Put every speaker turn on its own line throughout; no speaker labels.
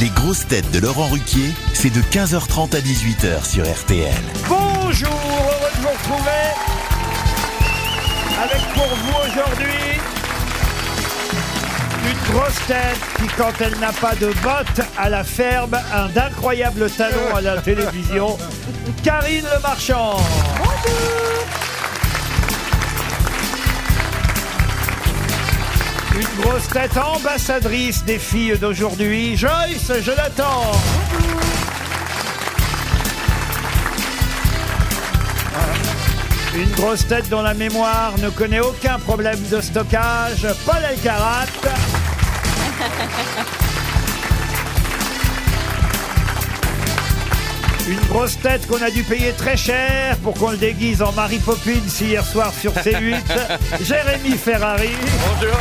Les grosses têtes de Laurent Ruquier, c'est de 15h30 à 18h sur RTL.
Bonjour, heureux de vous retrouver avec pour vous aujourd'hui une grosse tête qui, quand elle n'a pas de bottes à la ferme, a d'incroyables talons à la télévision, Karine Le Marchand. Une grosse tête ambassadrice des filles d'aujourd'hui, Joyce Jonathan. Une grosse tête dont la mémoire ne connaît aucun problème de stockage, Paul Alcarat. Une grosse tête qu'on a dû payer très cher pour qu'on le déguise en Marie Poppins hier soir sur C8, Jérémy Ferrari.
Bonjour.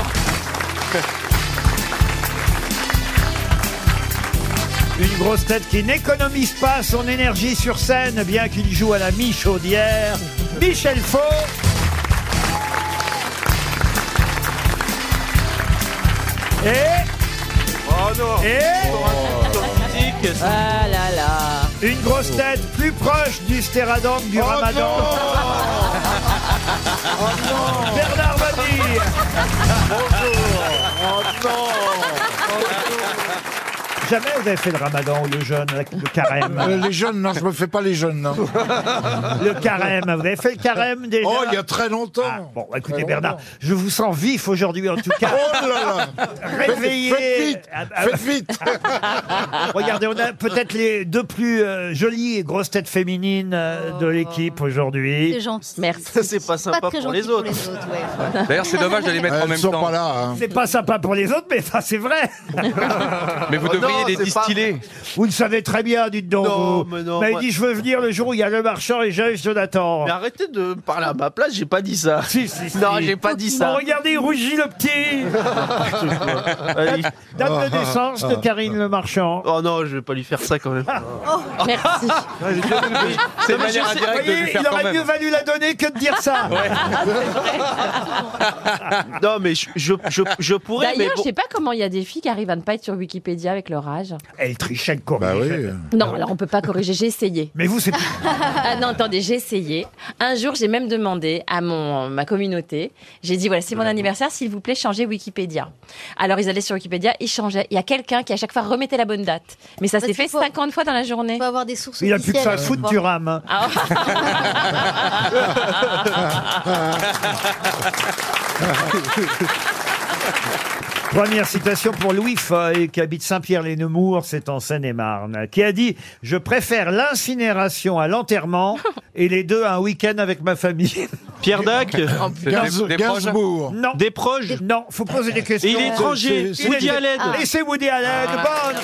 Une grosse tête qui n'économise pas son énergie sur scène, bien qu'il joue à la mi-chaudière, Michel Faux. Et
Oh non. Oh.
Et
Ah là là
une grosse tête plus proche du stéradome du
Oh
ramadan. Bernard Mabille. Jamais vous avez fait le ramadan ou le jeûne, le carême.
Euh, les jeunes, non, je me fais pas les jeunes, non.
le carême, vous avez fait le carême déjà
Oh, il y a très longtemps.
Ah, Bon, écoutez
Très
Bernard,
longtemps.
je vous sens vif aujourd'hui en tout cas.
Oh là là
Réveillé.
Faites vite
Ah, ah,
Faites vite
Regardez, on a peut-être les deux plus euh, jolies et grosses têtes féminines euh, de l'équipe aujourd'hui.
C'est gentil.
Merci.
C'est pas
Pas
sympa
très
pour
gentil
les autres.
ouais.
D'ailleurs, c'est dommage de les mettre en
Elles
même
sont
temps.
pas là. hein.
C'est pas sympa pour les autres, mais enfin, c'est vrai.
Mais vous
Oh
devriez
non,
les
c'est pas-
distiller.
Vous le savez très bien, dites donc.
Non,
vous.
mais non,
il
moi-
dit, je veux venir le jour où il y a le marchand et j'ai Jonathan.
Mais arrêtez de parler à ma place, j'ai pas dit ça.
Si, si, si.
Non, j'ai pas dit ça.
Bon, regardez, il rougit le petit.
Allez.
Date
Ah,
de naissance de Karine le Marchand.
Oh non, je vais pas lui faire ça quand même.
Merci.
C'est
mais
une manière
je sais-
indirecte de
Voyez,
lui faire
il
quand
aurait mieux
même.
valu la donner que de dire ça.
Non, mais je, je, je, je pourrais, mais
D'ailleurs, je
bon.
sais pas comment il y a des filles qui arrivent à ne pas être sur Wikipédia avec leur âge.
Elle trichait le corps.
Bah oui.
Non, alors on peut pas corriger, j'ai essayé.
Mais vous, c'est
Ah non, attendez, j'ai essayé. Un jour, j'ai même demandé à mon, ma communauté, j'ai dit, voilà, c'est mon anniversaire, s'il vous plaît, changez Wikipédia. Alors, ils allaient sur Wikipédia, ils changeaient. Il y a quelqu'un qui, à chaque fois, remettait la bonne date. Mais ça
Bah,
s'est
tu
fait
vois-
50 fois dans la journée.
Il faut avoir des sources
il a plus que ça hein. à
officielles,
foutre
tu
du
vois.
rame.
Ah,
Première citation pour Louis Foy, qui habite Saint-Pierre-les-Nemours, c'est en Seine-et-Marne, qui a dit « Je préfère l'incinération à l'enterrement et les deux à un week-end avec ma famille.
Pierre Dac,
C'est
Gainsbourg-
des- des proches.
Gainsbourg.
Non,
des proches.
non, faut poser des questions. Ah.
Il est Ah. étranger,
C'est- c'est-
Woody Allen.
Et c'est Woody Allen,
Ah.
bonne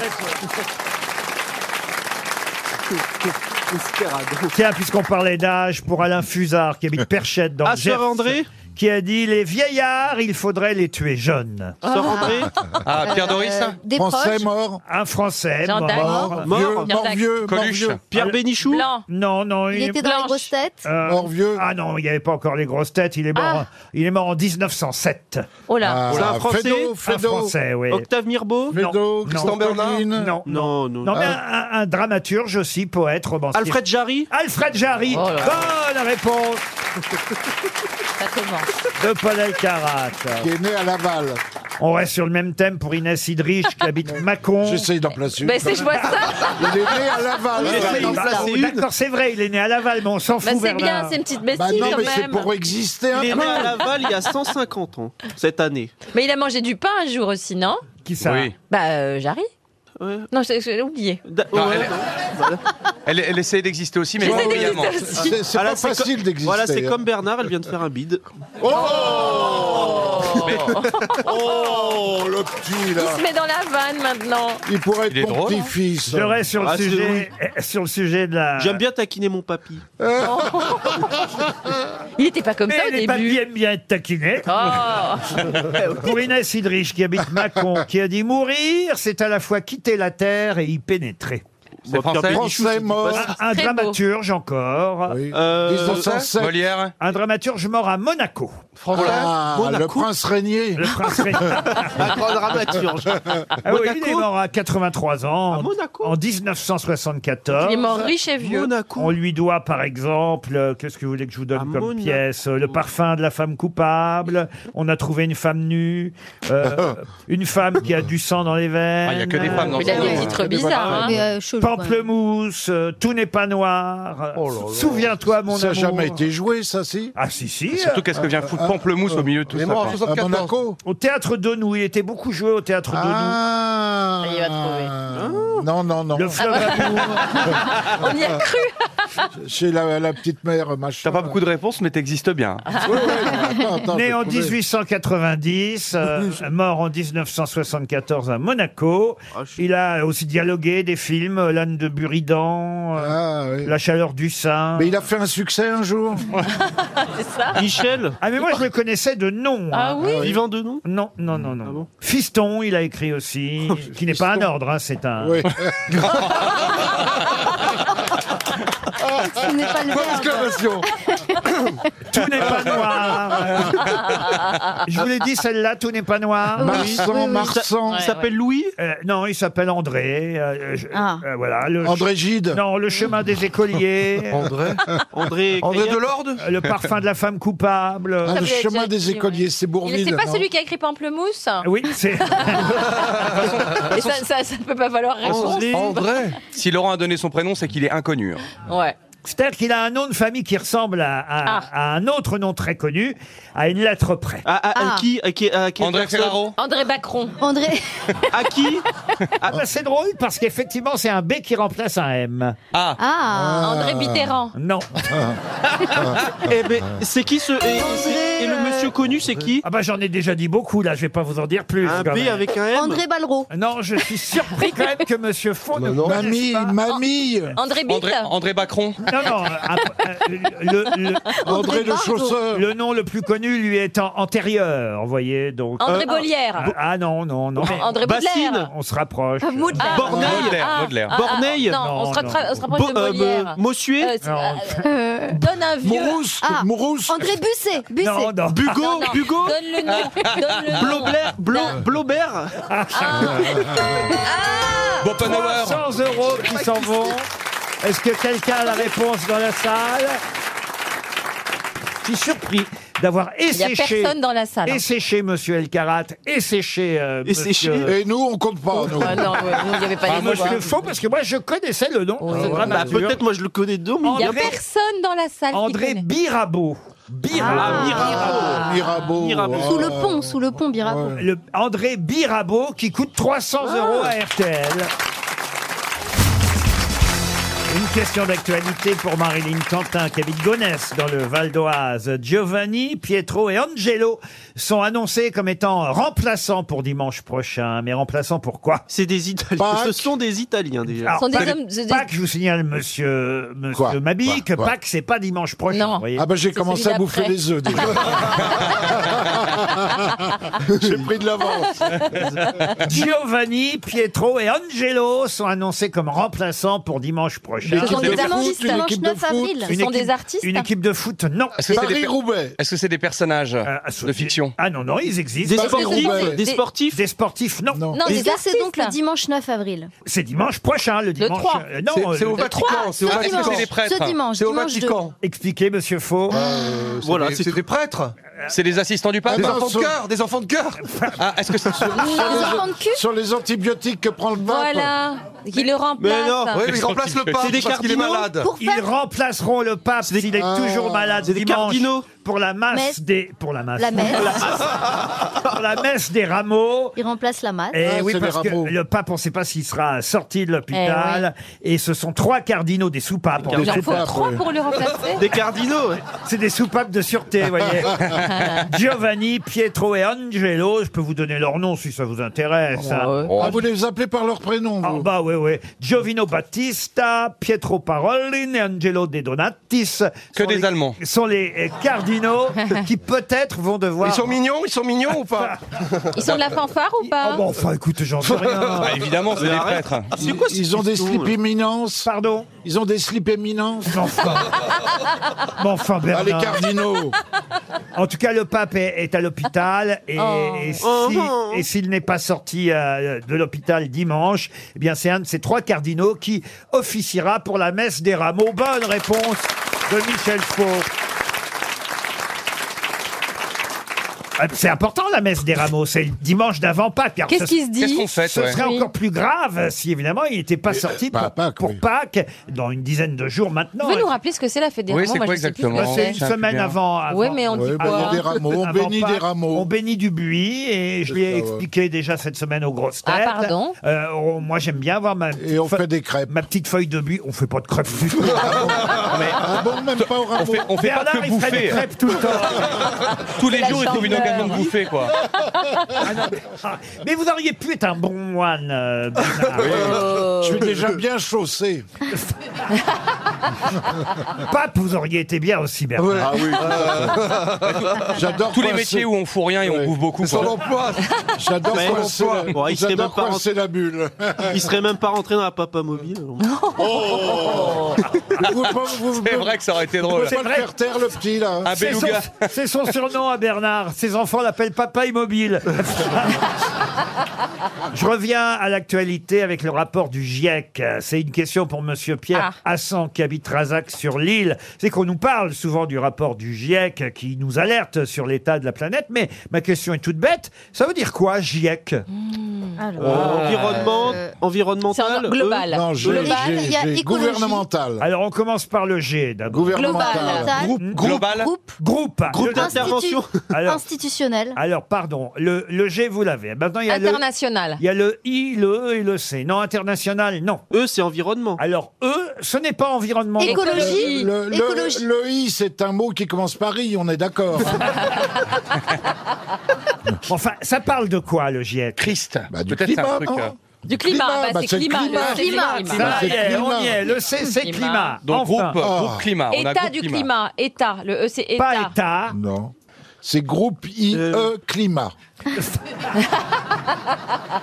Tiens, puisqu'on parlait d'âge, pour Alain Fusard, qui habite Perchette dans le
Ah, Sœur
Gers,
André
qui a dit « Les vieillards, il faudrait les tuer jeunes
Sœur André
Ah, Pierre Doris
Euh, des
Français
proches.
mort, ».
Un Français
Jean d'Arc.
mort...
mort,
Mort.
vieux, mort
Pierre
vieux, mort
Coluche.
vieux.
Pierre Bénichou
blanc.
Non, non,
Il était dans les
Blanche.
grosses têtes.
Euh,
Mort vieux.
Ah non, il n'y avait pas encore les grosses têtes. Il est
Ah.
mort, il est mort en 1907.
Oh là.
Ah,
C'est un Français
Fédot,
Un
Fédot,
français, oui.
Octave Mirbeau
Non,
Fédot,
non,
Christian Bernard. Ah.
Non, non.
Non, non.
Non, mais un, un- un dramaturge aussi, poète, romancier.
Alfred Jarry
Alfred Jarry.
Oh
Bonne réponse
Ça commence.
de Paul Alcarat.
qui est né à Laval.
On reste sur le même thème pour Inès Idrich, qui habite Mâcon.
J'essaye d'en placer une.
Ben, c'est, je vois ça.
Il est né à Laval.
Mais
voilà.
c'est
Bah,
une. placer
oh, D'accord, c'est vrai, il est né à Laval, mais on s'en
Bah,
fout,
c'est bien,
Bernard.
c'est une petite
Bah
bestie
non,
quand
mais c'est
même.
pour exister un
Il est né à
peu.
Laval il y a 150 ans, cette année.
Mais il a mangé du pain un jour aussi, non
Qui ça
Oui.
Bah, euh, Jarry
Ouais.
Non, j'ai- j'ai oublié.
Da-
Non,
ouais,
elle est-
non.
Elle, elle essayait d'exister aussi, mais
J'essaie d'exister
brillamment.
aussi.
C'est c'est
Voilà,
pas
c'est co-
facile d'exister.
Voilà, c'est
hein.
comme Bernard, elle vient de faire un bide.
Oh.
Oh, le petit,
Il
là.
se met dans la vanne maintenant.
Il pourrait
Il est
être mon
drôle, hein.
petit-fils.
Je reste sur le,
Ah, c'est
sujet, euh, sur le sujet de la...
J'aime bien taquiner mon papy.
Il était pas comme
Mais
ça au
les
début.
papiers aiment bien être taquinés.
Oh
Pour Inès Idrich, qui habite Mâcon, qui a dit « Mourir, c'est à la fois quitter la terre et y pénétrer
Bon,
C'est
Pierre
français
Bénichou,
Français
c'est
mort.
pas-
Un
Très beau.
dramaturge encore.
Oui.
Euh,
1907.
Molière
Un dramaturge mort à Monaco.
Français
Ah, le
Monaco.
prince régné.
Le prince Régnier.
Un grand dramaturge.
Ah oui, il
Monaco
est mort à 83 ans.
À Monaco
En
Il est
1974.
mort riche et vieux.
On
Monaco.
lui doit, par exemple, euh, qu'est-ce que vous voulez que je vous donne
À
comme
Monaco.
pièce euh, Le parfum de la femme coupable. On a trouvé une femme nue. euh, une femme qui a du sang dans les veines. Euh,
Ah, il y a que des femmes dans
Il a
ce
des
monde.
titres bizarres.
Mais
hein.
euh, chelou, quand même.
Pamplemousse, euh, tout n'est pas noir. euh,
Oh là là.
Souviens-toi, mon
Ça n'a
amour. euh,
jamais été joué, ça, si Euh,
Ah si si.
Surtout qu'est-ce que vient foutre Pamplemousse au milieu de tout ça
Ah,
quoi.
À Monaco
Au théâtre Donou, il était beaucoup joué au théâtre Donou.
Ah
Il va trouver.
Euh, Non, non, non.
Le
Ah
fleuve amour.
On y a cru.
Chez la, la petite mère, machin.
T'as pas beaucoup de réponses, mais t'existes bien.
Ouais, ouais, attends, attends, je
Né
vais
en
trouver.
1890, euh, mort en 1974 à Monaco.
Ah, je suis-
Il a aussi dialogué des films euh, L'âne de Buridan, euh,
Ah, oui.
La chaleur du sein.
Mais il a fait un succès un jour.
Michel
Ah mais moi je le connaissais de nom.
Ah
hein.
oui.
Vivant de nom
Non, non, non, non.
Ah bon
Fiston, il a écrit aussi, qui n'est pas un ordre, hein, c'est un...
Oui.
Ah.
Ce n'est pas le verbe.
Exclamation.
Tout n'est pas noir. je vous l'ai dit, celle-là, tout n'est pas noir.
Marsan,
Oui, oui.
Marsan.
Ouais.
Il s'appelle Louis
Euh, non, il s'appelle André. euh, je-
Ah.
euh, voilà. le-
André Gide.
Non, le chemin des écoliers.
André.
André
André
Cayenne
Delorde
Euh, le parfum de la femme coupable.
Ah, le
vous l'avez
chemin
déjà
des
dit,
écoliers,
ouais.
c'est
Il-
Bourville.
C'est pas
non
celui qui a écrit Pamplemousse
Ah Oui, c'est
Et ça, ça, ça peut pas valoir réponse.
André
André Si Laurent a donné son prénom, c'est qu'il est inconnu. hein.
Ouais.
c'est-à-dire qu'il a un nom de famille qui ressemble à, à-
Ah.
à un autre nom très connu, à une lettre près.
à, à- à
Ah.
qui
euh,
à qui- à quelle
André
personne
Ferraro
André Bacron.
André,
À qui
Ah bah, c'est drôle parce qu'effectivement c'est un B qui remplace un M.
Ah
ah,
André Mitterrand.
Non.
Eh ben, c'est qui ce. Et, et- et le monsieur connu, c'est qui
Ah bah j'en ai déjà dit beaucoup là, je vais pas vous en dire plus.
Un
quand
B
même.
avec un M
André Balrog.
Non, je suis surpris quand même que Monsieur Faux ne connaisse
Mamie,
pas.
mamie.
André Bitt.
André, André Bacron
Non, non, euh, ap- euh, le, le-
André le
Bardo.
chausseur.
le nom le plus connu lui étant antérieur, vous voyez, donc...
André
Euh,
Bollière.
Ah non, non, non, mais
André Baudelaire.
Bassine.
on se rapproche.
Maudelaire.
Ah,
Borneille.
Baudelaire,
ah,
Baudelaire.
ah, ah, ah,
Borneille.
Non, on se,
Non,
rappra-
non.
on se rapproche de
Bo- euh,
Molière.
Mossuet
Euh, c'est-
Non.
euh, donne un vieux.
Mourousse.
Ah.
Mourousse.
André Busset. Busset.
Non, non.
Bugo
Ah, Non, non,
Bugo
Donne le nom. Donne le nom.
Blaubert Blo- Blaubert
Ah.
Boppenhauer
100 euros qui s'en vont. Est-ce que quelqu'un a la réponse dans la salle Je suis surpris d'avoir
Il n'y a
esséché,
personne dans la salle. hein.
esséché Monsieur Elkarat, esséché euh,
Esséché.
Monsieur,
Et nous, on compte pas. nous.
Ah non, ouais, nous, il n'y avait pas
Ah,
les
moi,
mots.
je
hein.
Monsieur Faux, parce que moi je connaissais le nom.
Oui.
C'est
Bah,
vraiment
Bah,
dur.
peut-être moi je le connais de nom,
Il
mais
n'y a
André-
personne dans la salle. qui
André
connaît.
Birabo.
Ah,
Birabo.
Mirabeau.
Mirabeau.
Mirabeau.
Ah.
Sous le pont, sous le pont Birago.
Le André Birabo qui coûte 300 euros à RTL. Une question d'actualité pour Marilyn Quentin qui habite Gonesse dans le Val d'Oise. Giovanni, Pietro et Angelo sont annoncés comme étant remplaçants pour dimanche prochain. Mais remplaçants pourquoi
c'est des Italiens.
Pâques.
Ce sont des Italiens déjà.
Ce sont
Alors,
des hommes. des-
Pâques, je vous signale, monsieur,
Quoi
monsieur Mabille,
Quoi
que
Quoi
Pâques, c'est pas dimanche prochain.
Non.
vous voyez.
Ah bah j'ai
C'est
commencé
celui
à bouffer
d'après.
des œufs déjà. j'ai pris de l'avance.
Giovanni, Pietro et Angelo sont annoncés comme remplaçants pour dimanche prochain.
Ce sont des
L'équipe de foot,
artistes.
une
Dimanche
équipe de
9
foot.
avril.
Ce
Une
sont
équipe-
des artistes.
Une équipe de foot, non.
Est-ce que c'est des, per-
Paris-Roubaix.
est-ce que c'est des personnages
Euh,
de
associé-
fiction
Ah non, non, ils existent.
Des
Parce que
sportifs
Roubaix.
Des
Des-
sportifs
Des sportifs, non.
Non.
Non,
Et
des
ça, c'est
artistes.
donc le dimanche 9 avril.
C'est dimanche prochain, le dimanche.
3.
Euh, non, euh,
Le Vatican, 3,
c'est au
Ce
Vatican.
dimanche,
C'est des prêtres.
ce dimanche, dimanche 2.
expliquez, monsieur Faux.
Euh,
Voilà, c'est tout.
prêtres
C'est les assistants du pape
Des enfants de
Sur-
cœur,
Des enfants de cœur
Ah, est-ce que c'est sur-
Les enfants de cul
Sur les antibiotiques que prend le pape.
Voilà. Qui le
Mais non.
remplace.
Oui, mais ils remplacent le pape
C'est des
parce qu'il est
cardinaux
malade.
pour
Ils
faire
remplaceront le pape s'il est
Ah.
toujours malade
des
dimanche
cardinaux.
pour la masse
Messe.
des pour la masse
la messe.
pour la messe des rameaux.
Il remplace la masse.
Et
Ah,
Eh oui,
c'est les
parce que
rameaux.
le pape, on ne sait pas s'il sera sorti de l'hôpital.
Eh
Et ce sont trois cardinaux des soupapes.
Des
Il en faut
soupapes,
trois
oui.
pour le remplacer.
Des cardinaux
C'est des soupapes de sûreté, vous voyez. Giovanni, Pietro et Angelo. Je peux vous donner leur nom si ça vous intéresse. hein.
Ah, vous les appelez par leur prénom.
Ah
vous.
bah oui, oui. Giovino Battista, Pietro Parolin et Angelo De Donatis.
Que
sont
des
les-
Allemands.
Sont les euh, Dino qui peut-être vont devoir.
Ils sont mignons, ils sont mignons ou pas
Ils sont de la fanfare ou
Oh,
pas
bah, enfin, écoute, j'en sais rien.
Bah, Évidemment, c'est
Mais
des
arrête.
prêtres.
Ah, C'est quoi
Ils ont des slips éminences.
Pardon
Ils ont des slips éminences.
Mais enfin. Mais enfin,
Ah, les
Bernard.
cardinaux.
En tout cas, le pape est, est à l'hôpital et,
Oh.
et si- et s'il n'est pas sorti euh, de l'hôpital dimanche, eh bien c'est un de ces trois cardinaux qui officiera pour la messe des rameaux. Bonne réponse de Michel Faux. Ah, C'est important la messe des rameaux, c'est le dimanche d'avant Pâques. car
Qu'est-ce
ce-
qui se dit
Qu'est-ce qu'on fait
ce
ouais
serait
Oui.
encore plus grave si évidemment il n'était pas sorti
euh, pas
pour,
à Pâques,
pour
oui.
Pâques dans une dizaine de jours maintenant.
Vous nous rappeler ce que c'est la fête des
Oui,
Rameaux
c'est
Moi,
quoi
je sais plus
exactement
ce que
Bah, C'est une
Tiens,
semaine
bien.
avant.
Oui,
avant-
mais on
Ouais,
dit
bah, il y a
quoi
des rameaux, on
avant
bénit
Pâques,
des rameaux.
On bénit du buis et je
C'est
lui ai
ça, ouais.
expliqué déjà cette semaine aux grosses têtes.
Ah, pardon
Euh, on- moi, j'aime bien avoir ma petite,
Et on
fe-
fait des crêpes.
ma petite feuille de buis. On fait pas de crêpes du tout.
Ah bon, même pas au
On
rameau.
fait, on fait pas
Bernard,
que
il ferait des
bouffer.
crêpes tout le temps.
Tous les
la
jours, il trouve une
chandeleur.
occasion de bouffer, quoi.
Ah, mais vous auriez pu être un bon moine, euh, Bernard.
Je suis déjà bien chaussé.
Pape, vous auriez été bien aussi, Bernard.
Ah oui. Euh, J'adore
Ah Tous les
coincer-
métiers où on fout rien et on
Ouais.
bouffe beaucoup.
Son
quoi.
emploi. J'adore
Mais-
coincer la-
Bah, Bon, il serait
j'adore
même pas rentré-
coincer la bulle.
Il serait même pas rentré dans la papa mobile.
Oh.
Vous- vous- vous-
C'est vrai que ça aurait été
Vous
drôle.
pouvez pas
vrai.
le faire taire le petit là.
Un
C'est son,
Ah, beluga.
c'est son surnom à Bernard. Ses enfants l'appellent Papa Immobile. Je reviens à l'actualité avec le rapport du GIEC. C'est une question pour Monsieur Pierre
Ah.
Hassan qui habite Razac sur l'île. C'est qu'on nous parle souvent du rapport du GIEC qui nous alerte sur l'état de la planète. Mais ma question est toute bête. Ça veut dire quoi, GIEC
Mmh. Alors,
Euh, Environnement,
Euh,
C'est en
environnemental.
global.
Non, j'ai-
Global,
j'ai-
il y a
j'ai-
écologie.
gouvernemental.
Alors on commence par le G d'abord.
Gouvernemental.
global,
Groupe global.
groupe,
Groupe.
Groupe
Le-
d'inter-
d'intervention.
alors,
institutionnel.
alors, pardon. Le, le G, vous l'avez. Maintenant, il y a le...
International.
Il y a le I, le E et le C. Non, international, non.
Eux, E, c'est environnement.
Alors, E, ce n'est pas environnement.
Écologie,
Le, le-
écologie.
le I, c'est un mot qui commence par I, on est d'accord.
Enfin, ça parle de quoi, le GIEC
Christ.
Bah, du
Peut-être
climat,
un truc.
non
euh,
Du climat,
climat,
bah,
bah,
c'est
c'est
climat.
climat,
le- c'est le
climat,
Ça
c'est
y est,
climat.
on y est. Le C, c'est
Climat.
climat.
Donc,
Enfin.
groupe, groupe
Ah.
climat. On a
État
groupe
du
climat.
climat. État. Le E, c'est
Pas
État.
État.
Non. C'est groupe IE
Euh.
climat.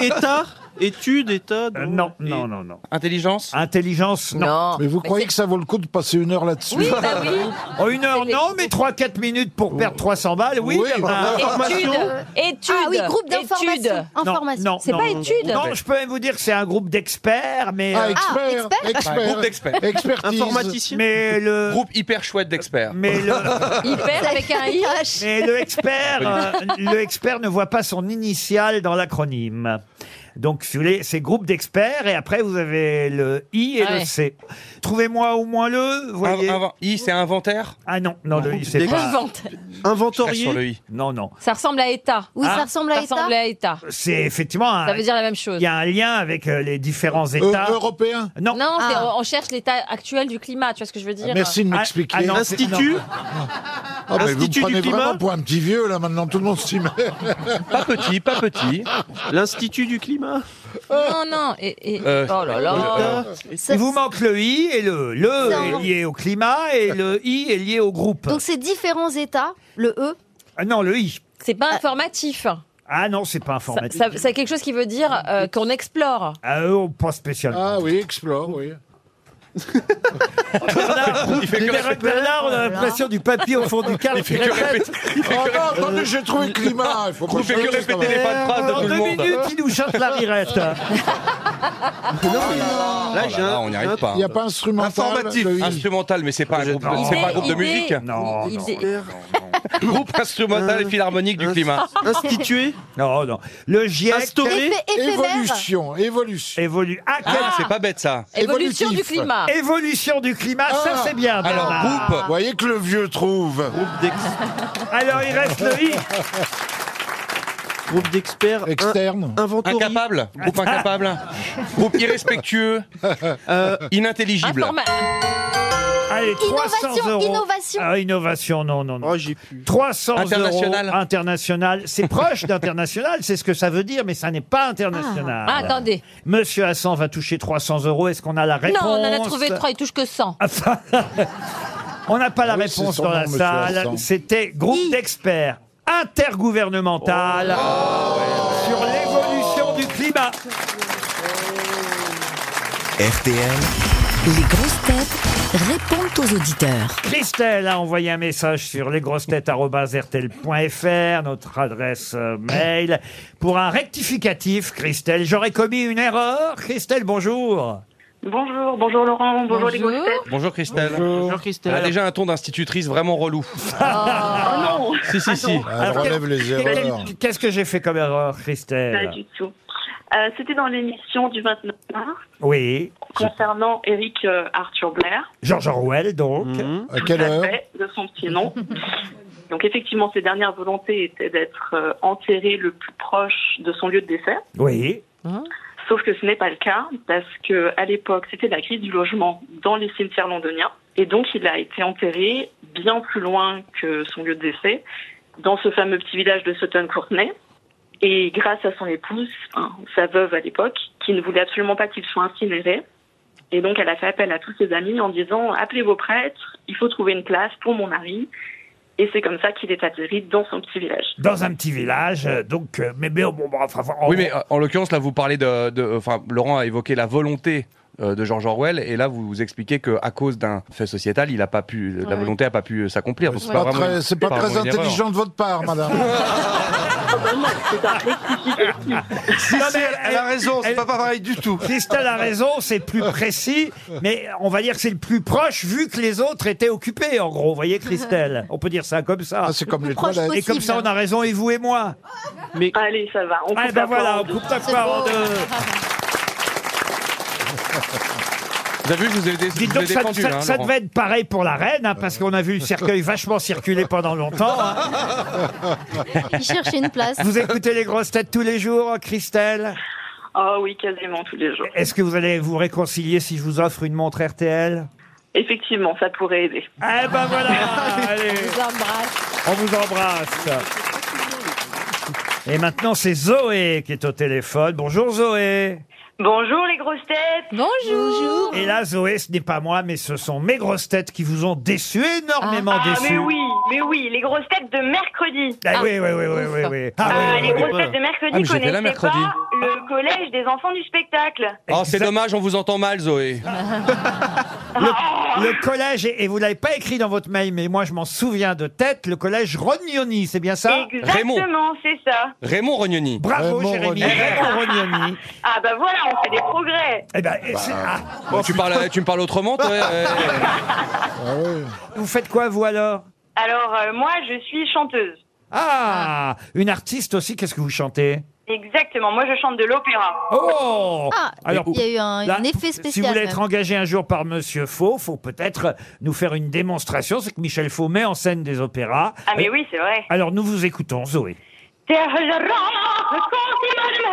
État, étude, état.
Euh,
donc-
non, non, non, non.
Intelligence.
Intelligence, non.
Mais vous croyez que ça vaut le coup de passer une heure là-dessus
Oui, bah oui.
En Oh, une heure,
C'est les-
non, mais 3-4 minutes pour perdre 300 balles, oui. Ah.
Oui,
il y en a
bah,
un.
Étude. Étude.
Ah oui, groupe
Étude.
d'information.
Non,
Information.
non,
C'est
non.
pas étude.
Non, je peux même vous dire que c'est un groupe d'experts, mais,
Ah,
euh,
expert,
expert
Ouais,
expert,
groupe d'experts.
expertise.
Informaticien.
mais le,
Groupe hyper chouette d'experts.
mais le,
Hyper avec un I.
Mais le expert, euh, le expert ne voit pas son initiale dans l'acronyme. Donc, si vous voulez, c'est groupe d'experts et après vous avez le I et
Ah
le
ouais.
C. Trouvez-moi au moins le, vous voyez.
Inv- invent- I, c'est inventaire.
Ah non, non, le I, c'est pas.
Invente.
Reste sur
Inventorié.
le I.
Non, non.
Ça ressemble à État. Hein
Oui,
Ah,
ça ressemble
Ça
à État.
ressemble à État.
C'est effectivement
Ça
un.
veut dire la même chose.
Il y a un lien avec euh, les différents
Euh,
États.
européen.
Non.
Non, c'est-
Ah.
on cherche l'état actuel du climat, tu vois ce que je veux dire
Merci de
Ah,
m'expliquer.
ah non, c'est-
Institut.
Ah, mais vous me
Institut du
prenez
climat.
vraiment pour un petit vieux là maintenant, tout le monde s'y met.
Pas petit, pas petit.
L'Institut du climat.
Non, non. Et, et-
Euh,
oh là là.
Ça-
Euh, Il vous manque le I et le le
Non.
est lié au climat et le I est lié au groupe.
Donc c'est différents États, le E.
Ah non, le I.
C'est
Euh,
pas informatif.
Ah non, c'est pas
Ça-
informatique.
ça- C'est quelque chose qui veut dire euh, qu'on explore.
Ah, eux, on pense spécialement.
Ah oui, explore, oui.
Il fait que
Bernard,
répéter.
Bernard, on a l'impression du papier au fond du cadre.
Il fait que répéter. Il fait
Oh
que
non, attendez, j'ai trouvé le climat. Il faut pas
Il fait que
changer, quand
répéter
même.
les pas de phrases de
Dans
tout le
deux
monde.
minutes, il nous chante la rirette.
Là, j'ai un- on n'y arrive pas.
Il n'y a pas instrumental.
Informatif.
le I.
Instrumental, mais c'est pas un groupe,
Non.
c'est pas un groupe de
Idée, idée.
musique.
Non,
Il-
non,
il-
Groupe instrumental et philharmonique du climat.
Institué.
Non, non. Le GIEC
Instauré.
Effet éphémère.
Évolution, évolution.
évolue. Ah, quel-
Ah, c'est pas bête ça.
Évolution du
évolutif.
climat.
Évolution du climat, ça
Ah.
c'est bien.
Alors,
Bernard.
Vous
groupe,
voyez que le vieux trouve.
Groupe d'ex-
Alors, il reste le I.
Groupe d'experts. in-
Externe.
Inventorié.
incapable. Groupe incapable. Groupe irrespectueux. Euh, inintelligible.
Ah,
Informa-
Allez, 300
Innovation,
euros.
innovation.
Ah, innovation, non, non, non.
Oh, j'ai pu.
300
International.
euros international. C'est proche d'international, c'est ce que ça veut dire, mais ça n'est pas international.
Ah, attendez.
Monsieur Hassan va toucher 300 euros. Est-ce qu'on a la réponse Ah,
Non, on en a trouvé trois, il touche que 100.
On n'a pas la
Ah oui,
réponse
c'est
dans la
sûrement, monsieur
salle.
Hassan.
C'était groupe d'experts intergouvernemental
Oh.
sur l'évolution du climat. Ah.
RTL,
Les grosses têtes répondent aux auditeurs.
Christelle a envoyé un message sur lesgrossetêtes.rtl.fr, notre adresse euh, mail, pour un rectificatif, Christelle. J'aurais commis une erreur. Christelle, bonjour.
Bonjour, bonjour Laurent, bonjour, les grosses têtes.
Bonjour Christelle.
Bonjour
Elle
Christelle.
a déjà un ton d'institutrice vraiment relou.
Oh non,
Si, si, si.
Elle
Alors,
relève les
Qu'est-
erreurs. Eh ben.
Qu'est-ce que j'ai fait comme erreur,
pas
Christelle
Bah, du tout. Euh, C'était dans l'émission du 29 mars
Oui.
concernant Eric euh, Arthur Blair,
George Orwell, donc.
Mmh. À quelle heure
fait, de son petit nom. Donc effectivement, ses dernières volontés étaient d'être euh, enterré le plus proche de son lieu de décès.
Oui.
Sauf que ce n'est pas le cas parce que à l'époque, c'était la crise du logement dans les cimetières londoniens et donc il a été enterré bien plus loin que son lieu de décès dans ce fameux petit village de Sutton Courtenay. Et grâce à son épouse, hein, sa veuve à l'époque, qui ne voulait absolument pas qu'il soit incinéré, et donc elle a fait appel à tous ses amis en disant appelez vos prêtres, il faut trouver une place pour mon mari. Et c'est comme ça qu'il est atterri dans son petit village.
Dans un petit village, euh, donc, euh, mais, mais, oh, bon, bah, enfin, enfin,
Oui, mais euh, en l'occurrence, là, vous parlez de. de- Enfin, Laurent a évoqué la volonté euh, de George Orwell, et là, vous, vous expliquez qu'à cause d'un fait sociétal, il a pas pu, euh, la volonté n'a pas pu s'accomplir.
Ah,
Donc,
C'est pas
vraiment
très,
une-
c'est pas
pas
très
vraiment une erreur.
intelligent de votre part, madame.
C'est un rectificatif.
Non, mais elle-
raison,
elle-
pareil du tout.
Christelle a raison, c'est plus précis, mais on va dire que c'est le plus proche vu que les autres étaient occupés, en gros. Vous voyez, Christelle On peut dire ça comme ça.
Ah, c'est comme les
proche
toilettes.
Et comme ça, on a raison, et vous et moi.
Allez, ça va. On
Ah,
coupe
ben
la poire en
voilà, on
deux.
coupe la poire en deux.
Vous avez vu, je vous ai, dé-
Dites
je vous ai
donc, ça,
défendu,
ça-
hein,
ça
Laurent.
devait être pareil pour la reine, hein, parce qu'on a vu le cercueil vachement circuler pendant longtemps. hein.
Il cherchait une place.
Vous écoutez les grosses têtes tous les jours, hein, Christelle
Ah oui, quasiment tous les jours.
Est-ce que vous allez vous réconcilier si je vous offre une montre RTL
Effectivement, ça pourrait aider.
Eh ben voilà Allez,
Je vous embrasse.
on vous embrasse Et maintenant, c'est Zoé qui est au téléphone. Bonjour Zoé
Bonjour les grosses têtes.
Bonjour.
Et là, Zoé, ce n'est pas moi, mais ce sont mes grosses têtes qui vous ont déçu, énormément
Ah
déçu
mais oui, mais oui, les grosses têtes de mercredi.
Ah,
Ah,
oui, oui, oui, oui,
ouf.
oui, oui.
Ah,
Ah, oui, oui,
les
oui.
grosses têtes de mercredi
Ah, mais j'étais là
connaissaient
mercredi.
pas le collège des enfants du spectacle.
Oh, c'est
Exact.
dommage, on vous entend mal, Zoé.
Le collège, et et vous l'avez pas écrit dans votre mail, mais moi je m'en souviens de tête, le collège Rognoni, c'est bien ça
Exactement, c'est ça.
Raymond Rognoni.
Bravo
Raymond
Jérémy,
Rognoni.
Eh,
Raymond Rognoni.
Ah bah voilà, on fait des progrès.
Eh ben, et
Bah.
c'est- ah,
Bon, Oh, tu, parles, tu me parles autrement, toi euh,
Ah oui.
vous faites quoi vous alors
Alors euh, moi, je suis chanteuse.
Ah, une artiste aussi, qu'est-ce que vous chantez
Exactement, moi je chante de l'opéra.
Oh
Ah, il y a eu un,
là,
un effet
Si vous
spécial.
voulez
même.
être engagé un jour par Monsieur Faux, faut peut-être nous faire une démonstration. C'est que Michel Faux met en scène des opéras.
Ah mais oui, c'est vrai.
Alors nous vous écoutons, Zoé.
Der Rache kommt in meinem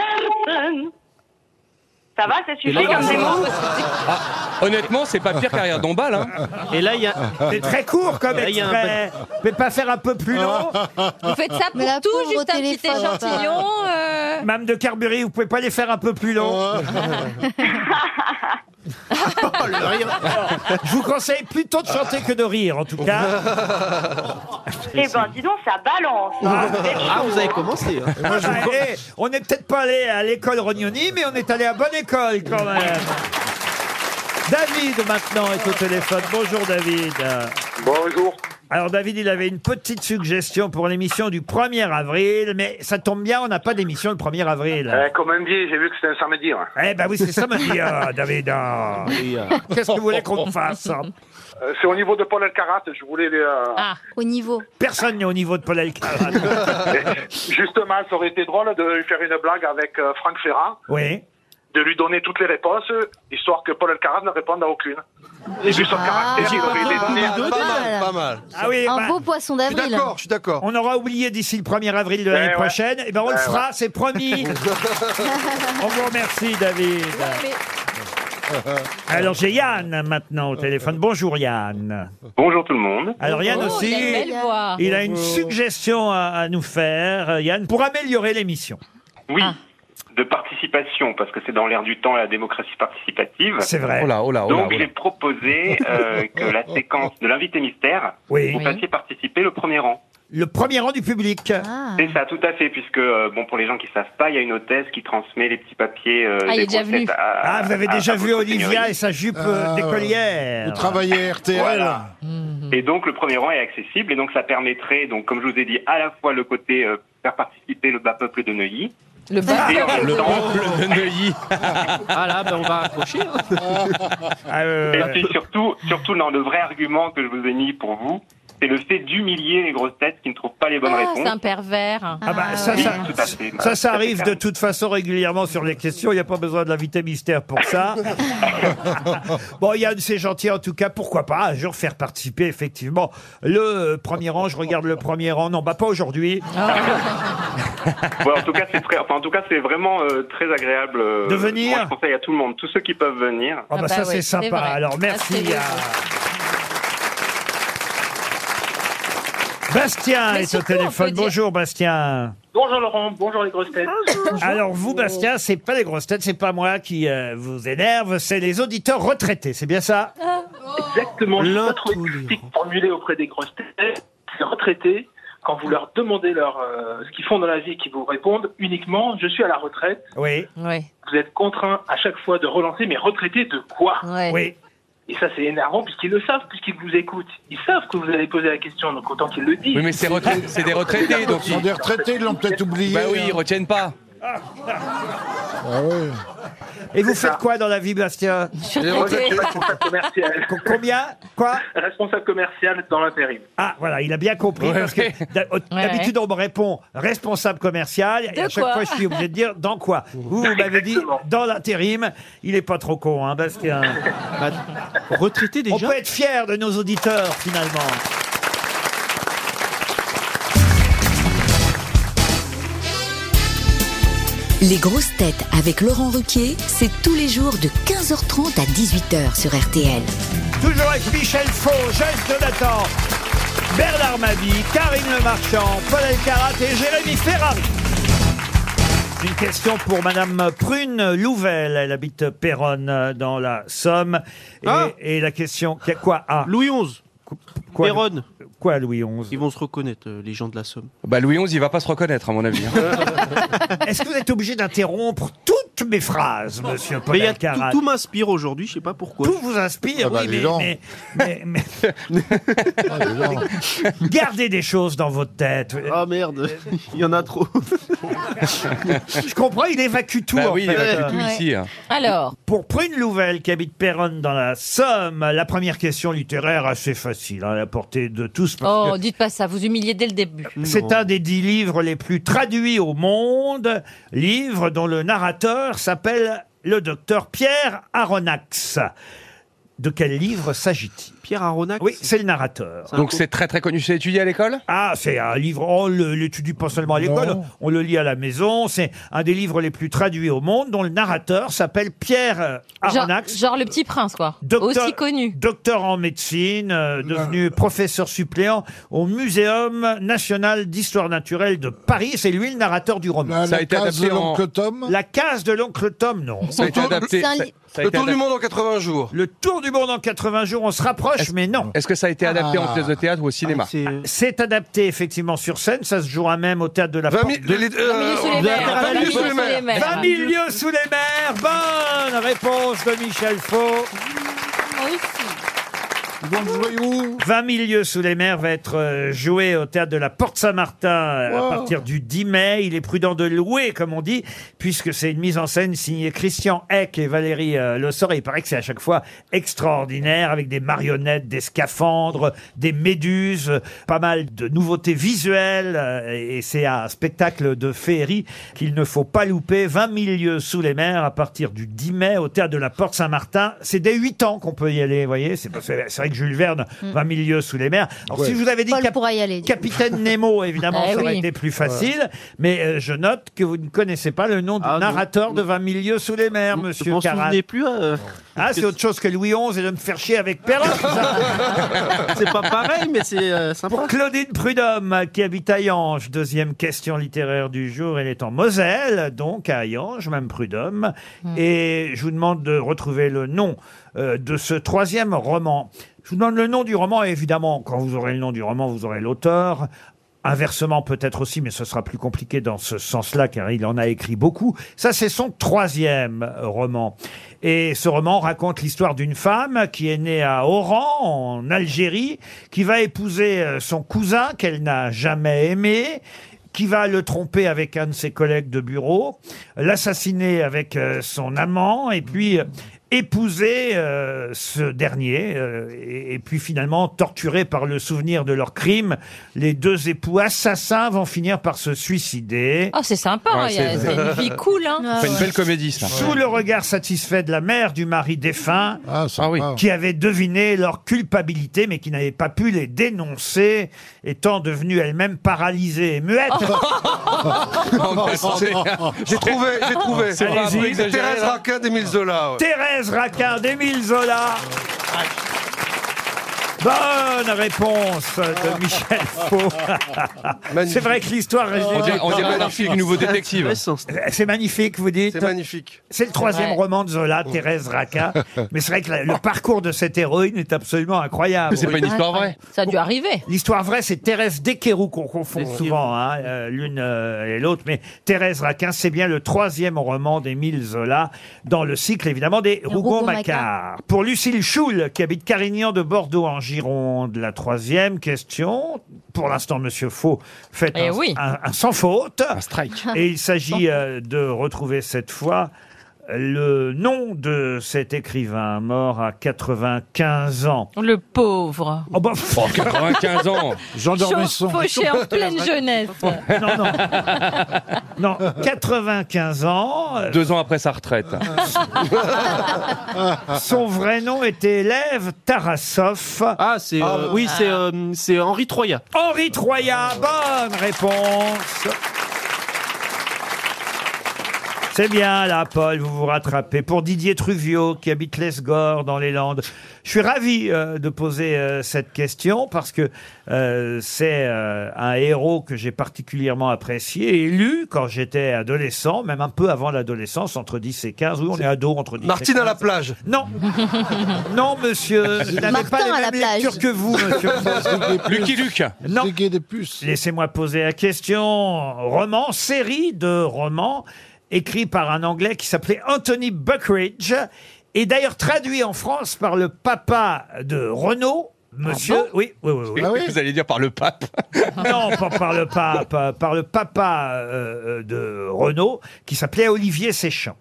Herzen. Ça va, ça suffit
là, il y a
comme des mots
Ah, Honnêtement, c'est pas pire qu'arrière Dombal. Hein.
Et là, il y a.
C'est très court comme
Là, il y a un
extrait. Mais pas faire un peu plus long.
Vous faites ça
Mais
pour
la
tout,
pauvre
juste un petit
téléphone.
échantillon. euh,
Madame de Carbury, vous pouvez pas les faire un peu plus long.
Oh,
Je vous conseille plutôt de chanter que de rire, en tout cas.
Eh ben, dis donc, ça balance. hein.
Ah, vous avez commencé. hein.
Eh, on n'est peut-être pas allé à l'école Rognoni, mais on est allé à bonne école quand même. David maintenant est au téléphone. Bonjour David.
Bonjour.
Alors David, il avait une petite suggestion pour l'émission du 1er avril, mais ça tombe bien, on n'a pas d'émission le 1er avril.
Euh, comme on dit, j'ai vu que c'était un samedi. hein.
Eh ben oui, c'est ça ma vie, ah, David. ah. Qu'est-ce que vous voulez qu'on fasse hein
Euh, c'est au niveau de Paul Alcarat, je voulais... les, euh,
Ah,
Au niveau.
Personne n'est au niveau de Paul Alcarat.
Justement, ça aurait été drôle de lui faire une blague avec euh, Franck Ferrand,
Oui.
de lui donner toutes les réponses, histoire que Paul Alcarat ne réponde à aucune. Et vu son caractère, il aurait été...
mal, pas
mal.
Ah oui,
Un
bah,
beau poisson d'avril.
je suis d'accord.
on aura oublié d'ici le 1er avril de l'année
ouais.
prochaine. Eh ben on le
Ouais,
fera, c'est promis. on vous remercie, David.
mais-
Alors j'ai Yann maintenant au téléphone. Bonjour Yann.
Bonjour tout le monde.
Alors Yann
oh,
aussi.
il a une belle voix.
Il a une suggestion à, à nous faire, euh, Yann, pour améliorer l'émission.
Oui.
de participation, parce que c'est dans l'air du temps la démocratie participative.
C'est vrai. Oh là, oh là, oh là,
Donc
oh là.
j'ai proposé euh, que la séquence de l'invité mystère,
Oui.
vous
Oui.
fassiez participer le premier rang.
Le premier rang du public.
C'est ça, tout à fait, puisque euh, bon pour les gens qui savent pas, il y a une hôtesse qui transmet les petits papiers. euh,
Ah, il
des
est déjà
grosses
venu.
têtes à-
Ah, vous avez
à-
déjà
à
vu
votre
Olivia
seigneurie.
et sa jupe, euh, Ah, d'écolière. vous travaillez RTL.
Voilà.
Mhm.
Et donc le premier rang est accessible et donc ça permettrait donc comme je vous ai dit à la fois le côté euh, faire participer le bas peuple de Neuilly.
Le
bas
Ah,
Le
peuple
de Neuilly.
ah là, ben on va accrocher.
Ah,
Et puis surtout, surtout non, le vrai argument que je vous ai mis pour vous, c'est le fait d'humilier les grosses têtes qui ne trouvent pas les bonnes
Ah, c'est
réponses.
un pervers.
Ah bah, ça,
Oui,
ça,
tout à fait.
ça, ça arrive de toute façon régulièrement sur les questions. Il n'y a pas besoin de l'invité mystère pour ça. bon, Yann, c'est gentil en tout cas. Pourquoi pas un jour faire participer effectivement le euh, premier rang. Je regarde le premier rang. Non, bah pas aujourd'hui.
Ah,
Bon, en tout cas, c'est très- enfin, en tout cas, c'est vraiment euh, très agréable. euh,
De venir.
Moi, je conseille à tout le monde, tous ceux qui peuvent venir.
Ah bah, ça c'est sympa. Alors merci.
Ah,
à- Bastien
Mais
est au
surtout, on
téléphone.
peut dire-
Bonjour Bastien.
Bonjour Laurent, bonjour les grosses têtes.
Alors vous Bastien, c'est pas les grosses têtes, c'est pas moi qui euh, vous énerve, c'est les auditeurs retraités. C'est bien ça
Exactement, je n'ai pas trouvé de critique formulée auprès des grosses têtes, des retraités, quand vous leur demandez leur, euh, ce qu'ils font dans la vie et qu'ils vous répondent uniquement « je suis à la retraite
Oui. »,
vous êtes contraint à chaque fois de relancer « mais retraité de quoi
Oui.
Et ça c'est énervant puisqu'ils le savent, puisqu'ils vous écoutent. Ils savent que vous allez poser la question, donc autant qu'ils le disent.
Oui, mais c'est retra- c'est des retraités, donc
Ce sont des retraités, ils l'ont peut-être oublié,
Bah oui,
hein.
ils retiennent pas.
Ah
Et vous faites quoi dans la vie Bastien
Moi, je suis responsable commercial.
Combien Quoi
Responsable commercial dans l'intérim.
Ah, voilà, il a bien compris.
Ouais,
parce que d'ha- d'habitude, on me répond responsable commercial.
De
et à chaque
quoi
fois, je suis obligé de dire dans quoi Vous, vous m'avez dit dans l'intérim. Il est pas trop con, hein, Bastien.
Bah,
Retraité déjà. On peut être fier de nos auditeurs, finalement.
Les grosses têtes avec Laurent Ruquier, c'est tous les jours de 15h30 à 18h sur RTL.
Toujours avec Michel Faux, Jacques Donatan, Bernard Mabie, Karine Le Marchand, Paul Elkarat et Jérémy Ferrari. Une question pour Madame Prune Louvel. Elle habite Péronne euh, dans la Somme. Et,
Ah
et la question, qu'il y a quoi Ah. Louis XI. Quoi,
Péronne.
Quoi, Louis XI
Ils vont se reconnaître, euh, les gens de la Somme.
Bah Louis XI, il va pas se reconnaître à mon avis. hein.
Est-ce que vous êtes obligé d'interrompre toutes mes phrases, Monsieur Paul
Mais il y a
Elkarat
tout, tout m'inspire aujourd'hui, je sais pas pourquoi.
Tout vous inspire,
Ah bah,
oui,
dis
mais-
donc.
mais, mais- mais- Gardez des choses dans votre tête.
Ah merde, il y en a trop.
Je comprends, il évacue tout.
Bah
en
oui, il
fait.
évacue tout Ouais. ici, hein.
Alors
Pour Prune Nouvelle, qui habite Péronne dans la Somme, la première question littéraire assez facile hein, à la portée de tous. parce
Oh,
que
dites pas ça, vous humiliez dès le début.
C'est un des dix livres les plus traduits au monde, livre dont le narrateur s'appelle le docteur Pierre Aronnax. De quel livre s'agit-il Pierre Aronnax Oui, c'est le narrateur.
Donc c'est très très connu. C'est étudié à l'école
Ah, c'est un livre, on le- l'étudie pas seulement à l'école,
Non.
on le lit à la maison, c'est un des livres les plus traduits au monde, dont le narrateur s'appelle Pierre euh,
Genre,
Aronnax.
genre le petit prince, quoi. Aussi connu.
Docteur en médecine, euh, devenu professeur suppléant au Muséum national d'histoire naturelle de Paris. C'est lui le narrateur du roman.
La- Ça a la été case adapté de l'oncle en-
Tom La case de l'oncle Tom, non.
Ça a Le été tour- adapté- c'est un ça- li- ça a été adapté-
monde en 80 jours. Le tour du monde en 80 jours, on se rapproche, mais non.
Est-ce que ça a
Ah
été adapté en pièce de théâtre ou au cinéma
C'est adapté effectivement sur scène, ça se jouera même au théâtre de la Porte
mi-
de-
les- euh, 20 milieux sous les mers, 20 milieux sous les mers.
20 milieux sous les mers. Bonne réponse de Michel Faux. Ils vont jouer où 20 milieux sous les mers va être euh, joué au théâtre de la Porte Saint-Martin euh, à
Wow.
partir du 10 mai. Il est prudent de louer, comme on dit, puisque c'est une mise en scène signée Christian Eck et Valérie euh, Le Sort. Et il paraît que c'est à chaque fois extraordinaire, avec des marionnettes, des scaphandres, des méduses, euh, pas mal de nouveautés visuelles. euh, Et c'est un spectacle de féerie qu'il ne faut pas louper. 20 milieux sous les mers à partir du 10 mai au théâtre de la Porte Saint-Martin. C'est dès 8 ans qu'on peut y aller, vous voyez. C'est parce que c'est vrai avec Jules Verne,
Mm.
20 milieux sous les mers. Alors,
Ouais.
si je vous avais dit
Paul
Cap-
pourra y aller. du coup.
Capitaine Nemo, évidemment,
Eh
ça aurait
oui.
été plus facile, mais euh, je note que vous ne connaissez pas le
Ah,
nom du narrateur de 20 milieux sous les mers, monsieur
m'en
Caral.
souvenais plus, euh,
Ah, c'est autre chose que Louis XI et de me faire chier avec Perrin.
C'est pas pareil, mais c'est euh, sympa.
Pour Claudine Prudhomme, qui habite à Yange, deuxième question littéraire du jour. Elle est en Moselle, donc à Yange, même Prudhomme.
Hmm.
Et je vous demande de retrouver le nom euh, de ce troisième roman. Je vous demande le nom du roman, et évidemment, quand vous aurez le nom du roman, vous aurez l'auteur. Inversement, peut-être aussi, mais ce sera plus compliqué dans ce sens-là, car il en a écrit beaucoup. Ça, c'est son troisième roman. Et ce roman raconte l'histoire d'une femme qui est née à Oran, en Algérie, qui va épouser euh, son cousin qu'elle n'a jamais aimé, qui va le tromper avec un de ses collègues de bureau, l'assassiner avec euh, son amant, et puis euh, épouser euh, ce dernier, euh, et, et puis finalement, torturés par le souvenir de leur crime, les deux époux assassins vont finir par se suicider.
Oh, c'est sympa,
Ouais,
il y a-
c'est-
c'est une vie cool. Hein.
C'est une belle
comédie, ça.
Sous le regard satisfait de la mère du mari défunt,
Ah,
qui avait deviné leur culpabilité, mais qui n'avait pas pu les dénoncer, étant devenue elle-même paralysée et muette. Oh.
J'ai trouvé, j'ai trouvé.
C'est pas
Allez-y.
un peu
C'est
exagéré,
Thérèse
là.
Raquin d'Émile Zola. ouais.
Thérèse Raquin d'Émile Zola. Bonne réponse
Ah.
de Michel Faux. C'est vrai que l'histoire reste.
On dirait- on dirait magnifique, nouveau détective.
C'est magnifique, vous dites.
C'est magnifique.
C'est le troisième
Ouais.
roman de Zola, Thérèse Raquin. Mais c'est vrai que la- le parcours de cette héroïne est absolument incroyable.
Mais c'est pas une histoire vraie.
Ça a dû arriver.
L'histoire vraie, c'est Thérèse Desqueroux qu'on confond souvent, hein, euh, l'une euh, et l'autre. Mais Thérèse Raquin, c'est bien le troisième roman d'Émile Zola dans le cycle, évidemment, des
Rougon-Macquart.
Rougon-Macquart. Pour Lucille Choul, qui habite Carignan de Bordeaux en Gironde, la troisième question. Pour l'instant, Monsieur Faux fait
Eh
un,
oui.
un- un sans faute. Un
strike.
Et il s'agit euh, de retrouver cette fois le nom de cet écrivain mort à 95 ans.
Le pauvre.
Oh, bah,
95 ans.
Jean
Fauché en pleine jeunesse.
Non, non. Non, 95 ans. euh,
Deux ans après sa retraite.
Son vrai nom était Élève Tarassov.
Ah, c'est. euh,
Ah.
oui, c'est euh, c'est Henri Troya.
Henri Troya, bonne réponse. C'est bien là, Paul, vous vous rattrapez. Pour Didier Truvio, qui habite Lesgore dans les Landes, je suis ravi euh, de poser euh, cette question parce que euh, c'est euh, un héros que j'ai particulièrement apprécié et lu quand j'étais adolescent, même un peu avant l'adolescence, entre 10 et 15. Oui, on est ado entre 10 et
Martine
15.
à la plage.
Non. non, monsieur. Il n'avait
Martin
Euh, pas les
à la
mêmes
plage.
lectures que vous, monsieur.
Lucky Luke.
Non. Laissez-moi poser la question. Roman, série de romans écrit par un Anglais qui s'appelait Anthony Buckridge et d'ailleurs traduit en France par le papa de Renaud. Monsieur, oui, oui, oui, oui.
Vous allez dire par le pape.
Non, pas par le pape, par le papa euh, euh, de Renaud qui s'appelait Olivier Séchamp.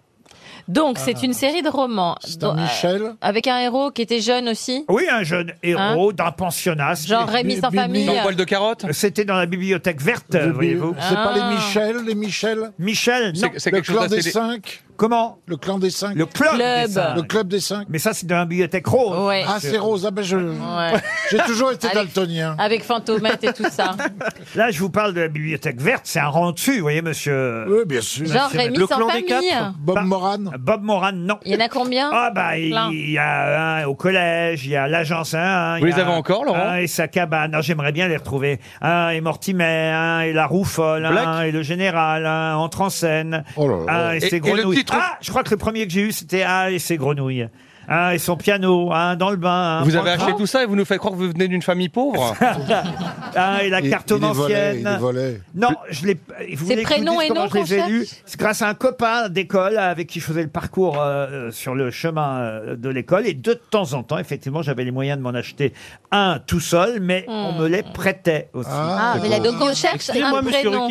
Donc, c'est une série de romans.
Ah. un
Do- euh,
Michel
Avec un héros qui était jeune aussi.
Oui, un jeune héros d'un pensionnat.
Hein Genre Rémi sans famille. Dans Poil
de carotte
C'était dans la bibliothèque verte,
Le-
voyez-vous.
C'est pas les
Ah.
Michel, les Michel
Michel, non.
Le clan des cinq
Comment
Le clan des cinq
Le club,
Club.
des cinq.
Le club des cinq.
Mais ça, c'est dans la bibliothèque rose.
Ouais.
Ah, c'est rose. Ah ben je...
Ouais.
J'ai toujours été
Avec-
daltonien.
Avec Fantomette et tout ça.
Là, je vous parle de la bibliothèque verte, c'est un rang dessus, vous voyez, monsieur.
Oui, bien sûr.
Genre Rémi Le sans clan des famille. quatre.
Bob Moran. Bob Moran, non.
Il y en a combien
Ah bah il
Plein.
il y a un au collège, il y a l'agence hein, 1.
Vous les avez encore, Laurent
Un et sa cabane. Non, J'aimerais bien les retrouver. Un et Mortimer, un et la rouffole, un et le général, un entre en scène, un et
Et-
ses
et le
grenouilles.
titre-
Ah, je crois que le premier que j'ai eu c'était un et ses grenouilles. Un et son piano, un dans le bain. un
Vous avez
point
acheté
trente.
tout ça et vous nous faites croire que vous venez d'une famille pauvre
Ah, et la
Il-
carte
il les volait,
mancienne.
il les volait.
Non, je l'ai. vous voulez que je vous
prénom
dise
et
comment
nom
je les ai
qu'on
lus C'est grâce à un copain d'école euh, avec qui je faisais le parcours euh, euh, sur le chemin euh, de l'école. Et de temps en temps, effectivement, j'avais les moyens de m'en acheter un tout seul, mais on me les prêtait aussi.
Hmm. Ah, mais la- donc on cherche un prénom.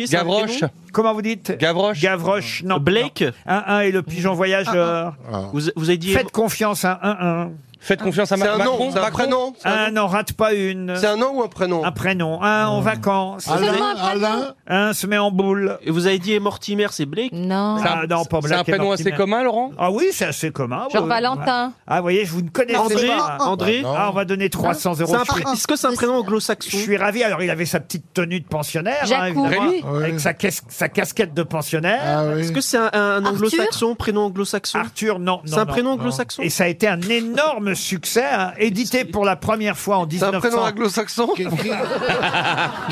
Comment vous dites
Gavroche.
Gavroche, non. Blake. Un, un et le pigeon voyageur.
Ah,
Vous, vous avez dit.
Faites confiance à un, un.
Faites confiance à Ma-
C'est un nom,
Macron.
c'est un
Macron
prénom, c'est un
Un n'en rate pas une.
C'est un nom ou un prénom
Un prénom. Un en vacances.
Alain,
Alain. Un Hein, se met en boule.
Et vous avez dit eh, Mortimer, c'est Blake
Non.
Ah, non, pas Black et Mortimer.
Laurent
Ah oui, c'est assez commun.
Genre
oui.
Valentin.
Ah, vous voyez, je vous ne connaissez
André,
pas.
André.
Ah, on va donner 300 euros.
C'est un
Je suis-
pré- Est-ce que c'est un prénom anglo-saxon
Je suis ravi. Alors, il avait sa petite tenue de pensionnaire. hein,
Jacques ou-
évidemment,
Rémi
Avec sa, caisse- sa casquette de pensionnaire.
Est-ce que c'est un, un anglo-saxon, prénom anglo-saxon
Arthur, non.
C'est
non,
un
non,
prénom
non.
anglo-saxon
Et ça a été un énorme succès, hein, édité pour la première fois en 1900.
prénom anglo-saxon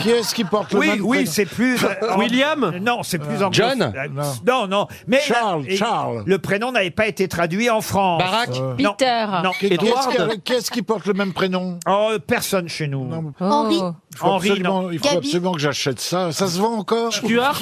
Qui est-ce qui porte le
Oui,
même
oui,
prénom
c'est plus William. Non, c'est plus anglo.
John
Euh,
Non.
Non, non. Mais la-
Charles,
et-
Charles.
Le prénom n'avait pas été traduit en France.
Barack
Euh, non.
Peter.
Non.
Qui est-ce qui-
Edward.
qui est-ce qui porte le même prénom
Oh, personne chez nous.
Oh.
Henri.
Il faut,
Henri,
absolument,
non.
il faut
Gabi.
absolument que j'achète ça. Ça se vend encore
Stuart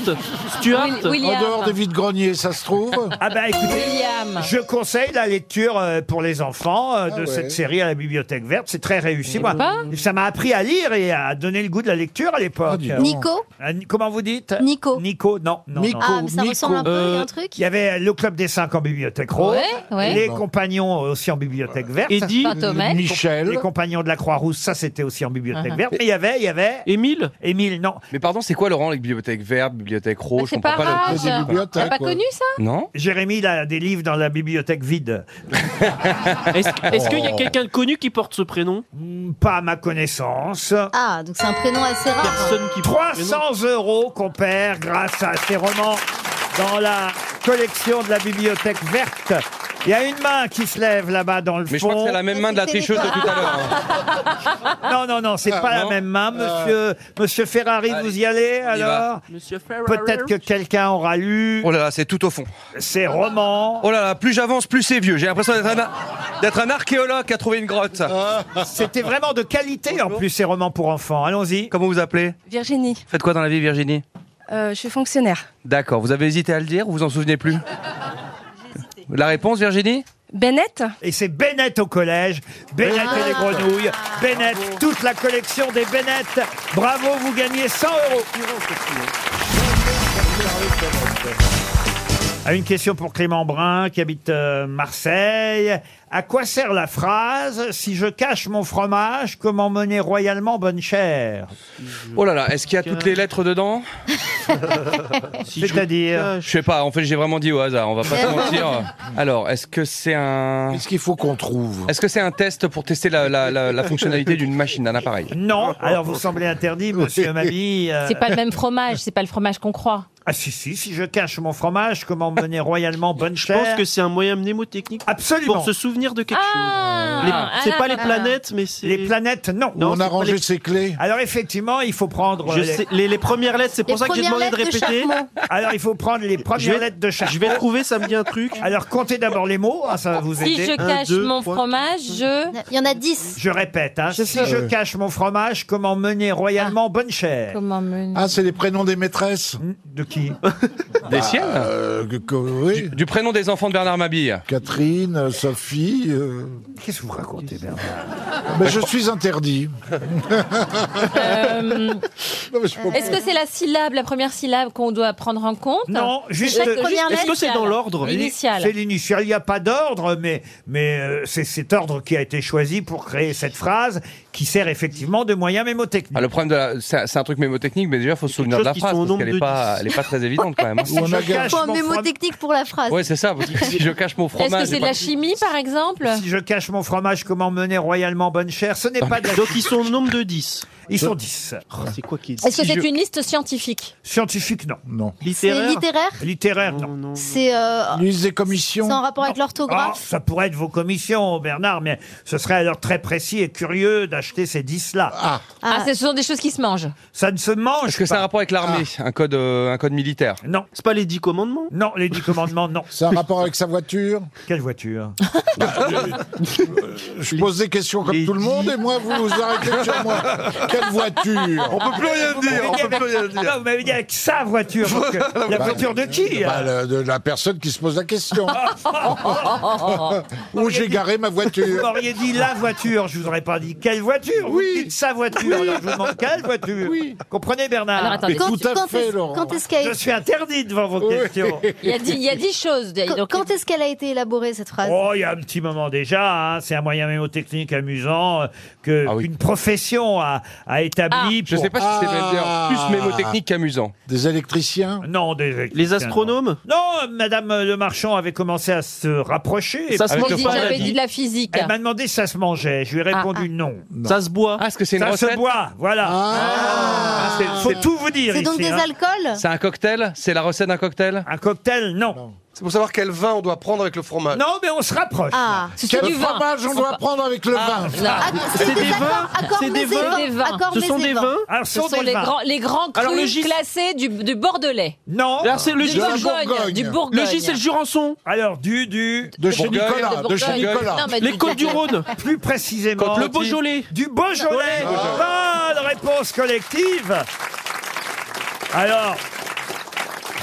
Stuart
Will- William.
En dehors des vides greniers, ça se trouve
Ah bah écoutez,
William.
je conseille la lecture euh, pour les enfants euh, de
Ah ouais.
cette série à la bibliothèque verte. C'est très réussi. Moi,
pas
ça m'a appris à lire et à donner le goût de la lecture à l'époque.
Ah, dis donc.
Nico
Euh, ni- comment vous dites
Nico.
Nico, non, non,
Nico.
non.
Ah, mais ça ressemble un peu, il y a un truc
Il y avait le club des cinq en bibliothèque rose,
Ouais, ouais.
les compagnons aussi en bibliothèque verte,
Eddie
Fantomètre.
les
Michel
compagnons de la Croix-Rousse, ça c'était aussi en bibliothèque
Uh-huh.
verte. Mais il y avait, il y avait
Émile
Émile, non,
Mais pardon, c'est quoi Laurent, les bibliothèques vertes, bibliothèques
Bah,
rouges
C'est pas rare.
le- des bibliothèques,
T'as pas
quoi.
connu ça
Non
Jérémy il a des livres dans la bibliothèque vide.
Est-ce est-ce qu'il y a
Oh.
quelqu'un de connu qui porte ce prénom
Hmm, Pas à ma connaissance.
Ah, donc c'est un prénom assez rare.
Personne qui porte ce prénom.
300 euros qu'on perd grâce à ces romans dans la collection de la bibliothèque verte. Il y a une main qui se lève là-bas dans le
Mais je
fond.
crois que c'est la même main de la
C'était
tricheuse de tout à l'heure. Ah hein.
Non, non, non, c'est pas la
non
même main.
Ah.
Monsieur, monsieur Ferrari, vous y allez alors
Monsieur Ferrari.
Peut-être que quelqu'un aura lu
Oh là là, c'est tout au fond.
ces romans.
Oh là là, plus j'avance, plus c'est vieux. J'ai l'impression d'être un, a- d'être un archéologue qui a trouvé une grotte.
C'était vraiment de qualité en plus ces romans pour enfants. Allons-y.
Comment vous appelez
Virginie,
Faites quoi dans la vie, Virginie
euh, je suis fonctionnaire.
D'accord, vous avez hésité à le dire ou vous en souvenez plus La réponse, Virginie
Bennett
Et c'est Bennett au collège, Bennett et les grenouilles, Bennett, toute la collection des Bennett. Bravo, vous gagnez 100 euros. À Ah, une question pour Clément Brun qui habite euh, Marseille. À quoi sert la phrase Si je cache mon fromage, comment mener royalement bonne chère
Oh là là, est-ce qu'il y a toutes les lettres dedans
C'est-à-dire
Je sais pas, en fait, j'ai vraiment dit au hasard, on va pas se mentir. Alors, est-ce que c'est un.
Qu'est-ce qu'il faut qu'on trouve
Est-ce que c'est un test pour tester la, la- la- la fonctionnalité d'une machine, d'un appareil
Non, alors vous semblez interdit, monsieur Mabille. euh,
C'est pas le même fromage, c'est pas le fromage qu'on croit.
Ah si, si, si je cache mon fromage, comment mener royalement bonne
Je pense
chère
que c'est un moyen mnémotechnique
Absolument.
pour se souvenir de quelque
Ah,
chose. Les-
ah
c'est
là
pas
là
les
là.
planètes, mais c'est.
Les planètes, non.
On a
Non, c'est pas
rangé
les-
ses clés.
Alors effectivement, il faut prendre.
Je
les...
sais- les, les premières lettres, c'est pour
Les
ça que j'ai demandé
premières
de
lettres de chaque
répéter.
mot.
Alors il faut prendre les premières
Je vais-
lettres de chaque.
je vais trouver, ça me dit un truc.
Alors comptez d'abord les mots, hein, ça va vous
Si
aider.
je
Un,
cache
deux,
mon
trois.
fromage, je.
Il y en a 10.
Je répète, hein, si
sais.
je
Ouais.
cache mon fromage, comment mener royalement bonne chère
Ah. Comment mener
Ah, c'est les prénoms des maîtresses
De qui
Des siennes
Euh, que- que- oui.
Du prénom des enfants de Bernard Mabille.
Catherine, euh, Sophie. euh.
Qu'est-ce que vous racontez, Bernard
Mais je suis interdit.
Euh,
Non, mais je peux-
Est-ce que c'est la syllabe, la première syllabe qu'on doit prendre en compte
Non, juste.
Chaque première
Est-ce
lettre
que c'est dans l'ordre
C'est
Initiale.
l'initial, il n'y a pas d'ordre, mais, mais euh, c'est cet ordre qui a été choisi pour créer cette phrase qui sert effectivement de moyen mémotechnique.
Ah, le problème de la. C'est c'est un truc mémotechnique, mais déjà, il faut se souvenir de
choses
la
qui
phrase,
sont au
parce
nombre
qu'elle
de
n'est pas,
dix.
elle est pas très évidente quand même. hein.
Ou on a
Je cache
Point
mon
mémotechnique
fromage-
pour la phrase.
Ouais, c'est ça, parce que si je cache mon fromage.
Est-ce que c'est
j'ai
de la
pas-
chimie, par exemple
Si je cache mon fromage, comment mener royalement bonne chère Ce n'est pas de la-
Donc ils sont au nombre de 10.
Ils sont 10.
Oh, c'est quoi qui est
Est-ce que
si
c'est
je-
une liste scientifique
Scientifique, non.
Non.
C'est
littéraire
littéraire
Littéraire, non.
Non, non.
C'est
Oh,
euh,
Lise des
c'est en
commissions.
rapport avec
Ah,
l'orthographe
ça pourrait être vos commissions, Bernard, mais ce serait alors très précis et curieux d'acheter ces 10-là.
Ah,
Ah,
Ah.
ce sont des choses qui se mangent.
Ça ne se mange
Est-ce que c'est
pas.
un rapport avec l'armée un, code, euh, un code militaire
Bah.
Ah,
Non,
C'est pas les 10 commandements
non, les 10 commandements, non.
c'est un rapport avec sa voiture. Bah,
Quelle voiture
Je pose des questions comme
Les
tout le monde
dix-
et moi, vous vous arrêtez sur moi. quelle voiture
On peut plus rien
Vous
dire,
m'avez
on
dit
peut
avec-
plus rien dire.
Non, vous m'avez dit avec sa voiture. donc, euh, la
Bah,
voiture de qui
bah,
euh
le- De la personne qui se pose la question. Où j'ai garé ma
Vous
voiture
m'auriez dit la voiture, je vous aurais pas dit quelle voiture. Oui. Vous dites sa voiture, alors je vous demande quelle voiture. Comprenez Bernard
Alors, attendez. Mais
Quand- tout à quand fait, est-ce- Laurent. quand est-ce qu'elle-
Je suis interdit devant vos questions.
Il y a dix, il y a dix choses.
Quand,
Donc,
quand est-ce qu'elle a été élaborée cette phrase
Oh, il y a un petit moment déjà. hein. C'est un moyen mémotechnique amusant euh, que qu'une profession a, a établi.
Ah Je sais pas si c'est même d'ailleurs plus mémotechnique qu'amusant.
Ah. Des électriciens
Non, des
Les
astronomes non. Non, Madame euh, Le Marchand avait commencé à se rapprocher.
Ça se
Avec
mange
le
pas,
pain,
j'avais
elle a
dit de la physique. Ah,
Elle m'a demandé si ça se mangeait. Je lui ai répondu non.
Ça se boit.
Ah, est-ce que c'est une
Ça se
recette
boit, voilà.
Ah.
c'est-
Faut
c'est-
tout vous dire
C'est donc
ici,
des
hein.
alcools
C'est un cocktail C'est la recette d'un cocktail
Un cocktail, non.
C'est pour savoir quel vin on doit prendre avec le fromage.
Non, mais on se rapproche.
Ah,
Quel fromage on doit prendre avec le vin
Ah,
C'est des
accords-
vins
accords
C'est des
mets et
vins
vins. Accords
Ce
mets
sont
et
des vins
Alors,
ce sont les grands, les grands crus
Alors, le gis-
classés du, du Bordelais.
Non.
Alors, c'est le
du,
gis-
la
Bourgogne,
Bourgogne.
du Bourgogne.
Le J, c'est le Jurançon.
Alors, du, du.
De chez
Bourgogne,
Nicolas, de chez
Bourgogne.
Nicolas.
Non, mais
Les
du-
Côtes du Rhône.
Plus précisément.
Le Beaujolais.
Du Beaujolais. Bonne réponse collective. Alors.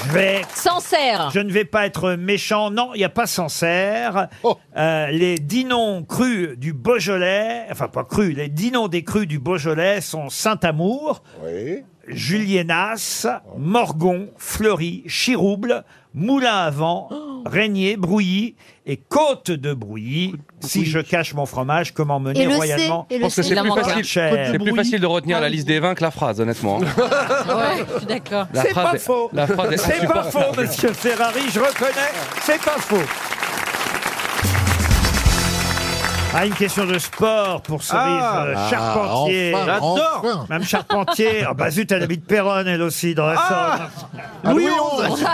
Je, vais-
Sancerre.
je ne vais pas être méchant. Non, il n'y a pas Sancerre. Euh, les dinons crus du Beaujolais, enfin pas crus, les dinons des crus du Beaujolais sont Saint-Amour,
Oui.
Julienas, Morgon, Fleury, Chirouble, Moulin à Vent, Régnier, Brouilly et Oh. Côte de Brouilly. Si je cache mon fromage, comment mener
Et le C
royalement
Et
Je
le
pense que
C
c'est
Il a
plus
manqué.
facile.
Cher.
C'est plus facile de retenir la liste des vins que la phrase, honnêtement. hein.
Ouais, je suis d'accord.
La
C'est
phrase
pas
est-
faux.
La phrase est
C'est pas
insupportable.
faux, monsieur Ferrari, je reconnais. C'est pas faux. Ah, une question de sport pour Cerise
Ah.
euh, Charpentier.
Ah, enfin,
J'adore.
enfin.
Même Charpentier. Ah bah zut, elle habite Péronne, elle aussi, dans la Somme.
Ah, Louis XI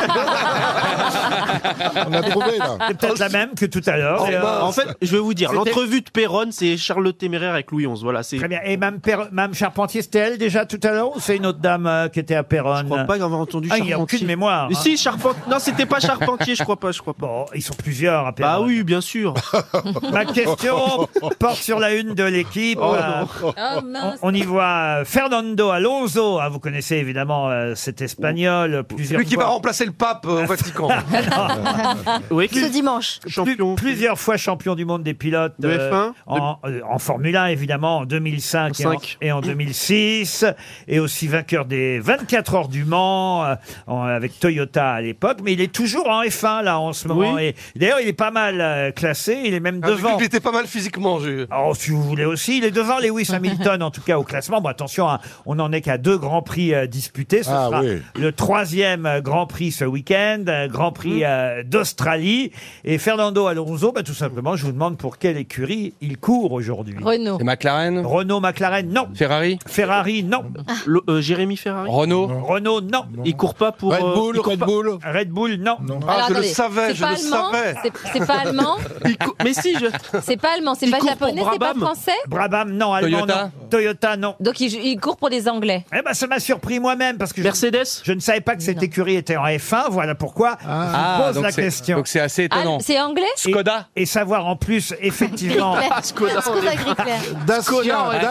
On a trouvé, là.
C'est peut-être la même que tout à l'heure.
C'est-
d'ailleurs.
Oh, bah, En fait, je vais vous dire,
C'était-
l'entrevue de Péronne, c'est Charles le Téméraire avec Louis XI. Voilà, c'est.
Très
Je
Eh bien. Et Mme, Pér- Mme Charpentier, c'était elle déjà tout à l'heure ou c'est une autre dame euh, qui était à Péronne
crois pas avoir entendu
Ah, il y a
Charpentier.
aucune mémoire,
Mais
hein.
Si, Charpentier. Non, c'était pas Charpentier, je crois pas, je crois pas.
Bon, ils sont plusieurs à Péronne.
Bah oui, bien sûr.
Ma question porte sur la une de l'équipe.
Oh,
Euh,
Ah,
on,
mince.
on y voit euh, Fernando Alonso. Ah, vous connaissez évidemment euh, cet espagnol. Plusieurs
Lui qui va
fois,
remplacer le pape euh, au Vatican.
Oui,
Ce dimanche.
champion.
plus- plusieurs fois champion du monde des pilotes
De F1,
en, euh, en Formule 1 évidemment en 2005 et en,
Cinq.
et en 2006 et aussi vainqueur des 24 heures du Mans euh, en- avec Toyota à l'époque mais il est toujours en F1 là en ce moment
Oui.
et d'ailleurs il est pas mal euh, classé il est même devant
Ah, Il était pas mal physiquement. j'ai-
Alors, si vous voulez aussi, il est devant Lewis Hamilton, en tout cas au classement. Bon, attention, hein, on n'en est qu'à deux grands prix euh, disputés. Ce
Ah,
sera
oui.
le troisième euh, grand prix ce week-end, euh, grand
Mm.
prix euh, d'Australie. Et Fernando Alonso, bah, tout simplement, je vous demande pour quelle écurie il court aujourd'hui.
Renault.
Et McLaren
Renault, McLaren, non.
Ferrari
Ferrari, non.
Le- euh, Jérémy Ferrari.
Renault
Renault, non.
Il court pas pour.
Red
euh,
Bull,
il court
Red
pas-
Bull.
Red Bull, non.
Ah,
Alors,
je le
attendez,
savais,
c'est
je
pas
le
allemand,
savais.
c'est- C'est pas allemand.
il cou- Mais si, je.
C'est pas allemand. C'est
Il
pas
court pour
japonais. C'est pas
Brabham.
français.
Brabham, non. Allemand,
Toyota
non. Toyota, non.
Donc il, il court pour des Anglais.
Eh ben, ça m'a surpris moi-même parce que je,
Mercedes.
je ne savais pas que cette écurie était en F1. Voilà pourquoi je vous pose
Ah, donc
la
c'est-
question.
Donc c'est assez
Ah,
étonnant.
c'est anglais
Et-
Skoda
Et, savoir en plus, effectivement.
Skoda.
Skoda gris clair.
Dacia,
Ah,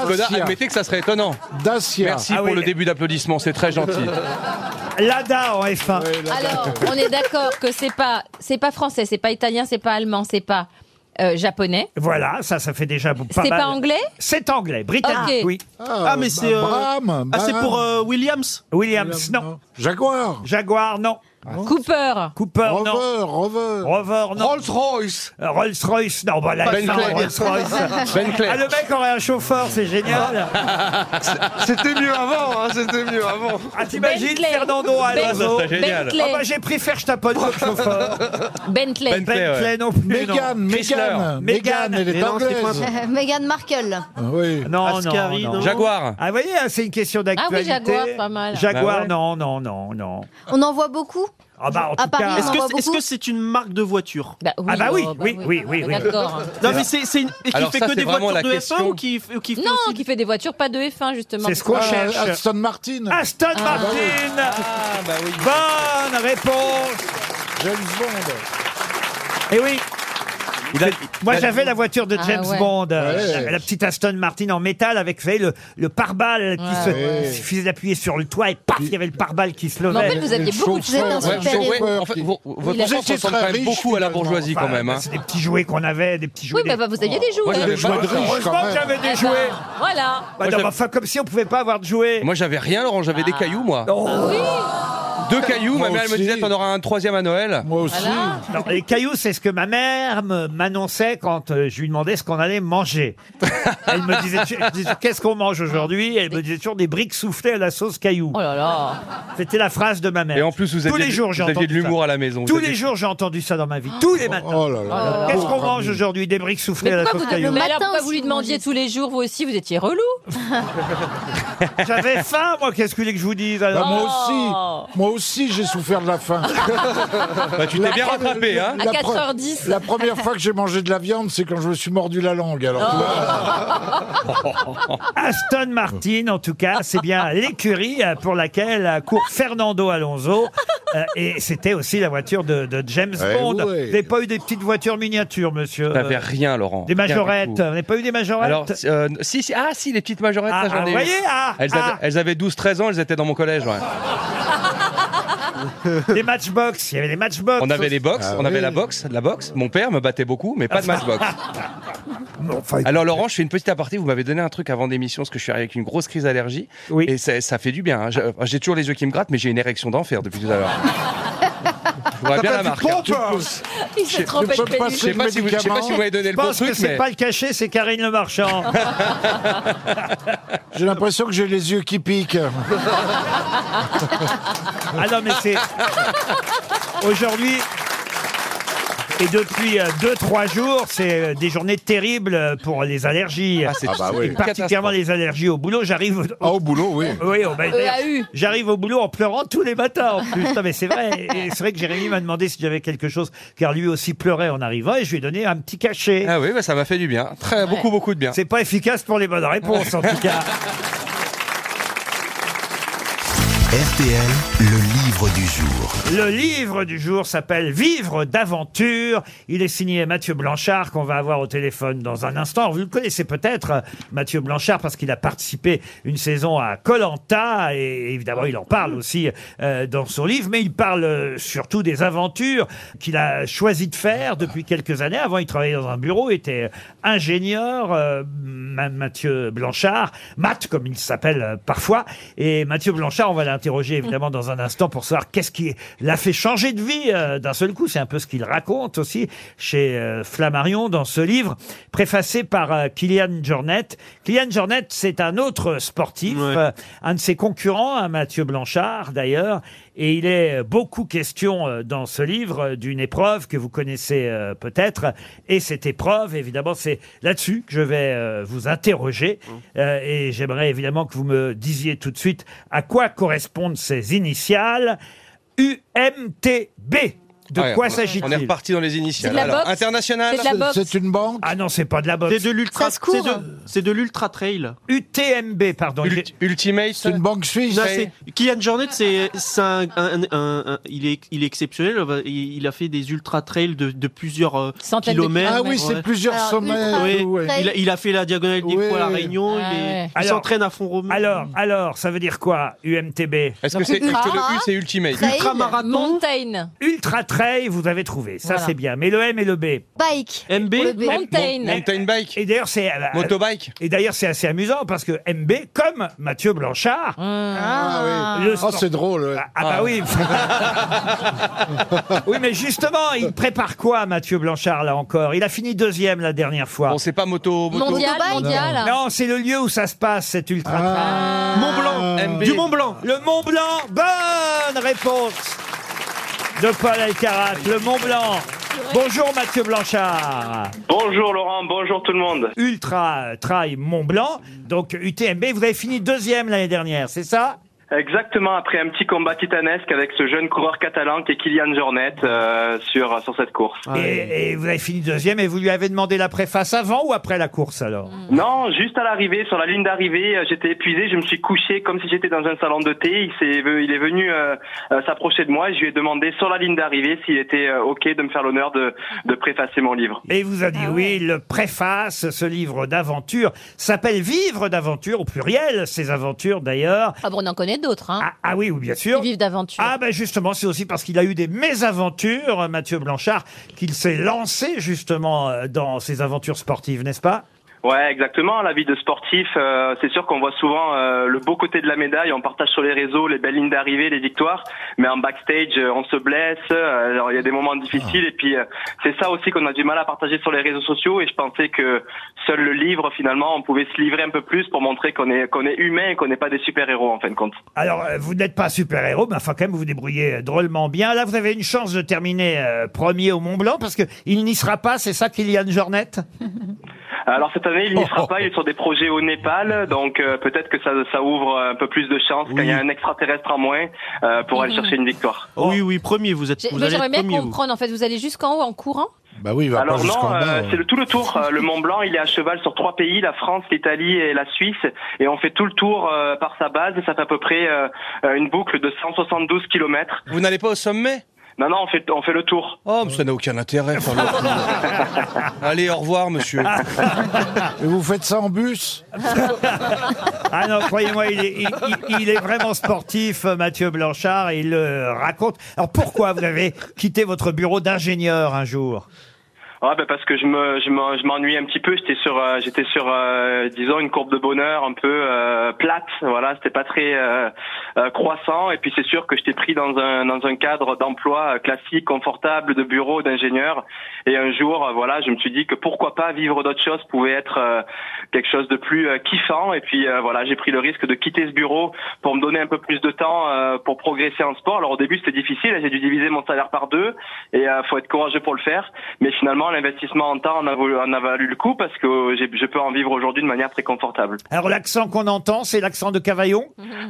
Skoda,
Dacia,
admettez que ça serait étonnant.
Dacia.
Merci
Ah
pour
oui.
le début d'applaudissement, c'est très gentil.
Lada en F1.
Alors, on est d'accord que c'est pas, c'est pas français, c'est pas italien, c'est pas allemand, c'est pas euh, japonais,
Voilà, ça, ça fait déjà pas
c'est
mal.
pas anglais.
C'est anglais, britannique,
Ok.
oui.
Ah, mais
bah,
c'est. euh,
Abraham,
Ah, c'est pour euh, Williams.
Williams, non.
Jaguar. Ah
Jaguar, non.
Cooper.
Cooper, non.
Rover, Rover.
Rover, non. Euh,
Rolls-Royce.
Rolls-Royce, non. Bah, la
Ben
F1,
Clay.
Rolls-Royce.
Ben Clay.
Ah, le mec aurait un chauffeur, c'est génial.
C'était mieux avant, hein, c'était mieux avant.
Ah,
Ben
t'imagines,
Bentley.
Fernando Alonso.
Ben- Génial.
Ah,
Bentley.
bah, j'ai préféré Stapleton comme chauffeur.
Bentley.
Ben- Bentley,
Bentley,
ouais.
non plus.
Meghan, Meghan,
non. Meghan.
Meghan, elle
Mais
est
non, c'est pas
anglaise.
Euh, Meghan Markle.
Oui.
Non,
Ascari,
non, non.
non.
Jaguar.
Ah, vous voyez, hein, c'est une question d'actualité.
Jaguar, pas mal.
Jaguar,
Bah ouais.
non, non, non, non.
On en voit beaucoup
Ah bah, en
À
tout
Paris,
cas...
on
Est-ce que
voit
c'est est-ce
beaucoup.
que c'est une marque de voiture
Bah oui,
Ah bah oui,
oh,
oui, oui, oui, oui.
D'accord.
Non, mais c'est c'est une. Et qui
Alors
fait
ça,
que
c'est
des
vraiment
voitures
la
de F1
question.
ou qui, ou qui fait
Non,
aussi
qui fait des voitures, pas de F1 justement. Euh,
C'est ce qu'on
Ah,
cherche.
Aston Martin. bah
Aston Martin
Ah bah oui.
Bonne réponse
James Bond.
Et Eh oui Moi, j'avais la voiture de
Ah,
James
ouais.
Bond, euh,
Ouais.
la, la petite Aston Martin en métal avec vous savez, le, le pare-balles qui
Ouais,
se.
ouais.
Il suffisait d'appuyer sur le toit et paf, il y avait le pare-balles qui se levait.
Mais en fait, vous aviez beaucoup de- vous êtes un
Ouais,
super
ouais,
héros.
en fait, vos-
Il
votre
a-
enfance
Vous étiez
ressemble
très
quand même
riche,
beaucoup à la bourgeoisie
Enfin, bah,
quand même. hein.
C'est des petits jouets qu'on avait, des petits jouets.
Oui, bah, bah, vous aviez des jouets.
Moi, j'avais
Des jouets de
pas-
riches,
heureusement
quand
que
même.
j'avais
des
Ah
jouets.
bah, Voilà.
Bah non, mais enfin, comme si on pouvait pas avoir de jouets. Ah. Oh.
Moi j'avais rien Laurent, j'avais des cailloux moi. Deux cailloux,
Moi
ma mère elle me
aussi.
disait t'en auras un troisième à Noël. Moi aussi.
Non, les cailloux, c'est ce que ma mère me- m'annonçait quand euh, je lui demandais ce qu'on allait manger. Elle me disait, tu- je disais, qu'est-ce qu'on mange aujourd'hui Elle me disait toujours des briques soufflées à la sauce cailloux. Oh là là C'était la phrase de ma mère.
Et en plus vous
Tous
aviez,
les jours, j'ai
vous aviez de
entendu
l'humour
ça.
à la maison. vous
Tous
aviez- Oh.
les jours, j'ai entendu ça dans ma vie. Tous les matins. Qu'est-ce qu'on mange aujourd'hui Des briques soufflées à la sauce cailloux.
Mais alors, pourquoi vous lui demandiez tous les jours, vous aussi, vous étiez relou
J'avais faim, moi. Qu'est-ce que vous voulez que je vous dise alors
Bah, moi aussi, moi aussi j'ai souffert de la faim.
Bah, tu t'es
La
bien
pre-
rattrapé, hein.
la
À
pre-
4h10.
La première fois que j'ai mangé de la viande, c'est quand je me suis mordu la langue.
Oh.
Alors, tu Oh.
Aston Martin, en tout cas, c'est bien l'écurie euh, pour laquelle euh, court Fernando Alonso. Euh, et c'était aussi la voiture de, de James
Eh
Bond.
ouais.
Vous n'avez pas eu des petites voitures miniatures, monsieur
T'avais
euh,
rien Laurent.
Des
Rien du
majorettes.
tout.
Vous n'avez pas eu des majorettes
Alors, euh, si, si, ah, si, les petites majorettes,
Ah,
ça, j'en
ah,
ai eu.
voyez, ah,
elles,
ah.
Avaient, elles avaient 12-13 ans, elles étaient dans mon collège. ouais.
Des matchbox. Il y avait des matchbox.
On avait les box, on avait la boxe, la boxe. Mon père me battait beaucoup, mais
Ah,
pas de matchbox. Alors Laurent, je fais une petite aparté. Vous m'avez donné un truc avant d'émission, parce que je suis arrivé avec une grosse crise d'allergie. Et ça, ça fait du bien. hein. J'ai- J'ai toujours les yeux qui me grattent, mais j'ai une érection d'enfer depuis tout à l'heure. Je vois bien la marque. hein.
Il
Je-
s'est trompé
je
de
peux pas- je sais
pénis.
pas si vous- je sais pas si vous m'avez donné
Je
le bon
pense que
truc,
c'est
mais
pas le cachet, c'est Karine Le Marchand.
vois. J'ai l'impression que j'ai les yeux qui piquent.
Ah non, mais c'est. Aujourd'hui. Et depuis 2-3 jours, c'est euh, des journées terribles euh, pour les allergies.
Ah, c'est- Ah bah
Et
oui.
particulièrement
Catastrophe.
les allergies au boulot. J'arrive au...
Ah,
au boulot, oui.
Oui, au- bah,
EAU.
d'ailleurs, J'arrive au boulot en pleurant tous les matins en plus. Non, mais c'est vrai. Et c'est vrai que Jérémy m'a demandé si j'avais quelque chose, car lui aussi pleurait en arrivant, et je lui ai donné un petit cachet.
Ah oui, bah, ça m'a fait du bien. Très, Beaucoup, beaucoup de bien.
C'est pas efficace pour les bonnes réponses, en tout cas.
RTL, le livre du jour.
Le livre du jour s'appelle Vivre d'aventure. Il est signé Mathieu Blanchard, qu'on va avoir au téléphone dans un instant. Vous le connaissez peut-être, euh, Mathieu Blanchard, parce qu'il a participé une saison à Colanta. Et évidemment, il en parle aussi euh, dans son livre. Mais il parle euh, surtout des aventures qu'il a choisi de faire depuis quelques années. Avant, il travaillait dans un bureau, était euh, ingénieur, euh, Ma- Mathieu Blanchard, Matt, comme il s'appelle euh, parfois. Et Mathieu Blanchard, on va l'interroger évidemment dans un instant pour savoir qu'est-ce qui l'a fait changer de vie euh, d'un seul coup. C'est un peu ce qu'il raconte aussi chez euh, Flammarion dans ce livre, préfacé par euh, Kylian Jornet. Kylian Jornet, c'est un autre sportif, euh, un de ses concurrents, hein, Mathieu Blanchard d'ailleurs. Et il est beaucoup question euh, dans ce livre euh, d'une épreuve que vous connaissez euh, peut-être. Et cette épreuve, évidemment, c'est là-dessus que je vais euh, vous interroger. Euh, et j'aimerais évidemment que vous me disiez tout de suite à quoi correspondent ces initiales UMTB. De
Ouais,
quoi
on-
s'agit-il
On est reparti dans les initiales. Alors, international.
une banque
Ah non, c'est pas de la boxe.
C'est de l'ultra. C'est de, c'est de l'ultra trail.
UTMB, pardon.
Ultimate. C'est
une banque suisse.
Kylian Jornet, c'est c'est un, un- un- un- il est il est exceptionnel. Il, il a fait des ultra trails de, de plusieurs euh,
Centaines de
kilomètres.
kilomètres. Ah oui, c'est plusieurs Alors, sommets, ultra
Oui,
ouais.
Il, a, il a fait la diagonale des
Ouais.
Fous à la Réunion. il est- il
Alors-
s'entraîne à fond romain.
Alors, alors, ça veut dire quoi, UMTB
Est-ce que c'est- est-ce que le U, c'est Ultimate
Mountain.
Ultra Trail, vous avez trouvé, ça
Voilà.
c'est bien. Mais le M et le B.
Bike.
MB
Pour le B. Mountain.
Mountain bike.
Et d'ailleurs c'est euh,
Motobike.
Et d'ailleurs c'est assez amusant parce que MB comme Mathieu Blanchard.
Ah,
le
oui.
Oh,
Ah,
sport-
c'est drôle. ouais.
Ah bah oui.
Ah.
oui mais justement, il prépare quoi Mathieu Blanchard là encore Il a fini deuxième la dernière fois.
On sait pas moto, moto.
Mondial, mondial.
Non, c'est le lieu où ça se passe, cet ultra
Ah.
Mont Blanc,
MB.
Ah. du Mont Blanc. Le Mont Blanc, bonne réponse de Paul Alcarat, le Mont Blanc. Bonjour Mathieu Blanchard.
Bonjour Laurent, bonjour tout le monde.
Ultra Trail Mont Blanc, donc UTMB, vous avez fini deuxième l'année dernière, c'est ça
Exactement, après un petit combat titanesque avec ce jeune coureur catalan qui est Kylian Jornet euh, sur, sur cette course.
Et, et vous avez fini deuxième et vous lui avez demandé la préface avant ou après la course alors
Non, juste à l'arrivée, sur la ligne d'arrivée, euh, j'étais épuisé, je me suis couché comme si j'étais dans un salon de thé. Il, s'est- il est venu euh, euh, s'approcher de moi et je lui ai demandé sur la ligne d'arrivée s'il était euh, OK de me faire l'honneur de, de préfacer mon livre.
Et il vous a dit oui, le préface, ce livre d'aventure s'appelle Vivre d'aventure au pluriel, ces aventures d'ailleurs.
Ah bon, on en connaît d'autres. Hein.
Ah oui, oui, bien sûr.
Vivre d'aventure.
Ah ben justement, c'est aussi parce qu'il a eu des mésaventures, euh, Mathieu Blanchard, qu'il s'est lancé justement euh, dans ses aventures sportives, n'est-ce pas
Ouais, exactement. La vie de sportif, euh, c'est sûr qu'on voit souvent euh, le beau côté de la médaille. On partage sur les réseaux les belles lignes d'arrivée, les victoires, mais en backstage, euh, on se blesse. euh, alors, il y a des moments difficiles, et puis euh, c'est ça aussi qu'on a du mal à partager sur les réseaux sociaux. Et je pensais que seul le livre, finalement, on pouvait se livrer un peu plus pour montrer qu'on est qu'on est humain et qu'on n'est pas des super héros en fin de compte.
Alors, euh, vous n'êtes pas super-héros, mais enfin, quand même, vous vous débrouillez euh, drôlement bien. Là, vous avez une chance de terminer euh, premier au Mont-Blanc, parce que il n'y sera pas, c'est ça, Kylian Jornet
Alors cette année, il n'y sera pas, il est sur des projets au Népal, donc euh, peut-être que ça, ça ouvre un peu plus de chances quand il y a un extraterrestre en moins euh, pour aller chercher une victoire.
Oui, oui, premier, vous êtes.
J'ai- moi, J'aimerais bien comprendre, en fait, vous allez jusqu'en haut en courant
Bah oui, il va
Alors
pas jusqu'en
non,
bas.
euh,
hein.
c'est le, tout le tour. Euh, Le Mont Blanc, il est à cheval sur trois pays, la France, l'Italie et la Suisse. Et on fait tout le tour euh, par sa base. Ça fait à peu près euh, euh, une boucle de 172 kilomètres.
Vous n'allez pas au sommet
Non, non, on fait, on fait le tour.
Oh, mais ça n'a aucun intérêt. enfin, le- Allez, au revoir, monsieur.
Et Ah. vous faites ça en bus
Ah non, croyez-moi, il est, il- il- il est vraiment sportif, euh, Mathieu Blanchard, et il le raconte. Alors, pourquoi vous avez quitté votre bureau d'ingénieur un jour
Ouais, ben parce que je me, je m'en- je m'ennuie un petit peu. J'étais sur, euh, j'étais sur, euh, disons, une courbe de bonheur un peu euh, plate. Voilà, c'était pas très euh, euh, croissant. Et puis c'est sûr que j'étais pris dans un, dans un cadre d'emploi euh, classique, confortable, de bureau, d'ingénieur. Et un jour, euh, voilà, je me suis dit que pourquoi pas vivre d'autres choses pouvait être euh, quelque chose de plus euh, kiffant. Et puis euh, voilà, j'ai pris le risque de quitter ce bureau pour me donner un peu plus de temps euh, pour progresser en sport. Alors au début, c'était difficile. J'ai dû diviser mon salaire par deux. Et euh, faut être courageux pour le faire. Mais finalement, l'investissement en temps en a, valu, en a valu le coup parce que euh, j'ai- je peux en vivre aujourd'hui de manière très confortable.
Alors, l'accent qu'on entend, c'est l'accent de Cavaillon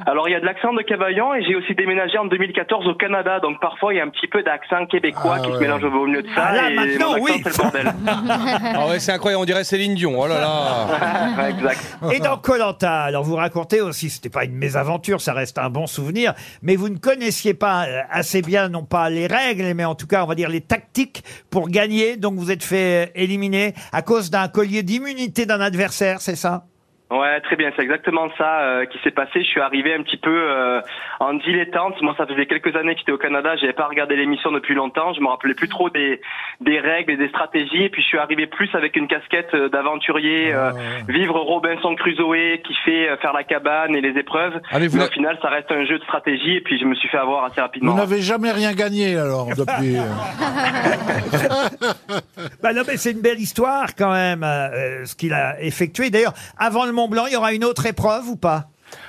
Alors, il y a de l'accent de Cavaillon et j'ai aussi déménagé en 2014 au Canada. Donc, parfois, il y a un petit peu d'accent québécois qui se mélange au milieu de ça.
Ah là,
et
maintenant,
mon accent,
oui.
c'est le bordel.
Ah ouais, c'est incroyable, on dirait Céline Dion. Oh là là.
Et dans Colanta, alors vous racontez aussi, c'était pas une mésaventure, ça reste un bon souvenir, mais vous ne connaissiez pas euh, assez bien, non pas les règles, mais en tout cas, on va dire les tactiques pour gagner. Donc vous êtes fait euh, éliminer à cause d'un collier d'immunité d'un adversaire, c'est ça
Ouais, très bien, c'est exactement ça euh, qui s'est passé. Je suis arrivé un petit peu euh, en dilettante. Moi, ça faisait quelques années que j'étais au Canada, j'avais pas regardé l'émission depuis longtemps, je me rappelais plus trop des des règles et des stratégies. Et puis je suis arrivé plus avec une casquette euh, d'aventurier, euh, vivre Robinson Crusoe qui fait euh, faire la cabane et les épreuves. mais au final, ça reste un jeu de stratégie. Et puis je me suis fait avoir assez
Vous
rapidement.
n'avez jamais rien gagné alors depuis.
Bah non, mais c'est une belle histoire quand même, euh, euh, ce qu'il a effectué. D'ailleurs, avant le Mont Blanc, il y aura une autre épreuve ou pas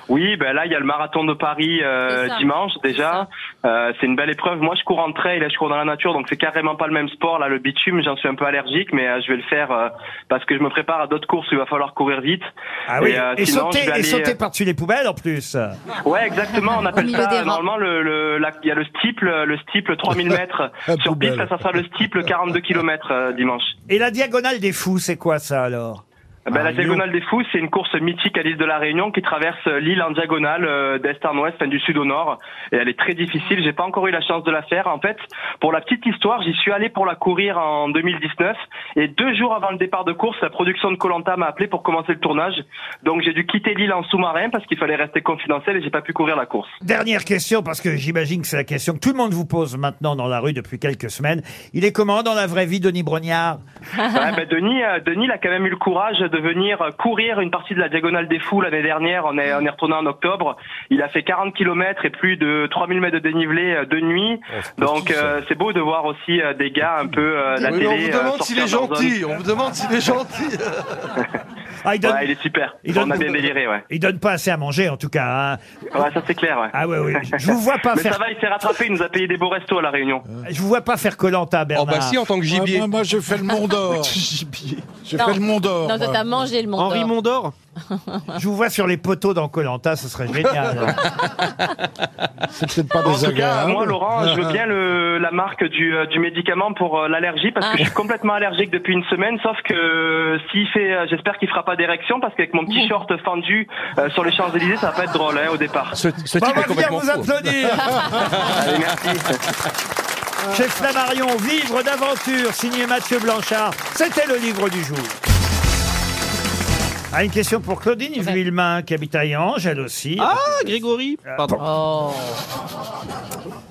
Oui, ben là il y a le marathon de Paris euh,
C'est ça.
dimanche déjà. Euh, c'est une belle épreuve. Moi je cours en trail, là, je cours dans la nature, donc c'est carrément pas le même sport. Là le bitume, j'en suis un peu allergique, mais euh, je vais le faire euh, parce que je me prépare à d'autres courses où il va falloir courir vite.
Ah oui, et,
euh, sinon,
sauter,
je vais
et
aller,
sauter
euh,
par-dessus les poubelles en plus.
Ouais, exactement. On appelle
milieu
ça
des
euh,
rangs.
normalement le le la- il y a le steeple, euh, le steeple 3000 mètres
La
sur piste.
poubelle.
Ça, ça sera le steeple 42 km dimanche.
Et la diagonale des fous, c'est quoi ça alors
Ben, la
Mario.
diagonale des fous, c'est une course mythique à l'île de la Réunion qui traverse euh, l'île en diagonale euh, d'est en ouest, enfin, du sud au nord. Et elle est très difficile. J'ai pas encore eu la chance de la faire. En fait, pour la petite histoire, j'y suis allé pour la courir en 2019. Et deux jours avant le départ de course, la production de Colanta m'a appelé pour commencer le tournage. Donc j'ai dû quitter l'île en sous-marin parce qu'il fallait rester confidentiel et j'ai pas pu courir la course.
Dernière question, parce que j'imagine que c'est la question que tout le monde vous pose maintenant dans la rue depuis quelques semaines. Il est comment dans la vraie vie, Denis Brognard
Ouais, ben, Denis, euh, Denis il a quand même eu le courage de venir euh, courir une partie de la diagonale des fous l'année dernière. On est, on est retourné en octobre. Il a fait 40 km et plus de 3000 mètres de dénivelé euh, de nuit. Donc euh, c'est beau de voir aussi euh, des gars un peu euh, de la
Oui, mais
télé.
on vous
euh,
demande
sortir
s'il est
de leur
gentil.
zone.
On vous demande s'il est gentil.
Ah, il donne-
Ouais, il est super.
il
on
donne-
a bien déliré, ouais.
Il donne pas assez à manger, en tout cas. hein.
Ouais, ça c'est clair, ouais.
Ah ouais, ouais. Je vous vois pas
Mais
faire-
ça va, il s'est rattrapé. Il nous a payé des beaux restos à la Réunion.
Je vous vois pas faire Colanta, Bernard.
bah si, en tant que gibier.
moi, moi, j'ai fait le Mont d'Or.
Gibier.
J'ai
Non.
fait le Mont d'Or.
Non, toi,
moi.
t'as mangé le Mont d'Or.
Mondor
Je vous vois sur les poteaux dans Colanta, ce serait génial.
C'est peut-être pas hein.
En tout cas,
désagréable.
moi, Laurent, je veux bien le- la marque du, euh, du médicament pour euh, l'allergie parce que je suis complètement allergique depuis une semaine. Sauf que euh, s'il fait, euh, j'espère qu'il fera pas d'érection parce qu'avec mon petit short fendu euh, sur les Champs Élysées, ça va pas être drôle hein, au départ.
Ce,
Bah, type on est va venir complètement vous fou. applaudir.
Allez, merci.
Chez Flammarion, Vivre d'aventure, signé Mathieu Blanchard. C'était le livre du jour. Ah, une question pour Claudine Vuillemin, qui habite à Yange, elle aussi. Euh,
Ah, Grégory Pardon. Oh.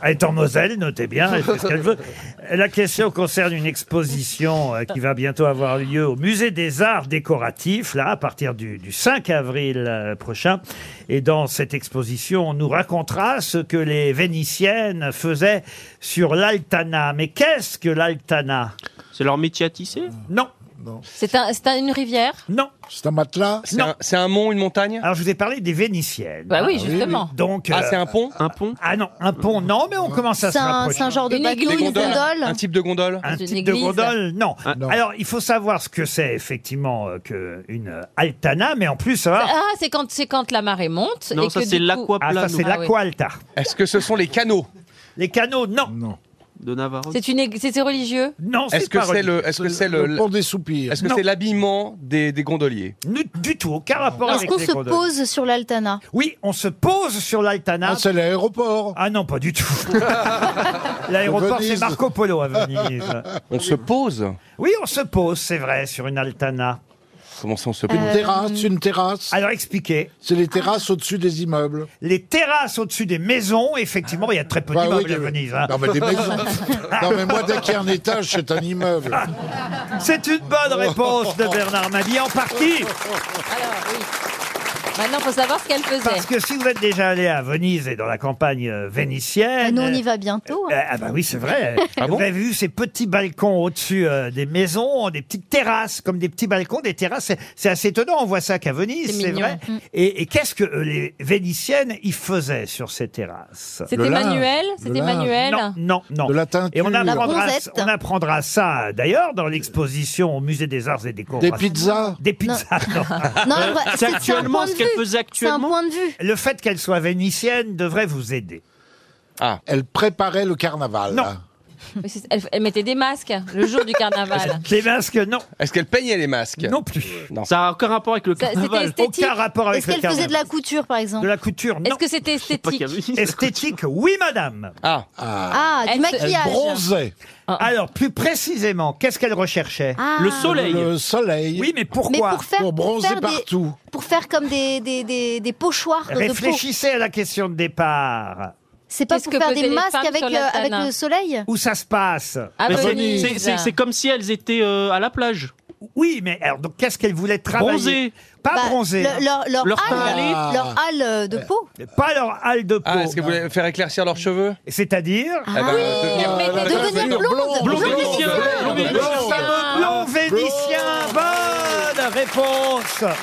Elle est en Moselle, notez bien, elle fait ce qu'elle veut. La question concerne une exposition euh, qui va bientôt avoir lieu au Musée des Arts Décoratifs, là, à partir du, du 5 avril euh, prochain. Et dans cette exposition, on nous racontera ce que les Vénitiennes faisaient sur l'altana. Mais qu'est-ce que l'altana
C'est leur métier à tisser
Non.
C'est un- c'est un- une rivière
Non.
C'est un matelas
Non.
C'est un mont, une montagne
Alors, je vous ai parlé des Vénitiennes.
Bah oui, Ah oui, justement. oui.
Donc,
Ah, c'est un pont
Un pont
Ah non, un pont, non, mais on commence à se
C'est un-
rapprocher.
c'est un genre de Une bateau, église, une
Des gondoles gondole Un type de gondole
Un
Une
type de
église
gondole Non.
Ah. Non.
Alors, il faut savoir ce que c'est, effectivement, euh, que une euh, altana, mais en plus, savoir...
Ah, c'est quand, c'est quand la marée monte. et que du coup-
Ah, ça, c'est
Ah oui.
l'aqualta.
Est-ce que ce sont les canaux
Les canaux, non.
Non.
De Navarre.
C'est une, ég- c'est c'est religieux
Non,
Est-ce que c'est le, est-ce que c'est le,
des soupirs.
Est-ce que
Non.
c'est l'habillement des, des gondoliers
Du tout, aucun rapport
Est-ce
avec
qu'on
les
se
gondoles.
pose sur l'altana
Oui, on se pose sur l'altana. c'est l'aéroport. Ah non, pas du tout. l'aéroport, c'est
Venise.
Marco Polo à Venise.
On se pose.
Oui, on se pose, c'est vrai, sur une altana.
Comment ça on
Euh,
se
Une
pose
terrasse, une terrasse.
Alors expliquez.
C'est les terrasses au-dessus des immeubles.
Les terrasses au-dessus des maisons, effectivement, il y a très peu
Bah oui,
d'immeubles à
des-
Venise. hein.
Non, mais des maisons. non, mais moi, dès qu'il y a un étage, c'est un immeuble.
C'est une bonne réponse de Bernard Mabie, en partie.
Maintenant, faut savoir ce qu'elle faisait.
Parce que si vous êtes déjà allé à Venise et dans la campagne euh,
Ah,
vénitienne.
Nous, on y va bientôt.
euh, Ah bah oui, c'est vrai. vous avez vu ces petits balcons au-dessus euh, des maisons, des petites terrasses, comme des petits balcons, des terrasses. C'est- C'est assez étonnant, on voit ça qu'à Venise,
C'est
c'est
mignon.
vrai.
Mm.
Et, et qu'est-ce que euh, les Vénitiennes y faisaient sur ces terrasses
C'était Le linge. manuel C'était Le linge. manuel
Non, non, non. Et on
La
apprendra,
bronzette.
on apprendra ça, d'ailleurs, dans l'exposition au Musée des Arts et des
Des pizzas
Des pizzas, non.
Non, bah, c'est- c'est un point de vue. C'est un point de vue.
Le fait qu'elle soit vénitienne devrait vous aider.
Ah.
Elle préparait le carnaval.
Non.
Mais c'est- Elle, elle mettait des masques le jour du carnaval.
Les masques, non.
Est-ce qu'elle peignait les masques
Non plus.
Ça a aucun rapport avec le
Ça, c'était
carnaval.
esthétique. Aucun rapport avec
Est-ce
le
qu'elle faisait de la couture, par exemple
la couture,
Est-ce que c'était esthétique
Esthétique, oui, madame.
Ah.
Ah, du
Elle se-
maquillage.
Alors, plus précisément, qu'est-ce qu'elle recherchait
Ah. Le soleil.
Le soleil.
Oui, mais pourquoi
Mais pour faire,
Pour bronzer
faire des-
partout.
pour faire comme des, des, des, des pochoirs de peau.
Réfléchissez à la question de départ.
C'est pas
Qu'est-ce
pour
que
faire
faisaient
des
les
masques
femmes
avec,
sur la
euh, avec
Tana
le soleil
Où ça se passe
Ah,
Mais c'est-
Venise.
c'est- C'est c'est comme si elles étaient euh, à la plage.
Oui, mais alors, donc, qu'est-ce qu'elle voulait travailler
Bronzée.
Pas hein.
Bah,
bronzée.
le- leur, leur, halle, leur halle, euh, de peau.
Pas leur halle de peau.
Ah, est-ce que vous voulez faire éclaircir leurs cheveux
C'est-à-dire
Eh
Ah
ben,
oui,
devenir-
mais
la
devenir
coiffure
blonde, blond vénitien,
blonde,
blond
blonde,
vénitien.
blonde.
Ah, blond vénitien, bonne réponse.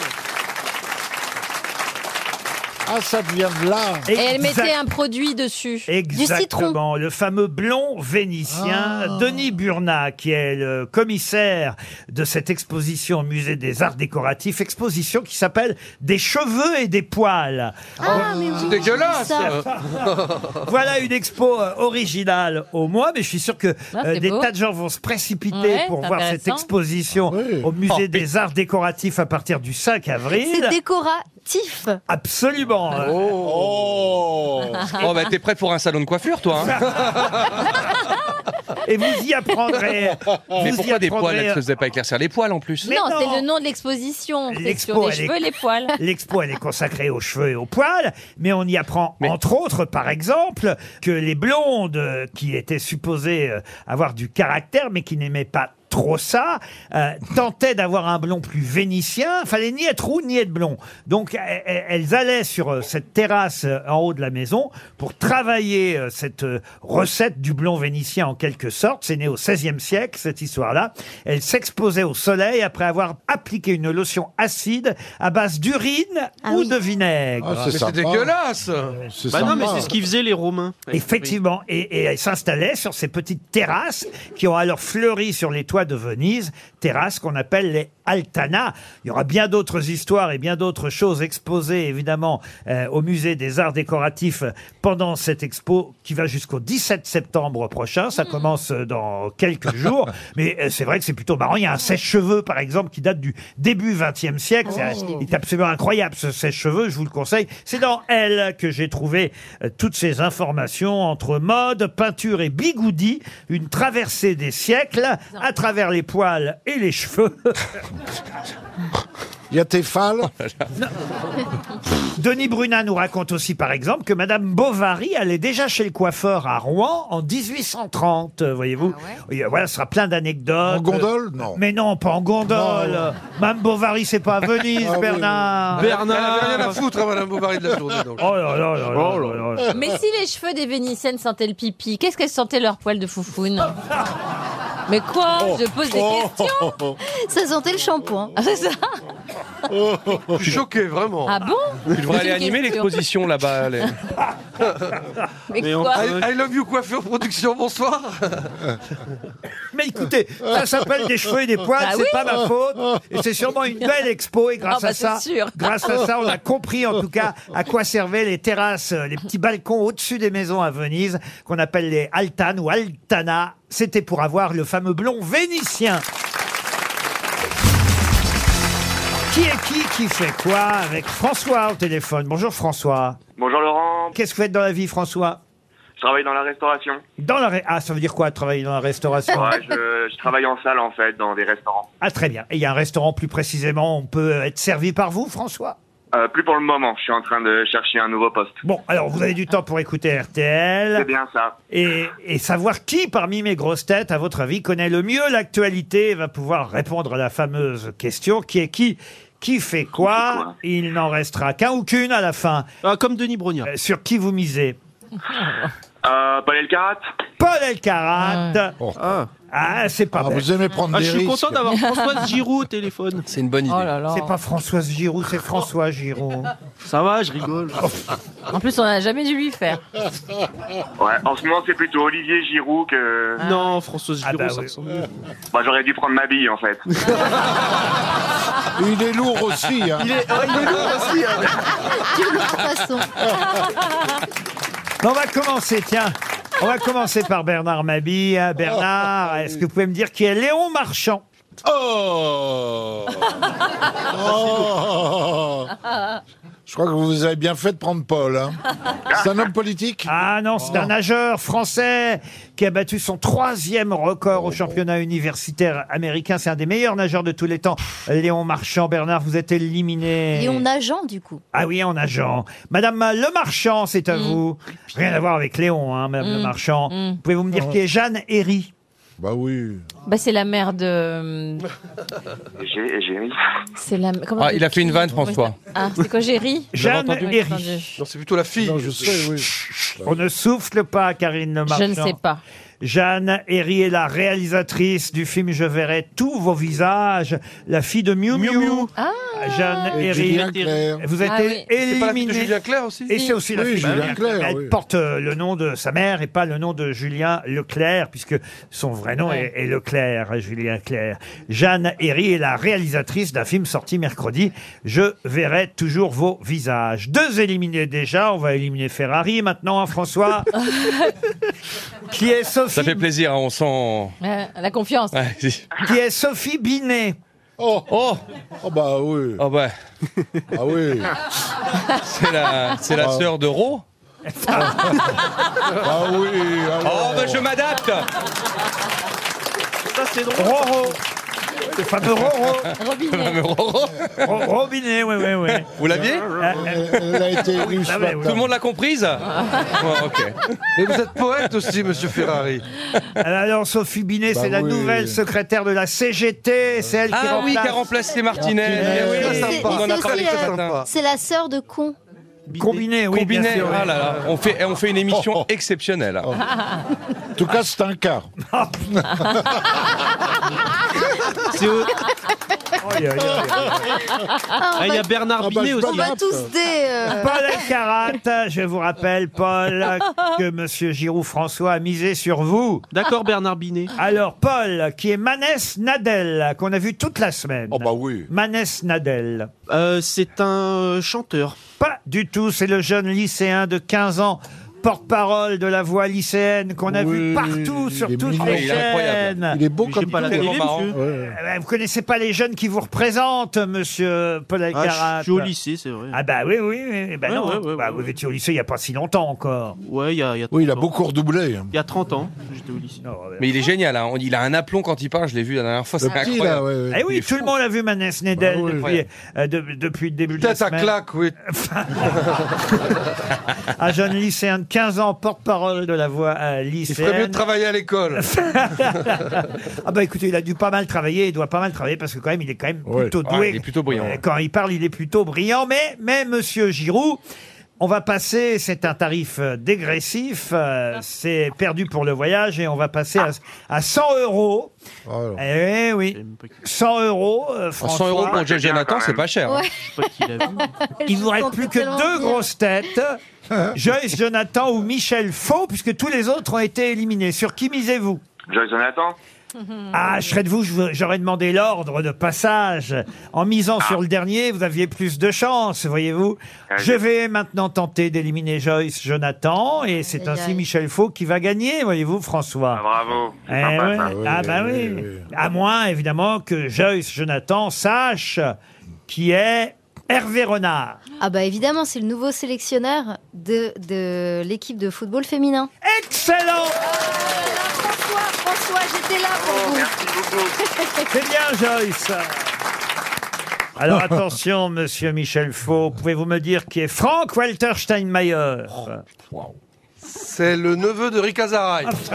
Ah, ça vient de là.
Et elle mettait un produit dessus.
Exactement, le fameux blond vénitien
Ah.
Denis Burna, qui est le commissaire de cette exposition au Musée des Arts Décoratifs, exposition qui s'appelle Des cheveux et des poils.
Ah, mais oui,
C'est dégueulasse.
ça.
Voilà une expo euh, originale au mois, mais je suis sûr que
Ah,
euh,
c'est
des
beau.
tas de gens vont se précipiter
Ouais,
pour
c'est
voir cette
intéressant.
exposition au Musée
Oh, et-
des Arts Décoratifs à partir du 5 avril.
C'est décoratif.
Absolument.
Oh, oh bah, t'es prêt pour un salon de coiffure, toi hein
Et vous y apprendrez.
Mais
vous y
pourquoi des poils
apprendrez-
Elle ne faisait pas éclaircir les poils en plus.
non, c'est le nom de l'exposition. C'est
L'expo,
sur les
elle est-
cheveux, les poils.
L'expo, elle est consacrée aux cheveux et aux poils, mais on y apprend, entre autres, par exemple, que les blondes euh, qui étaient supposées euh, avoir du caractère, mais qui n'aimaient pas trop ça, euh, tentaient d'avoir un blond plus vénitien. Fallait ni être roux, ni être blond. Donc, e- e- elles allaient sur euh, cette terrasse euh, en haut de la maison pour travailler euh, cette euh, recette du blond vénitien, en quelque sorte. C'est né au XVIe siècle, cette histoire-là. Elles s'exposaient au soleil après avoir appliqué une lotion acide à base d'urine ou de vinaigre.
Ah,
Mais c'est dégueulasse.
Bah non, mais c'est ce qu'ils faisaient les Romains.
Effectivement, et, et elles s'installaient sur ces petites terrasses qui ont alors fleuri sur les toits de Venise, terrasse qu'on appelle les Altana. Il y aura bien d'autres histoires et bien d'autres choses exposées évidemment euh, au musée des arts décoratifs pendant cette expo qui va jusqu'au 17 septembre prochain. Ça commence euh, dans quelques jours, mais euh, c'est vrai que c'est plutôt marrant. Il y a un sèche-cheveux par exemple qui date du début 20e siècle. C'est-
Oh.
Il est absolument incroyable ce sèche-cheveux, je vous le conseille. C'est dans Elle que j'ai trouvé euh, toutes ces informations entre mode, peinture et bigoudi, une traversée des siècles à travers les poils et les cheveux. Il y a tes phalles Denis Brunat nous raconte aussi, par exemple, que Madame Bovary allait déjà chez le coiffeur à Rouen en 1830, euh, voyez-vous. Et, euh, Voilà, ce sera plein d'anecdotes. En
gondole Non.
Mais non, pas en gondole.
Non.
Madame Bovary, c'est pas à Venise,
Ah oui.
Bernard.
Bernard. Elle avait rien à
foutre, hein, Madame Bovary, de la journée, donc.
Oh là là là là
Oh là
là là.
Mais si les cheveux des Vénitiennes sentaient le pipi, qu'est-ce qu'elles sentaient leur poil de foufoune Mais quoi Oh,
Oh.
Je pose des questions
Ça sentait le shampoing.
Oh.
Ah, c'est ça
Je suis choqué, vraiment.
Ah bon
Tu devrais aller animer l'exposition là-bas. les-
Mais
Mais quoi enfin,
I, I love you coiffure production, bonsoir.
Mais écoutez, ça s'appelle des cheveux et des poils,
Bah
c'est
oui.
pas ma faute. Et c'est sûrement une belle expo. Et grâce
Ah bah,
à ça,
c'est sûr.
grâce à ça, on a compris en tout cas à quoi servaient les terrasses, euh, les petits balcons au-dessus des maisons à Venise, qu'on appelle les altanes ou altana. C'était pour avoir le fameux blond vénitien. Qui est qui qui fait quoi avec François au téléphone Bonjour François.
Bonjour Laurent,
Qu'est-ce que vous faites dans la vie François
je travaille dans la restauration.
Dans la ré- ah ça veut dire quoi travailler dans la restauration
Ouais, hein, je, je travaille en salle en fait, dans des restaurants.
Ah très bien. Et il y a un restaurant plus précisément, on peut être servi par vous, François
Euh, plus pour le moment, je suis en train de chercher un nouveau poste.
Bon, alors vous avez du temps pour écouter RTL.
C'est bien ça.
Et, et savoir qui parmi mes grosses têtes, à votre avis, connaît le mieux l'actualité et va pouvoir répondre à la fameuse question qui est qui qui fait quoi Il n'en restera qu'un ou qu'une à la fin.
Ah,
Euh,
comme Denis Brognard.
sur qui vous misez
Euh, Paul Elkarat
Paul Elkarat. Ah, c'est pas bête.
Oh. Ah, Je suis content d'avoir Françoise Giroud au téléphone.
C'est une bonne
idée. Oh là là.
C'est pas Françoise Giroud, c'est François Giroud. Oh.
Ça va, je rigole.
En plus, on n'a jamais dû lui faire.
Ouais, en ce moment, c'est plutôt Olivier Giroud que.
Non, Françoise Giroud, ça ressemble mieux.
Bah, j'aurais dû prendre ma bille en fait.
Il est lourd aussi. Hein.
Il est- ouais, il est lourd aussi, hein.
D'une autre façon.
On va commencer, tiens. On va commencer par Bernard Mabille.
Oh.
Bernard, est-ce que vous pouvez me dire qui est Léon Marchand
Oh Oh Je crois que vous avez bien fait de prendre Paul. hein. C'est un homme politique Oh.
Ah non, c'est un nageur français qui a battu son troisième record au championnat universitaire américain. C'est un des meilleurs nageurs de tous les temps. Léon Marchand, Bernard, vous êtes éliminé.
Et on agent du coup.
Ah oui, en agent. Madame Le Marchand, c'est à vous. Rien à voir avec Léon, hein, Madame
Mm.
Le Marchand.
Mm.
Pouvez-vous me dire qui est Jeanne
Oh.
Herry
Bah oui.
Bah, c'est la mère de.
J'ai, j'ai ri.
C'est la. comment
Ah,
de-
il a fait une vanne, François.
Ah, c'est quoi, j'ai ri
Jeanne
Oui, entendu.
Herry.
Non, c'est plutôt la fille.
Non, je sais, oui.
On ne souffle pas, Karine Le
Je
Marchand.
ne sais pas.
Jeanne Herry est la réalisatrice du film Je verrai tous vos visages, la fille de Miu Miu. Jeanne
Ah. Et
Herry.
Julien Clerc.
Vous êtes
Ah oui.
C'est pas la fille de
éliminé.
Julien Clerc aussi
Et c'est aussi la
Oui,
fille de
Julien
Julien
Clerc,
Clerc. Elle
oui.
porte euh, le nom de sa mère et pas le nom de Julien Leclerc, puisque son vrai nom
Ouais.
est, est Leclerc, hein, Julien Clerc. Jeanne Herry est la réalisatrice d'un film sorti mercredi. Je verrai toujours vos visages. Deux éliminés déjà. On va éliminer Ferrari maintenant, hein, François. qui est Sophie
Ça fait plaisir, hein, on sent.
Ouais, Euh, la confiance.
Ouais, si.
qui est Sophie Binet.
Oh
Oh
Oh bah oui.
Oh bah,
Ah oui.
c'est la, c'est la
Ah.
sœur de Ro.
Ah oui.
Oh bah je m'adapte.
Ça, c'est drôle.
Roro. Le fameux Roro.
Le fameux Roro.
Ro- Robinet, oui, oui, oui.
Vous l'aviez
Elle a été
oui,
riche
ah ouais,
matin.
Tout le monde l'a comprise Ouais, Oh, ok.
Ah. Mais vous êtes poète aussi, monsieur Ferrari.
Euh, Alors, Sophie Binet,
Bah
c'est la
oui.
nouvelle secrétaire de la CGT. C'est elle qui
Ah oui,
remplace-
qui a remplacé Martinez.
Martinez.
Eh oui,
Et c'est-
on en
et
a
c'est
parlé
aussi,
ce
euh,
matin.
C'est la sœur de con.
Combiné, oui, bien
Combiné,
sûr, oui.
ah là là, on fait, hein. on fait une émission exceptionnelle. En tout cas, c'est un cas.
C'est au-
aïe, aïe,
Oh,
Ah, il y a Bernard Binet aussi. euh,
Paul Alcarat, je vous rappelle, Paul, que Monsieur Giroud François a misé sur vous.
D'accord, Bernard Binet.
Alors, Paul, qui est Manès Nadel, qu'on a vu toute la semaine. Oh bah oui. Manès Nadel.
Euh, c'est un euh, chanteur.
Pas du tout, c'est le jeune lycéen de 15 ans. Porte-parole de la voix lycéenne qu'on a vu partout sur toutes
mignon.
les
Ah, Il est incroyable.
chaînes.
Il est beau comme
pas
tout.
la
Il est
télé,
marrant.
monsieur.
Ouais.
Euh, Vous connaissez pas les jeunes qui vous représentent, monsieur Paul
Ah, je
Alcarat.
suis au lycée, c'est vrai.
Ah bah oui, oui, oui. Bah
Ouais,
non,
ouais, ouais,
bah, vous étiez au lycée il n'y a pas si longtemps encore.
Ouais, il y a, il y a
Oui, il a
30 ans.
beaucoup redoublé. hein.
Il y a 30 ans, j'étais au lycée.
Mais il est génial, hein. On- il a un aplomb quand il parle, je l'ai vu la dernière fois, c'est incroyable.
Eh oui, tout le monde a vu Manès Nedel depuis, euh, de- depuis le début de la
Bah Tête à
semaine.
claque, oui.
Un jeune lycéen de 15 ans, porte-parole de la voix euh,
Il ferait mieux de
lycéenne.
travailler à l'école.
ah bah écoutez, il a dû pas mal travailler, il doit pas mal travailler parce que quand même, il est quand même plutôt doué.
Ouais, Ah, il est plutôt brillant. hein.
Euh, Quand il parle, il est plutôt brillant. Mais, mais Monsieur Giroud, on va passer, c'est un tarif euh, dégressif, euh, c'est perdu pour le voyage et on va passer à, à 100 euros. Eh oui, 100 euros, euh,
En 100
François.
Ah, euros pour JJ Jonathan, c'est pas cher. hein.
Il vous reste plus que deux grosses têtes. Joyce Jonathan ou Michel Faux, puisque tous les autres ont été éliminés. Sur qui misez-vous
Joyce Jonathan
Ah, je serais de vous, je vous- j'aurais demandé l'ordre de passage. En misant sur le dernier, vous aviez plus de chances, voyez-vous.
Ah oui.
Je vais maintenant tenter d'éliminer Joyce Jonathan, et c'est
Aïe,
ainsi
aïe.
Michel Faux qui va gagner, voyez-vous, François.
Ah, Bravo.
Eh
C'est sympa,
ouais.
ça.
Ah bah oui. À moins, évidemment, que Joyce Jonathan sache qui est Hervé Renard.
Ah bah évidemment, c'est le nouveau sélectionneur de, de l'équipe de football féminin.
Excellent
François, j'étais là pour vous.
C'est bien, Joyce. Alors attention, monsieur Michel Faux, pouvez-vous me dire qui est Frank Walter Steinmeier
Oh, C'est le neveu de Rick Azaray.
c'est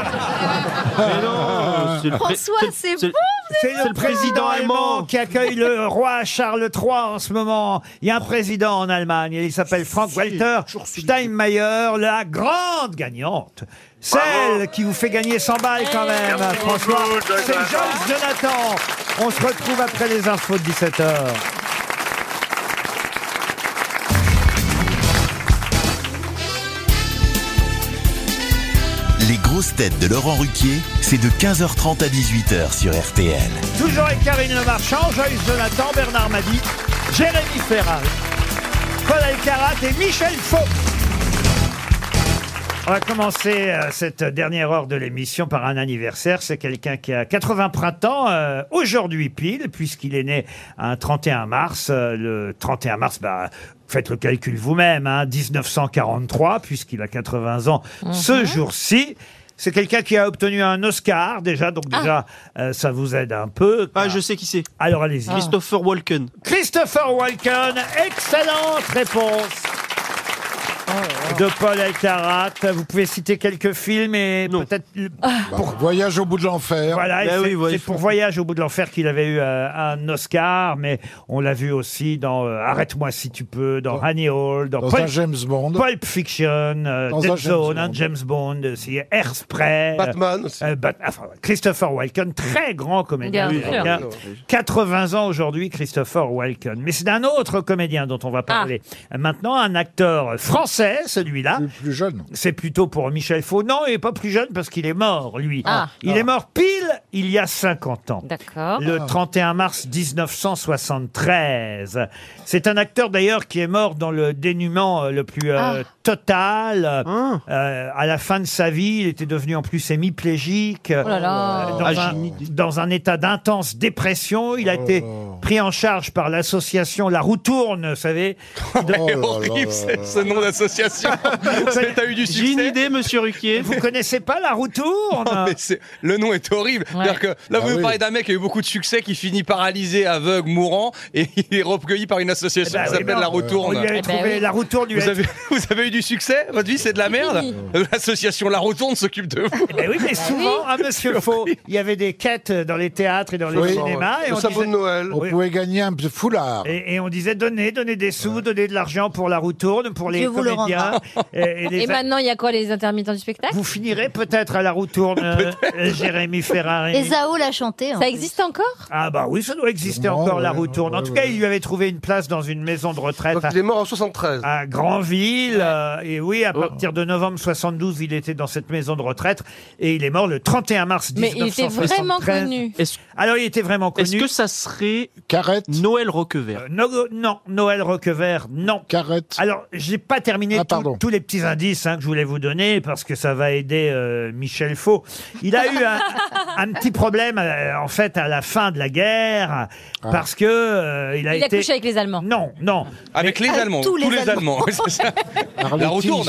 le pré- François, c'est- c'est- c'est bon, C'est le président allemand qui accueille le roi Charles III en ce moment. Il y a un président en Allemagne, et il s'appelle Frank Walter Steinmeier, la grande gagnante. Celle qui vous fait gagner 100 balles quand même,
Merci
François.
beaucoup, Joyce
C'est
Jonathan.
Joyce Jonathan. On se retrouve après les infos de 17h.
Les grosses têtes de Laurent Ruquier, c'est de 15h30 à 18h sur RTL.
Toujours avec Karine Le Marchand, Joyce Jonathan, Bernard Madi, Jérémy Ferrari, Paul Alcarat et Michel Faux. On va commencer euh, cette dernière heure de l'émission par un anniversaire. C'est quelqu'un qui a 80 printemps euh, aujourd'hui pile, puisqu'il est né un 31 mars. Euh, le 31 mars, bah, faites le calcul vous-même, hein, 1943, puisqu'il a 80 ans ce jour-ci. C'est quelqu'un qui a obtenu un Oscar déjà, donc déjà euh, ça vous aide un peu. Ah, je
sais qui c'est.
Alors allez-y.
Christopher Walken.
Christopher Walken, excellente réponse de Paul Alcarat. Vous pouvez citer quelques films et peut-être... le-
Bah, voyage au bout de l'enfer.
Voilà, et c'est c'est pour Ben Voyage au bout de l'enfer qu'il avait eu euh, un Oscar, mais on l'a vu aussi dans euh, Arrête-moi si tu peux, dans Honey Hall, dans,
dans un James Bond.
Pulp Fiction, euh,
Dans
Dead
un James
Zone, un
Bond.
James Bond, aussi, Hairspray. euh, Batman aussi. Christopher Walken, très grand comédien
Bien sûr.
américain.
Oui, oui.
80 ans aujourd'hui, Christopher Walken. Mais c'est d'un autre comédien dont
Ah.
on va parler. Maintenant, un acteur français, celui-là.
Plus jeune.
C'est plutôt pour Michel Faux. Non, il n'est pas plus jeune parce qu'il est mort, lui.
Ah.
Il est mort pile il y a 50 ans.
D'accord.
Le
Ah.
31 mars 1973. C'est un acteur d'ailleurs qui est mort dans le dénuement euh, le plus
Ah.
euh, total. Euh, à la fin de sa vie, il était devenu en plus hémiplégique.
Oh là là.
Euh, dans, un, dans un état d'intense dépression. Il a été
Oh.
pris
Oh
en charge par l'association La Roue Tourne, vous savez. de-
horrible, ce- ce nom association.
C'est-
T'as eu du succès. J'ai une idée,
monsieur Ruquier.
Vous connaissez pas la roue tourne
Le nom est horrible. C'est-à-dire que là, vous
Ah
me
oui.
parlez d'un mec qui a eu beaucoup de succès, qui finit paralysé, aveugle, mourant, et il est recueilli par une association
Eh ben
qui
oui,
s'appelle
non.
La Retourne.
On lui avait Eh ben trouvé oui. La Retourne, lui
Vous
a-
avez, vous avez eu du succès Votre vie, c'est de la merde
fini.
L'association La Retourne s'occupe de vous.
Eh oui, mais souvent, à Monsieur Faux, il y avait des quêtes dans les théâtres et dans les
Oui.
cinémas. Et
Le
on
savon
disait-
de Noël. On pouvait gagner un foulard.
Et, et on disait donnez, donnez des sous, donnez de l'argent pour la roue tourne, pour les
Dieu vous le
comédiens.
rendra.
et, et les
Et maintenant, il y a quoi les intermittents du spectacle
Vous finirez peut-être à la roue tourne, euh, euh, Jérémy Ferrari.
Et Zao l'a chanté.
Ça existe encore
Ah bah oui, ça doit exister encore la roue tourne. en tout cas, il lui avait trouvé une place dans une maison de retraite. il est
mort en 73.
À Granville. euh, et oui, à partir de novembre 72, il était dans cette maison de retraite et il est mort le 31 mars
Mais il était
1973.
vraiment connu.
Alors il était vraiment connu.
Est-ce que ça serait
Noël Roquevert. non, Noël Roquevert, non.
Carrette.
Alors, j'ai pas terminé tout- tous les petits indices hein, que je voulais vous donner parce que ça va aider euh, Michel Faux. Il a eu un, un petit problème euh, en fait à la fin de la guerre parce que euh, il a
Il a
été
couché avec les Allemands.
Non, non.
Avec
Mais-
les Allemands, tous les, Allemands. c'est ça. la Retourne.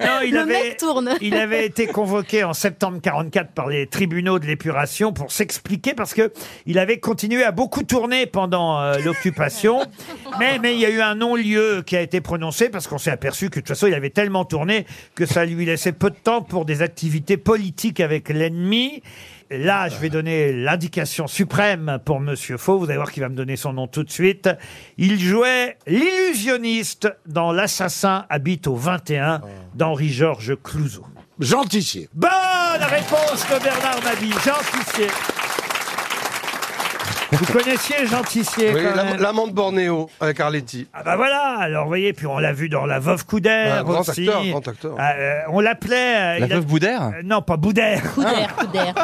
Non, il
Le
avait,
mec tourne.
il avait été convoqué en septembre 44 par les tribunaux de l'épuration pour s'expliquer parce que il avait continué à beaucoup tourner pendant euh, l'occupation. Mais, mais il y a eu un non-lieu qui a été prononcé parce qu'on s'est aperçu que de toute façon il avait tellement tourné que ça lui laissait peu de temps pour des activités politiques avec l'ennemi. Là, je vais donner l'indication suprême pour Monsieur Faux. Vous allez voir qu'il va me donner son nom tout de suite. Il jouait l'illusionniste dans L'Assassin habite au 21 d'Henri-Georges Clouzot.
Jean Tissier.
Bonne réponse de Bernard Mabille. Jean Tissier. Vous connaissiez Jean Tissier
Oui,
quand
l'am-
même
l'amant de Bornéo avec Arletty.
Ah bah voilà, alors vous voyez, puis on l'a vu dans La Veuve
Un
Coudère
Bah, grand
aussi.
acteur, grand acteur.
Ah, euh, on l'appelait... euh,
La
il a-
veuve Boudère
Euh, Non, pas Boudère.
Coudère, Coudère.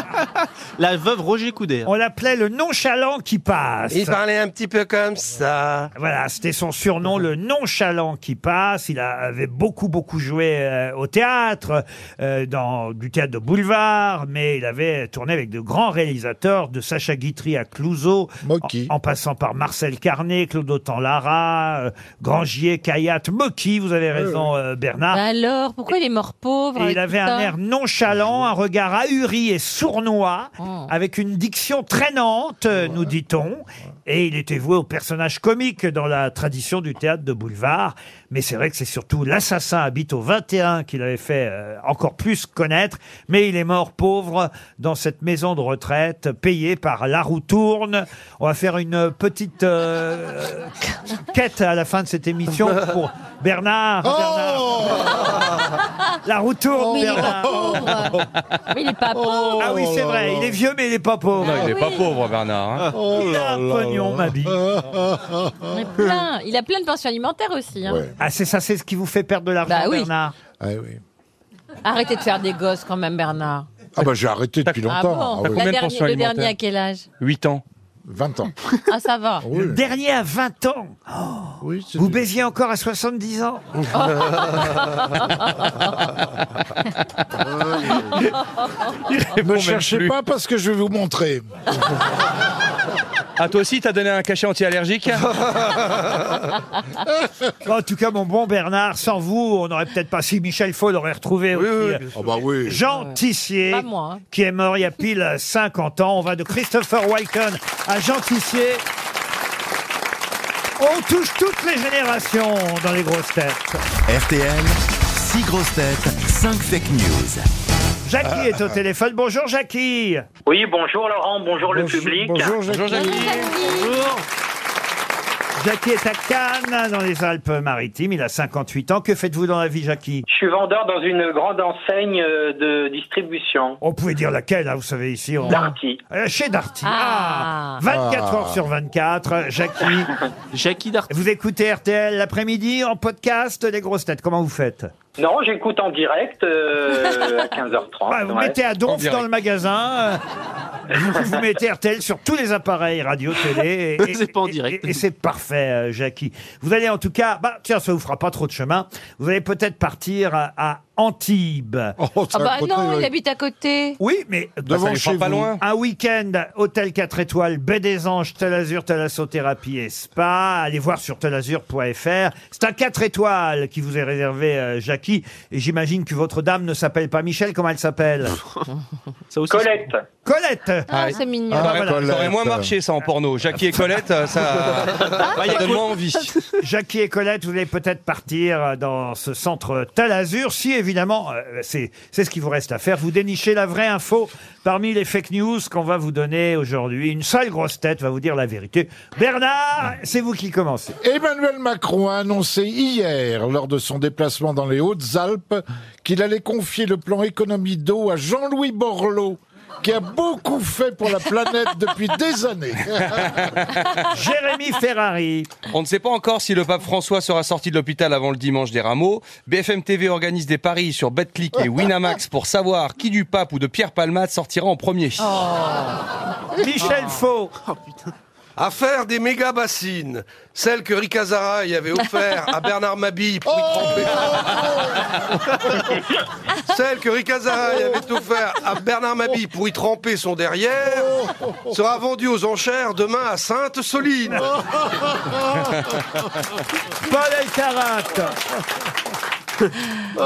La veuve Roger Coudert. On l'appelait le nonchalant qui passe.
Il parlait un petit peu comme ça.
Voilà, c'était son surnom, le nonchalant qui passe. Il a- avait beaucoup, beaucoup joué euh, au théâtre, euh, dans du théâtre de boulevard, mais il avait tourné avec de grands réalisateurs, de Sacha Guitry à Clouseau, en, en passant par Marcel Carnet, Claude Autant Lara, euh, Grangier, Cayatte, Mocky, vous avez raison, euh, Bernard.
Bah, Alors, pourquoi il est mort pauvre avec
Et il
tout
avait un
ça
air nonchalant, un regard ahuri et sournois,
Oh.
avec une diction traînante, euh, nous dit-on. Et il était voué au personnage comique dans la tradition du théâtre de boulevard. Mais c'est vrai que c'est surtout l'assassin habite au 21 qu'il avait fait euh, encore plus connaître. Mais il est mort pauvre dans cette maison de retraite payée par la roue tourne. On va faire une petite euh, quête à la fin de cette émission pour Bernard.
Oh
Oh
Bernard. La roue tourne,
Mais il est pas
Bernard.
pauvre. Mais il est pas pauvre.
Ah oui, c'est vrai, il est vieux, mais il est pas pauvre.
Non, il est
Ah
pas pauvre, Bernard. hein.
Oh
il a un pognon, ma bille.
Il est plein. Il a plein de pensions alimentaires aussi. hein.
Ah, c'est ça, c'est ce qui vous fait perdre de l'argent,
Bah oui.
Bernard
eh
Arrêtez de faire des gosses quand même, Bernard.
Ah bah j'ai arrêté depuis
Ah
longtemps.
bon La dernière- Le dernier à quel âge
8 ans. 20 ans.
Ah, bah ça va.
Le dernier à 20 ans. Oh, vous baisiez encore à 70 ans.
Ne me cherchez pas parce que je vais vous montrer.
Ah, toi aussi, t'as donné un cachet anti-allergique
en tout cas, mon bon Bernard, sans vous, on n'aurait peut-être pas si Michel Faux l'aurait retrouvé aussi.
Ah bah oui.
Jean Tissier,
Pas moi, hein.
qui est mort il y a pile 50 ans. On va de Christopher Walken à Jean Tissier. On touche toutes les générations dans les grosses têtes.
RTL, 6 grosses têtes, 5 fake news. Ah.
Jackie est au téléphone. Bonjour Jackie.
Oui, bonjour Laurent, bonjour, le
Bonjour-
public.
bonjour, Jackie. Bonjour, Jackie.
Bonjour.
Jackie est à Cannes, dans les Alpes-Maritimes. Il a 58 ans. Que faites-vous dans la vie, Jackie
Je suis vendeur dans une grande enseigne euh, de distribution.
On pouvait dire laquelle, hein, vous savez, ici. on-
Darty.
Euh, chez Darty. Ah, 24
Ah.
heures sur 24, euh, Jackie.
Jackie Darty.
Vous écoutez RTL l'après-midi en podcast, les grosses têtes. Comment vous faites
Non, j'écoute en direct euh, à 15h30.
Ah, Vous
ouais.
mettez à donf dans le magasin. euh, Vous, vous mettez RTL sur tous les appareils radio, télé. Et, c'est pas en direct. Et, et c'est parfait, euh, Jackie. Vous allez en tout cas, bah, tiens, ça vous fera pas trop de chemin. Vous allez peut-être partir à, à Antibes.
Ah bah non, il habite à côté.
Oui, mais
Devant chez vous.
Un week-end, hôtel 4 étoiles, baie des anges, Telazur, Thalassothérapie et Spa. Allez voir sur telazur.fr. C'est un 4 étoiles qui vous est réservé, euh, Jackie. Et j'imagine que votre dame ne s'appelle pas Michel. Comment elle s'appelle
Colette.
Colette
Ah, c'est mignon.
ça, aurait,
Ah, voilà.
ça aurait moins marché ça en porno. Jackie et Colette, ça, Ah, ça donne moins envie.
Jackie et Colette, vous allez peut-être partir euh, dans ce centre Talazur, si évidemment, euh, c'est c'est ce qui vous reste à faire, vous dénichez la vraie info parmi les fake news qu'on va vous donner aujourd'hui. Une seule grosse tête va vous dire la vérité. Bernard, c'est vous qui commencez.
Emmanuel Macron a annoncé hier, lors de son déplacement dans les Hautes-Alpes, qu'il allait confier le plan économie d'eau à Jean-Louis Borloo, qui a beaucoup fait pour la planète depuis des années.
Jérémy Ferrari.
On ne sait pas encore si le pape François sera sorti de l'hôpital avant le dimanche des Rameaux. BFM TV organise des paris sur BetClick et Winamax pour savoir qui du pape ou de Pierre Palmade sortira en premier.
Michel
Ah.
Faux.
À faire Oh, des méga bassines, celles que Ricazara y avait offert à Bernard Mabille pour y tremper. Celles que Ricazara y avait offert à Bernard Mabille pour y tremper son derrière sera vendue aux enchères demain à Sainte-Soline.
Paul Elkarat.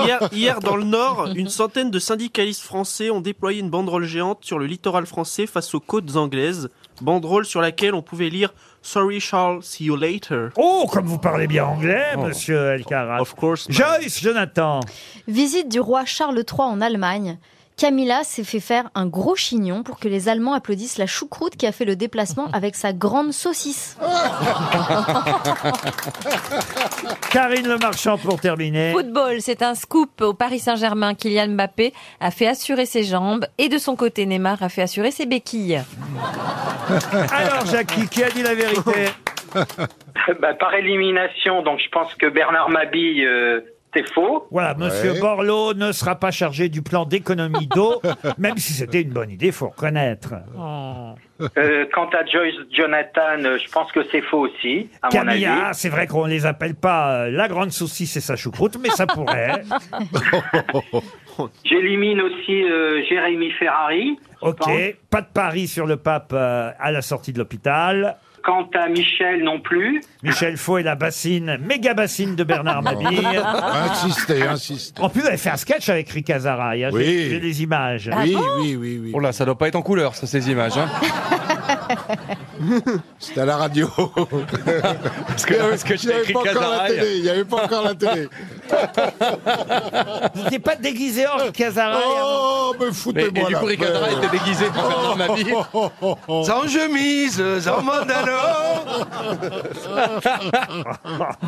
Hier, hier, dans le Nord, une centaine de syndicalistes français ont déployé une banderole géante sur le littoral français face aux côtes anglaises. Banderole sur laquelle on pouvait lire Sorry Charles, see you later.
Oh, comme vous parlez bien anglais,
Oh.
monsieur Elkarat. Of
course.
Joyce, Jonathan.
Visite du roi Charles III en Allemagne. Camilla s'est fait faire un gros chignon pour que les Allemands applaudissent la choucroute qui a fait le déplacement avec sa grande saucisse.
Karine Le Marchand pour terminer.
Football, c'est un scoop au Paris Saint-Germain. Kylian Mbappé a fait assurer ses jambes et de son côté, Neymar a fait assurer ses béquilles.
Alors, Jackie, qui a dit la vérité
Bah, par élimination, donc je pense que Bernard Mabille, euh, c'est faux.
Voilà, Monsieur Borloo ne sera pas chargé du plan d'économie d'eau, même si c'était une bonne idée, faut reconnaître.
Euh, quant à Joyce Jonathan, euh, je pense que c'est faux aussi, à mon
Camilla,
avis.
c'est vrai qu'on les appelle pas euh, la grande saucisse et sa choucroute, mais ça pourrait.
J'élimine aussi euh, Jérémy Ferrari. je
Ok,
pense.
pas de pari sur le pape euh, à la sortie de l'hôpital.
Quant à Michel, non plus.
Michel Faux et la bassine, méga bassine de Bernard Mabille.
Insistez, insistez.
En plus, vous avez fait un sketch avec Rick Azaraï, hein, j'ai-
Oui.
j'ai les images.
Oui, Ah
oui, oui, oui.
Oh là, ça doit pas être en couleur, ça, ces images. Hein.
C'était à la radio.
Parce que- parce
il
que
n'y
j'étais
avait,
écrit
pas encore la
Cazaray.
télé. Il n'y avait pas encore la télé.
Vous n'étiez pas déguisé en hein Cazaray
Oh, me
Mais-
foutez-moi
et du coup,
la
Rick
paix.
Cazaray était déguisé pour faire dans ma vie.
Sans chemise,
euh,
sans mandalore.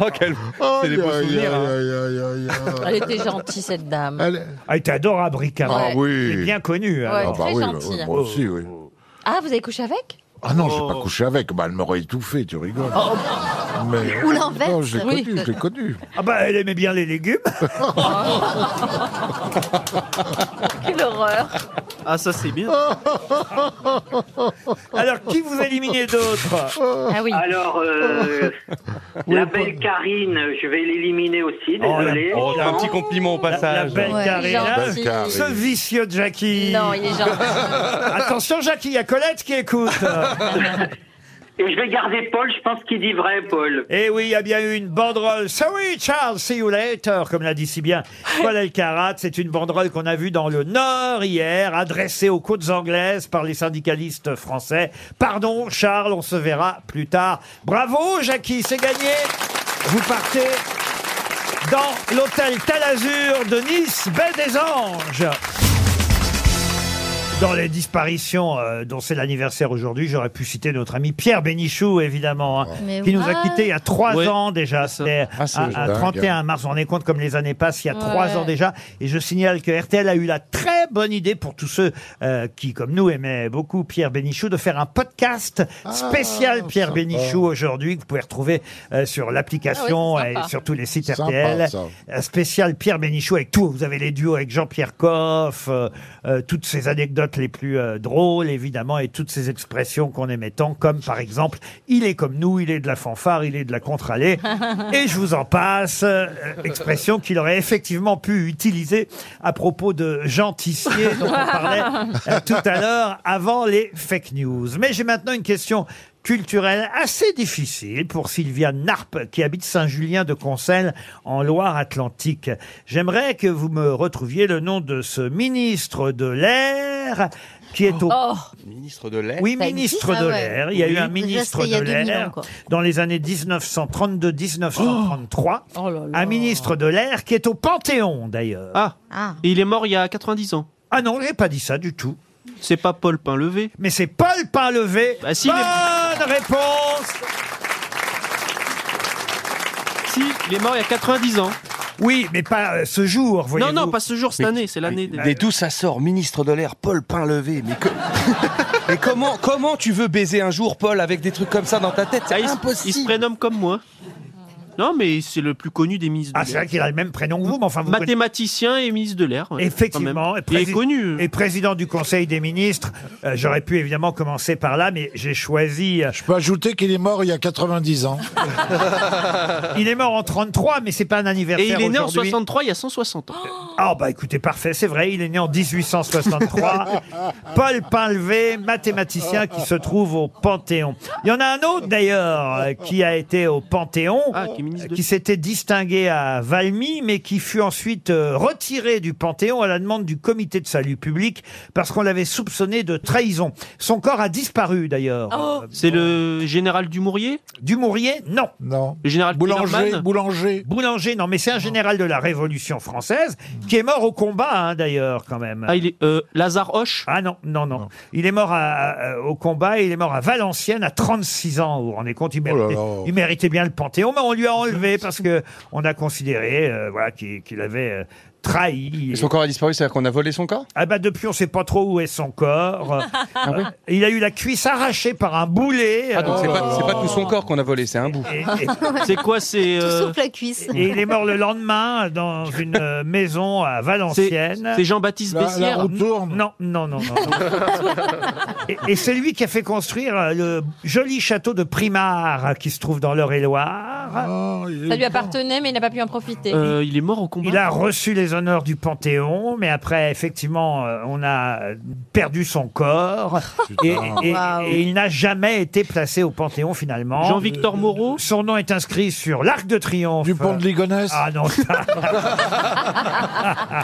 Oh, quel...
Oh,
C'est des beaux
aïe,
souvenirs.
aïe,
hein.
aïe, aïe, aïe, aïe.
Elle était gentille, cette dame.
Ah, il était adorable, Rick Azaraï.
Ah oui.
Il est bien connu.
Ouais,
alors.
très gentil.
bah, moi aussi, oui.
Ah, vous avez couché avec
Ah non, j'ai pas
Oh.
couché avec. Bah, elle m'aurait étouffé, tu rigoles. Mais...
Ou l'inverse.
Non, je l'ai
Oui.
connu, je l'ai connu.
Ah bah, elle aimait bien les légumes.
Quelle horreur
Ah, ça, c'est bien.
Alors, qui vous éliminez d'autres
Ah
Alors, euh, la belle Karine, je vais l'éliminer aussi, désolé.
Oh, t'as un petit compliment au
La
passage. Bah,
belle
Ouais,
Karine.
gentil.
Ah, Ce vicieux de Jackie.
Non, il est gentil.
Attention, Jackie, il y a Colette qui écoute.
Et je vais garder Paul, je pense qu'il dit vrai, Paul.
Et Eh oui, il y a bien eu une banderole. Sorry, Charles, see you later, comme l'a dit si bien Paul Elkarat. C'est une banderole qu'on a vue dans le Nord hier, adressée aux côtes anglaises par les syndicalistes français. Pardon, Charles, on se verra plus tard. Bravo, Jackie, c'est gagné. Vous partez dans l'hôtel Talazur de Nice, Baie des Anges. Dans les disparitions euh, dont c'est l'anniversaire aujourd'hui, j'aurais pu citer notre ami Pierre Bénichou, évidemment, hein,
Mais
qui nous a
ouais.
quittés il y a trois
Ouais.
ans déjà. C'était
Ah, c'est
à- à,
dingue.
31 mars. On est compte comme les années passent, il y a
Ouais.
trois ans déjà. Et je signale que RTL a eu la très bonne idée pour tous ceux euh, qui, comme nous, aimaient beaucoup Pierre Bénichou, de faire un podcast
Ah,
spécial Pierre Bénichou aujourd'hui, que vous pouvez retrouver euh, sur l'application
Ah ouais, c'est
et
sympa.
sur tous les sites
Sympa,
RTL.
ça.
Un spécial Pierre Bénichou avec tout. Vous avez les duos avec Jean-Pierre Coff, euh, euh, toutes ces anecdotes anecdotes les plus euh, drôles, évidemment, et toutes ces expressions qu'on aimait tant, comme par exemple « il est comme nous, il est de la fanfare, il est de la contre-allée ». Et je vous en passe, euh, expression qu'il aurait effectivement pu utiliser à propos de Jean Tissier, dont on parlait euh, tout à l'heure, avant les fake news. Mais j'ai maintenant une question culturelle assez difficile pour Sylviane Narpe, qui habite Saint-Julien de Concelles, en Loire-Atlantique. J'aimerais que vous me retrouviez le nom de ce ministre de l'air qui est au...
Ministre de l'air.
Oui, ministre de l'air. ah Il y a eu un ministre de l'air dans les années 1932-1933. Un ministre de l'air qui est au Panthéon, d'ailleurs. Ah.
Et il est mort il y a 90 ans.
Ah non, j'ai pas dit ça du tout.
C'est pas Paul Pinlevé.
Mais c'est Paul Pinlevé.
Bah si, il
Bonne
est-
réponse
si, il est mort il y a 90 ans.
Oui, mais pas euh, ce jour, voyez-vous. Ah,
non, pas ce jour, cette année, c'est l'année des-
Mais d'où ça sort, ministre de l'air, Paul Pinlevé Mais, que- mais comment, comment tu veux baiser un jour, Paul, avec des trucs comme ça dans ta tête
Ah,
C'est
il, se-
impossible.
il se prénomme comme moi. Non, mais c'est le plus connu des ministres de
Ah, c'est
l'air.
vrai qu'il a le même prénom que vous, mais enfin, vous
Mathématicien et ministre de l'air. ouais, quand
Effectivement.
même.
et
Il est
prési-
connu.
Et président du Conseil des ministres. Euh, J'aurais pu évidemment commencer par là, mais j'ai choisi. euh,
Je peux ajouter qu'il est mort il y a 90 ans.
il est mort en 33, mais c'est pas un
Et
anniversaire.
il est né en
aujourd'hui.
63, il y a 160 ans.
Ah, bah écoutez, parfait, c'est vrai, il est né en 1863. Paul Pinlevé, mathématicien qui se trouve au Panthéon. Il y en a un autre d'ailleurs euh, qui a été au Panthéon,
Ah,
euh, qui s'était distingué à Valmy, mais qui fut ensuite euh, retiré du Panthéon à la demande du comité de salut public parce qu'on l'avait soupçonné de trahison. Son corps a disparu d'ailleurs.
Oh. C'est le général Dumouriez
Dumouriez, non.
Non.
Le général
Boulanger,
Kellerman
boulanger. Boulanger, non, mais c'est un général de la Révolution française qui est mort au combat, hein, d'ailleurs, quand même.
Ah, il est euh, Lazare Hoche
Ah non, non, non. Il est mort à- à- au combat, il est mort à Valenciennes à 36 ans. Vous vous rendez compte,
Oh
il méritait,
là.
il méritait bien le Panthéon, mais on lui a enlevé parce que on a considéré euh, voilà, qu'il qu'il avait euh, trahi.
Et Son corps a disparu, c'est-à-dire qu'on a volé son corps
Ah bah depuis, on ne sait pas trop où est son corps.
Ah
Euh,
ouais
il a eu la cuisse arrachée par un boulet.
Ah, donc c'est
Euh,
pas, c'est pas tout son corps qu'on a volé, c'est un bout.
et-
C'est quoi C'est.
Tout
euh,
sauf la cuisse.
Et il est mort le lendemain dans une euh, maison à Valenciennes.
C'est- c'est Jean-Baptiste La- la Bessières. roue
Non, non, non. non, non. et et c'est lui qui a fait construire euh, le joli château de Primard euh, qui se trouve dans l'Eure-et-Loire.
Ah,
Ça lui appartenait, mais il n'a pas pu en profiter.
Euh,
Euh, il est mort au combat.
Il a reçu les honneurs du Panthéon, mais après, effectivement, euh, on a perdu son corps. et, et-
Waouh.
et il n'a jamais été placé au Panthéon, finalement.
Jean-Victor Moreau
Son nom est inscrit sur l'Arc de Triomphe. Du pont de
Ligonnès
Ah non,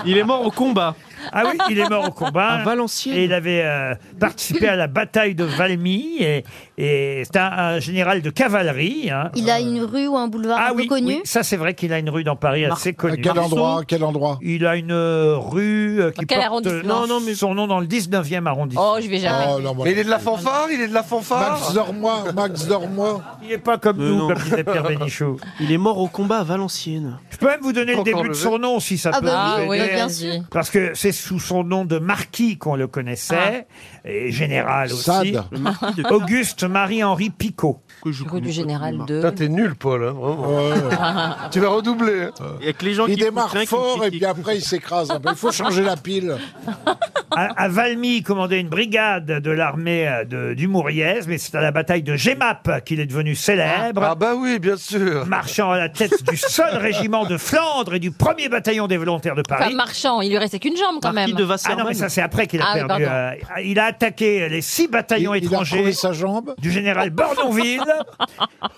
Il est mort au combat.
Ah oui, il est mort au combat.
À Valenciennes.
Et il avait euh, participé à la bataille de Valmy. Et, et c'est un, un général de cavalerie. hein.
Il a une rue ou un boulevard
Ah
un peu
oui,
connu
oui, ça c'est vrai qu'il a une rue dans Paris
Mar-
assez connue.
À quel endroit, à quel endroit
Il a une euh, rue euh, qui
quel
porte
arrondissement
euh, non, non, mais... son nom dans le 19e arrondissement.
Oh, je vais jamais.
non, moi,
Mais il est de la fanfare, il est de la fanfare.
Max Dormois, Max Dormois.
Il n'est pas comme
Euh,
nous,
non.
comme disait Pierre Bénichou.
Il est mort au combat à Valenciennes.
Je peux même vous donner le
Encore
début
le
de
jeu.
son nom si ça
Ah
peut
bah
vous
oui,
aider.
oui, bien sûr.
Parce que c'est sous son nom de marquis qu'on le connaissait,
Ah.
et général aussi.
Sade.
Le marquis de-
Auguste Marie-Henri Picot.
Rue du général 2.
Putain, t'es nul, Paul, hein, vraiment. tu vas redoubler. hein.
Avec les gens
Il
qui
démarre fort et puis après il s'écrase un peu. Il faut changer la pile.
à, à Valmy, il commandait une brigade de l'armée euh, de Dumouriez, mais c'est à la bataille de Gemap qu'il est devenu célèbre.
Ah bah oui, bien sûr.
Marchant à la tête du seul régiment de Flandre et du premier bataillon des volontaires de
Enfin,
Paris.
marchand, il lui restait qu'une jambe quand même.
ah non, mais ça c'est après qu'il a
Ah oui,
perdu.
pardon.
euh, il a attaqué les six bataillons
Il- il a
étrangers
retrouvé sa jambe
du général Bordonville.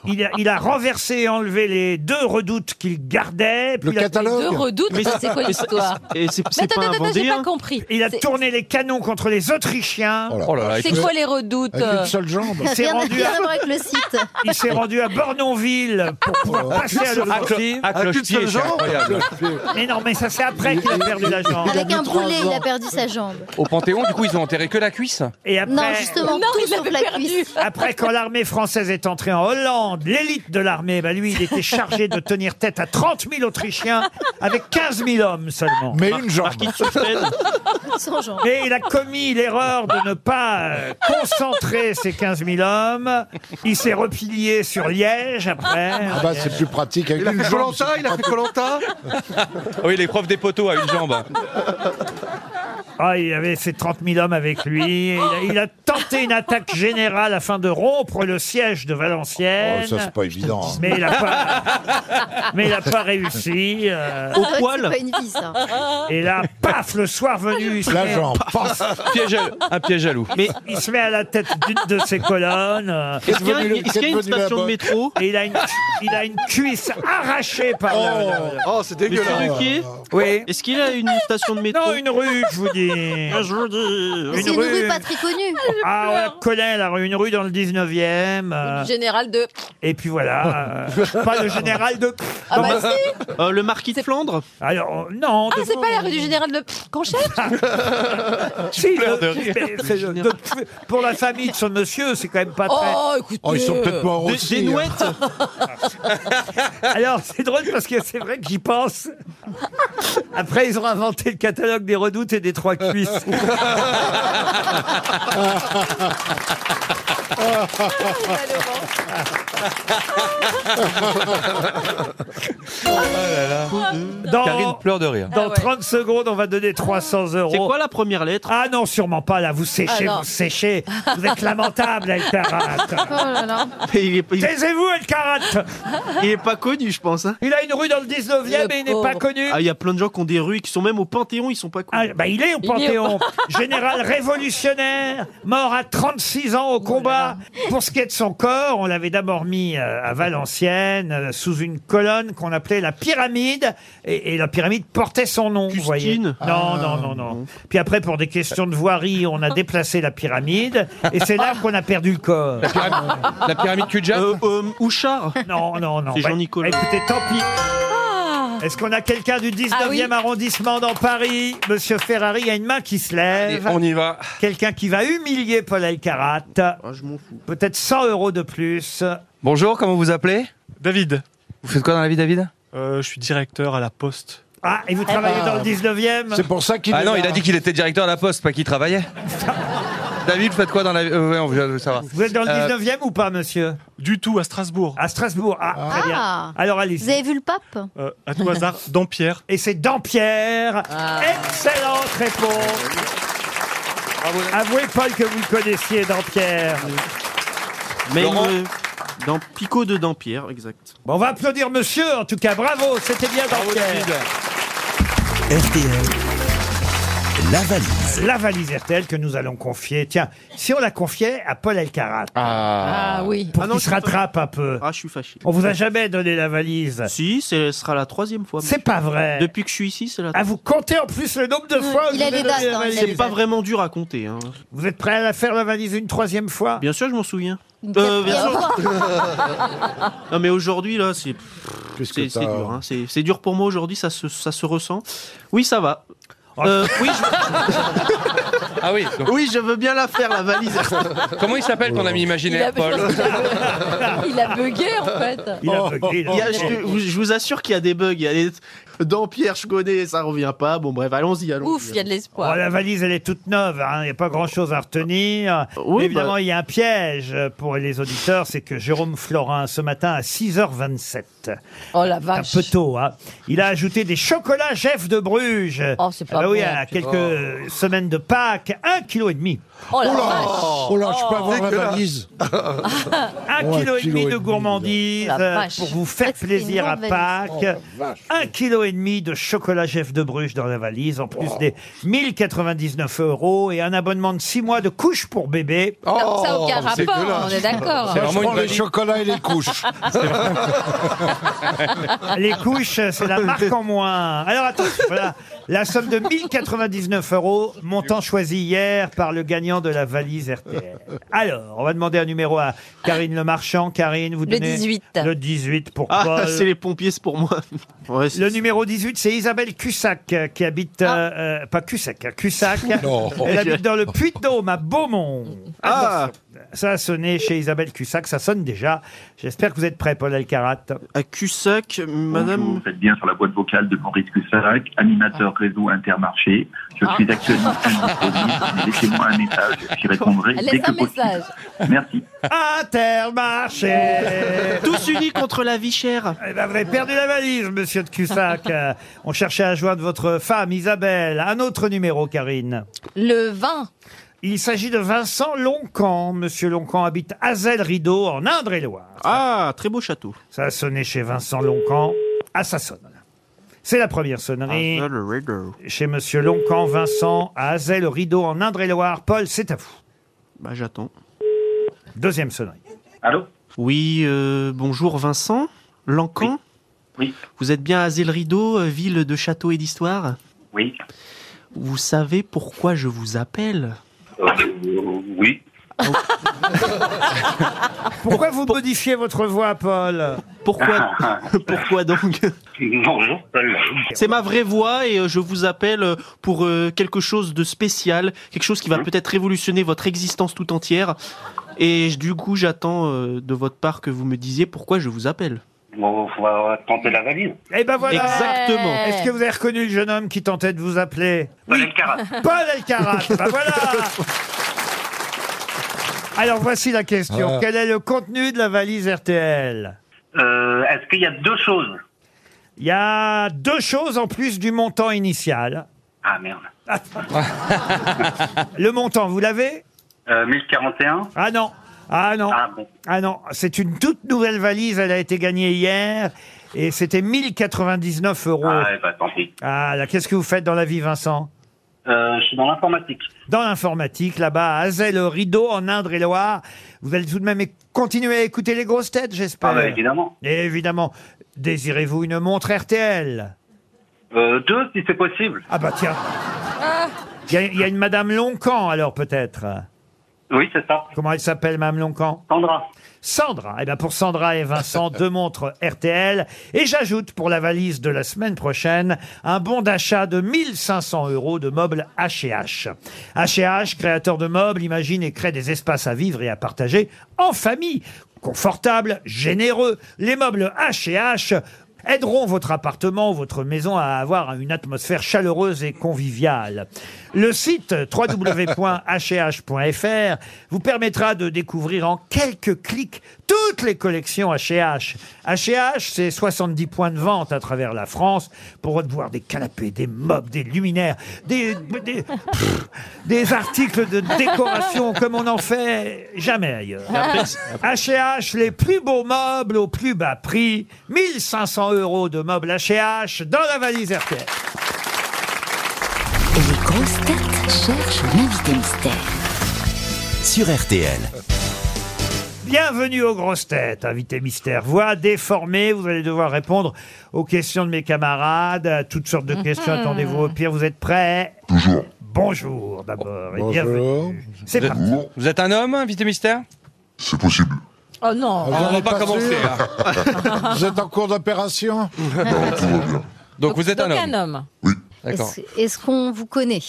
il, a, il a renversé et enlevé les deux redoutes qu'il gardait. puis
Le
il a-
catalogue.
Deux redoutes,
Mais
c'est quoi
mais ça-
l'histoire
et c'est-
Mais
c'est
attends,
pas
attends,
un
attends, j'ai
Vendéen.
pas compris.
Il a
C'est-
tourné les canons contre les Autrichiens.
Oh là là,
C'est quoi les redoutes euh,
jambe.
Il s'est
Rien à
rendu
rien à
à,
voir avec le site.
il s'est rendu à Bornonville pour
Oh.
pouvoir passer à l'offensive.
À cloche-pied, c'est incroyable.
Mais non, mais ça c'est après qu'il a perdu la jambe.
Avec un boulet, il a perdu sa jambe.
Au Panthéon, du coup, ils ont enterré que la cuisse
Et après,
Non, justement,
Non,
tout
il
sauf
l'avait
la
perdu.
cuisse.
Après, quand l'armée française est entrée en Hollande, l'élite de l'armée, bah lui, il était chargé de tenir tête à 30 000 Autrichiens avec 15 000 hommes seulement.
Mais une jambe.
Marquis de Suffren.
Sans jambe.
Mais il a commis l'erreur de ne pas euh, concentrer ces 15 000 hommes. Il s'est replié sur Liège après.
Ah bah c'est plus pratique avec
Il a
une
fait
jambe.
Colanta, il a fait Colanta.
Ah Oui, les profs des poteaux à une jambe.
Ah, il avait ses 30 000 hommes avec lui. Il a, il a tenté une attaque générale afin de rompre le siège de Valenciennes.
Oh, ça, c'est pas évident, hein.
Mais il n'a pas, mais il a pas réussi. euh,
C'est vrai que Ah, C'est pas une vie, ça.
Et là, paf, le soir venu, il se
La
met-
jambe,
Piège à- un piège à loup.
Mais il se met à la tête d'une de ses colonnes. euh,
Est-ce qu'il y a- est-ce qu'il y a une station de
métro
Et il a une, il a une cuisse arrachée par.
Oh, c'est
Monsieur Ruquier
Oui.
Est-ce qu'il a une station de métro Ah,
Non, une rue, je vous dis.
je vous dis.
Mais C'est une rue pas très connue.
Ah, on la connaît, la rue, une rue dans le 19e. euh,
Général de.
et puis voilà. euh, pas le général de.
Ah bah si
Euh, le marquis de Flandre
Alors, euh, non.
Ah,
de-
c'est pas la rue du général de qu'on cherche
Si,
pleures de
le-
rire.
mais c'est le- de- pour la famille de son monsieur, c'est quand même pas très.
Oh, écoutez. Oh, ils sont peut-être morts
Des-
aussi,
Des
hein.
nouettes Alors, c'est drôle parce que c'est vrai que j'y pense. Après, ils ont inventé le catalogue des redoutes et des trois cuisses. Dans-
Karine pleure de rire.
Dans 30 secondes, on va donner 300 euros.
C'est quoi la première lettre
Ah non, sûrement pas, là, vous séchez,
Ah non.
vous séchez. Vous êtes lamentable, Alcarat.
Il est, il-
Taisez-vous, Alcarat
il est pas connu, je pense. hein.
Il a une rue dans le 19e et il n'est pas connu.
Ah, il y a plein de gens qui ont des rues et qui sont même au Panthéon, ils sont pas connus.
Ah, bah, il est au Panthéon. Général révolutionnaire, mort à 36 ans au combat. Pour ce qui est de son corps, on l'avait d'abord mis euh, à Valenciennes, euh, sous une colonne qu'on appelait la pyramide. Et, et la pyramide portait son nom, vous voyez. Ah. Non,
Ah.
non, non, non. Puis après, pour des questions de voirie, on a déplacé la pyramide. Et c'est là qu'on a perdu le corps.
La pyramide, la pyramide Kudjat
Euh, euh, Houchard
Non, non, non.
C'est
Bah,
Jean-Nicolas.
Écoutez, tant pis.
Ah.
Est-ce qu'on a quelqu'un du 19e
Ah oui.
arrondissement dans Paris Monsieur Ferrari, il y a une main qui se lève.
Allez, on y va. Ah,
Quelqu'un qui va humilier Paul Alcarat.
je m'en fous.
Peut-être 100 euros de plus.
Bonjour, comment vous appelez
David,
Vous faites quoi dans la vie, David
euh, je suis directeur à la Poste.
Ah, et vous
Eh
travaillez
ben.
Ah.
dans le 19e
C'est pour ça qu'il
Ah
est
non,
là.
il a dit qu'il était directeur à la poste, pas qu'il travaillait. David, vous faites quoi dans la vie euh, ouais, on veut savoir.
Vous êtes dans le
Euh,
19e ou pas, monsieur
Du tout, à Strasbourg.
À Strasbourg. Ah, très
Ah.
bien. Alors, allez-y.
Vous avez vu le pape
Euh, à tout hasard, Dampierre.
Et c'est Dampierre.
Ah.
Excellente réponse. Avouez, Paul, que vous le connaissiez Dampierre.
Mais
Laurent
euh, dans Picot de Dampierre, exact.
Bon, on va applaudir monsieur, en tout cas. Bravo, c'était bien Dampierre.
RTL, la valise.
La valise RTL que nous allons confier. Tiens, si on la confiait à Paul Elkarat.
Ah.
Ah oui.
Pour
Ah non,
qu'il se
je-
rattrape un peu.
Ah, je suis fâché.
On vous a jamais donné la valise.
Si, ce sera la troisième fois.
C'est pas vrai.
Depuis que je suis ici, c'est la
Ah, vous comptez en plus le nombre de fois où
il
vous
a
avez
les
donné
dates,
la
hein,
valise.
il a
C'est pas vraiment dur à compter. hein.
Vous êtes prêt à la faire la valise une troisième fois
Bien sûr, je m'en souviens.
Une
Euh, bien
quatrième
sûr.
fois.
Non, mais aujourd'hui, là, c'est
Qu'est-ce que
c'est- c'est
t'as
dur. hein. C'est c'est dur pour moi aujourd'hui, ça se, ça se ressent. Oui, ça va.
Oh.
Euh, oui, je...
Ah oui. donc-
oui, je veux bien la faire, la valise.
Comment il s'appelle ton ami
Il a,
imaginaire,
je pense
Paul
qu'il a- il a bugué en fait.
Il a bugué, il a
Il y a- je,
bugué.
te- vous- je vous assure qu'il y a des bugs. Il y a des... Dans Pierre, je connais, ça revient pas. Bon, bref, allons-y. allons-y.
Ouf, il y a de
Bon,
l'espoir.
Oh, la valise, elle est toute neuve, hein, il n'y a pas grand-chose à retenir.
Oui,
Évidemment,
bah-
il y a un piège pour les auditeurs, c'est que Jérôme Florin, ce matin, à 6h27,
Oh la
un
vache.
peu tôt, hein, il a ajouté des chocolats Jeff de Bruges.
Oh, c'est pas
Ah bah oui,
vrai.
à quelques semaines de Pâques, un kilo et demi.
Oh la
Oh là,
vache.
oh là, je peux avoir la
Dégueulasse.
valise.
Un
Ouais,
kilo et
kilo
demi
et
de
demi,
gourmandise
la
euh,
vache.
pour vous faire
c'est une
plaisir à
grande valise.
Oh,
Pâques. Un kilo et demi de chocolat Jeff de Bruges dans la valise, en plus des 1099 euros et un abonnement de 6 mois de couche pour bébé.
Non,
Oh,
ça a aucun
c'est
rapport, on
dégueulasse.
est d'accord.
Moi, je
vraiment une
prends les
valise.
chocolats et les couches.
Les couches, c'est la marque en moins. Alors attention, voilà. La somme de 1099 euros, montant choisi hier par le gagnant de la valise RTL. Alors, on va demander un numéro à Karine Le Marchand. Karine, vous
Le
donnez
18.
Le 18 pour
Ah,
Paul.
c'est les pompiers, c'est pour moi. Ouais, c'est-
Le numéro 18, c'est Isabelle Cussac, euh, qui habite, euh, euh, pas Cussac, hein, Cussac.
Non.
Elle habite dans le Puy-de-Dôme, à Beaumont.
Ah,
Attention. Ça a sonné chez Isabelle Cussac, ça sonne déjà. J'espère que vous êtes prêts, Paul Elkarat.
À Cussac,
Bonjour, vous faites bien sur la boîte vocale de Maurice Cussac, animateur réseau Intermarché. Je suis actuellement disponible. Laissez-moi un message, j'y répondrai dès
Laisse
que
un
possible.
message.
Merci.
Intermarché
Tous unis contre la vie chère
Eh ben, vous avez perdu la valise, monsieur de Cussac. Euh, On cherchait à joindre votre femme, Isabelle. Un autre numéro, Karine.
Le vin.
Il s'agit de Vincent Loncan. Monsieur Loncan habite Azel Rideau, en Indre-et-Loire.
Ah, très beau château.
Ça a sonné chez Vincent Loncan. Ah, ça sonne. C'est la première sonnerie. Chez Monsieur Loncan, Vincent, à Azel Rideau, en Indre-et-Loire. Paul, c'est à vous.
Bah, j'attends.
Deuxième sonnerie.
Allô Oui, euh, bonjour Vincent. Lancan
oui.
Vous êtes bien à Zélrideau, euh, ville de châteaux et d'histoire
Oui.
Vous savez pourquoi je vous appelle
Euh, oui.
Pourquoi vous modifiez votre voix, Paul
Pourquoi Pourquoi donc
Bonjour, Paul.
C'est ma vraie voix et euh, je vous appelle euh, pour euh, quelque chose de spécial, quelque chose
Mhm.
qui va peut-être révolutionner votre existence tout entière. Et j- du coup, j'attends euh, de votre part que vous me disiez pourquoi je vous appelle.
Bon, on va tenter la valise.
Eh ben voilà
Exactement.
Eh.
Est-ce que vous avez reconnu le jeune homme qui tentait de vous appeler
Paul Elkarat.
Paul Elkarat Ben voilà Alors voici la question.
Ah.
Quel est le contenu de la valise RTL
Euh, Est-ce qu'il y a deux choses
Il y a deux choses en plus du montant initial.
Ah merde.
Le montant, vous l'avez
Euh, 1041
Ah non Ah non
Ah bon.
Ah non, c'est une toute nouvelle valise, elle a été gagnée hier et c'était 1099 euros.
Ah, eh ben, tant pis.
Ah là, qu'est-ce que vous faites dans la vie, Vincent
Euh, je suis dans l'informatique.
Dans l'informatique, là-bas, à Azel-Rideau, en Indre-et-Loire. Vous allez tout de même é- continuer à écouter les grosses têtes, j'espère.
Ah, bah, évidemment.
Et évidemment. Désirez-vous une montre RTL
Euh, deux, si c'est possible.
Ah bah tiens. Il y a- il y, a une Madame Loncan, alors, peut-être
Oui, c'est ça.
Comment elle s'appelle, Madame Loncan
Sandra.
Sandra. Eh bien, pour Sandra et Vincent, deux montres RTL. Et j'ajoute pour la valise de la semaine prochaine un bon d'achat de 1500 euros de meubles H&H. H&H, créateur de meubles, imagine et crée des espaces à vivre et à partager en famille. Confortables, généreux, les meubles H&H aideront votre appartement, votre maison à avoir une atmosphère chaleureuse et conviviale. Le site www.hh.fr vous permettra de découvrir en quelques clics toutes les collections H&H. H&H, c'est 70 points de vente à travers la France pour voir des canapés, des meubles, des luminaires, des, des, pff, des articles de décoration comme on n'en fait jamais ailleurs.
Ah.
Et après,
H&H, les plus beaux meubles au plus bas prix. 1500 euros de meubles H&H dans la valise RTL.
Les grosses têtes cherchent l'invité mystère.
Sur RTL.
Bienvenue aux grosses têtes, invité mystère. Voix déformée, vous allez devoir répondre aux questions de mes camarades, à toutes sortes de questions.
Mm-hmm.
Mhm.
Attendez-vous au pire, vous êtes prêts Toujours. Bonjour d'abord et bienvenue. C'est
Oh, Vous êtes-
parti.
Vous êtes un homme, invité mystère
C'est possible.
Oh non.
Ah,
on va pas commencer. hein.
Vous êtes en cours d'opération
Donc vous êtes un
donc
homme.
un homme.
D'accord.
Est-ce est-ce qu'on vous connaît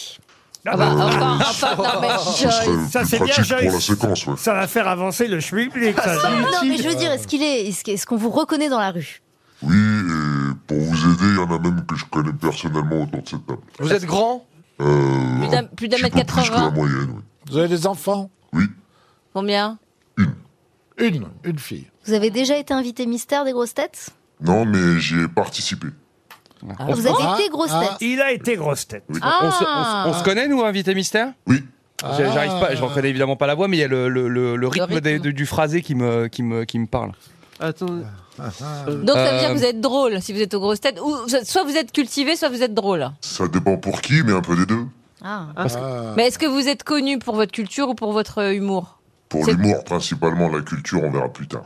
Ah
bah, enfin, enfin, non, mais Joyce.
Ça c'est bien,
pratique pour
Joyce.
la séquence, ouais.
Ça va faire avancer le public. ça.
Ah, Non, mais je veux dire, est-ce qu'il est, est-ce qu'- est-ce qu'on vous reconnaît dans la rue
Oui, et pour vous aider, il y en a même que je connais personnellement autour de cette table.
Vous êtes grand
Euh,
Plus d'un- Plus d'un mètre
plus que la
80.
moyenne, oui.
Vous avez des enfants
Combien
Une, une fille.
Vous avez déjà été invité mystère des grosses têtes
Non, mais j'y ai participé.
Ah, vous avez été grosse tête.
Il a été grosse tête.
Ah.
On, se, on se- on se connaît, nous, invité mystère Ah.
Oui.
J'arrive pas,
Ah.
je reconnais évidemment pas la voix, mais il y a le, le- le- le rythme, des- du, du phrasé qui me, qui me, qui me parle.
Attends.
Donc ça veut dire
Euh,
que vous êtes drôle si vous êtes aux grosses têtes. Ou, soit vous êtes cultivé, soit vous êtes drôle.
Ça dépend pour qui, mais un peu des deux.
Ah.
Parce que-
Ah.
Mais est-ce que vous êtes connu pour votre culture ou pour votre euh, humour
Pour l'humour, principalement, la culture, on verra plus tard.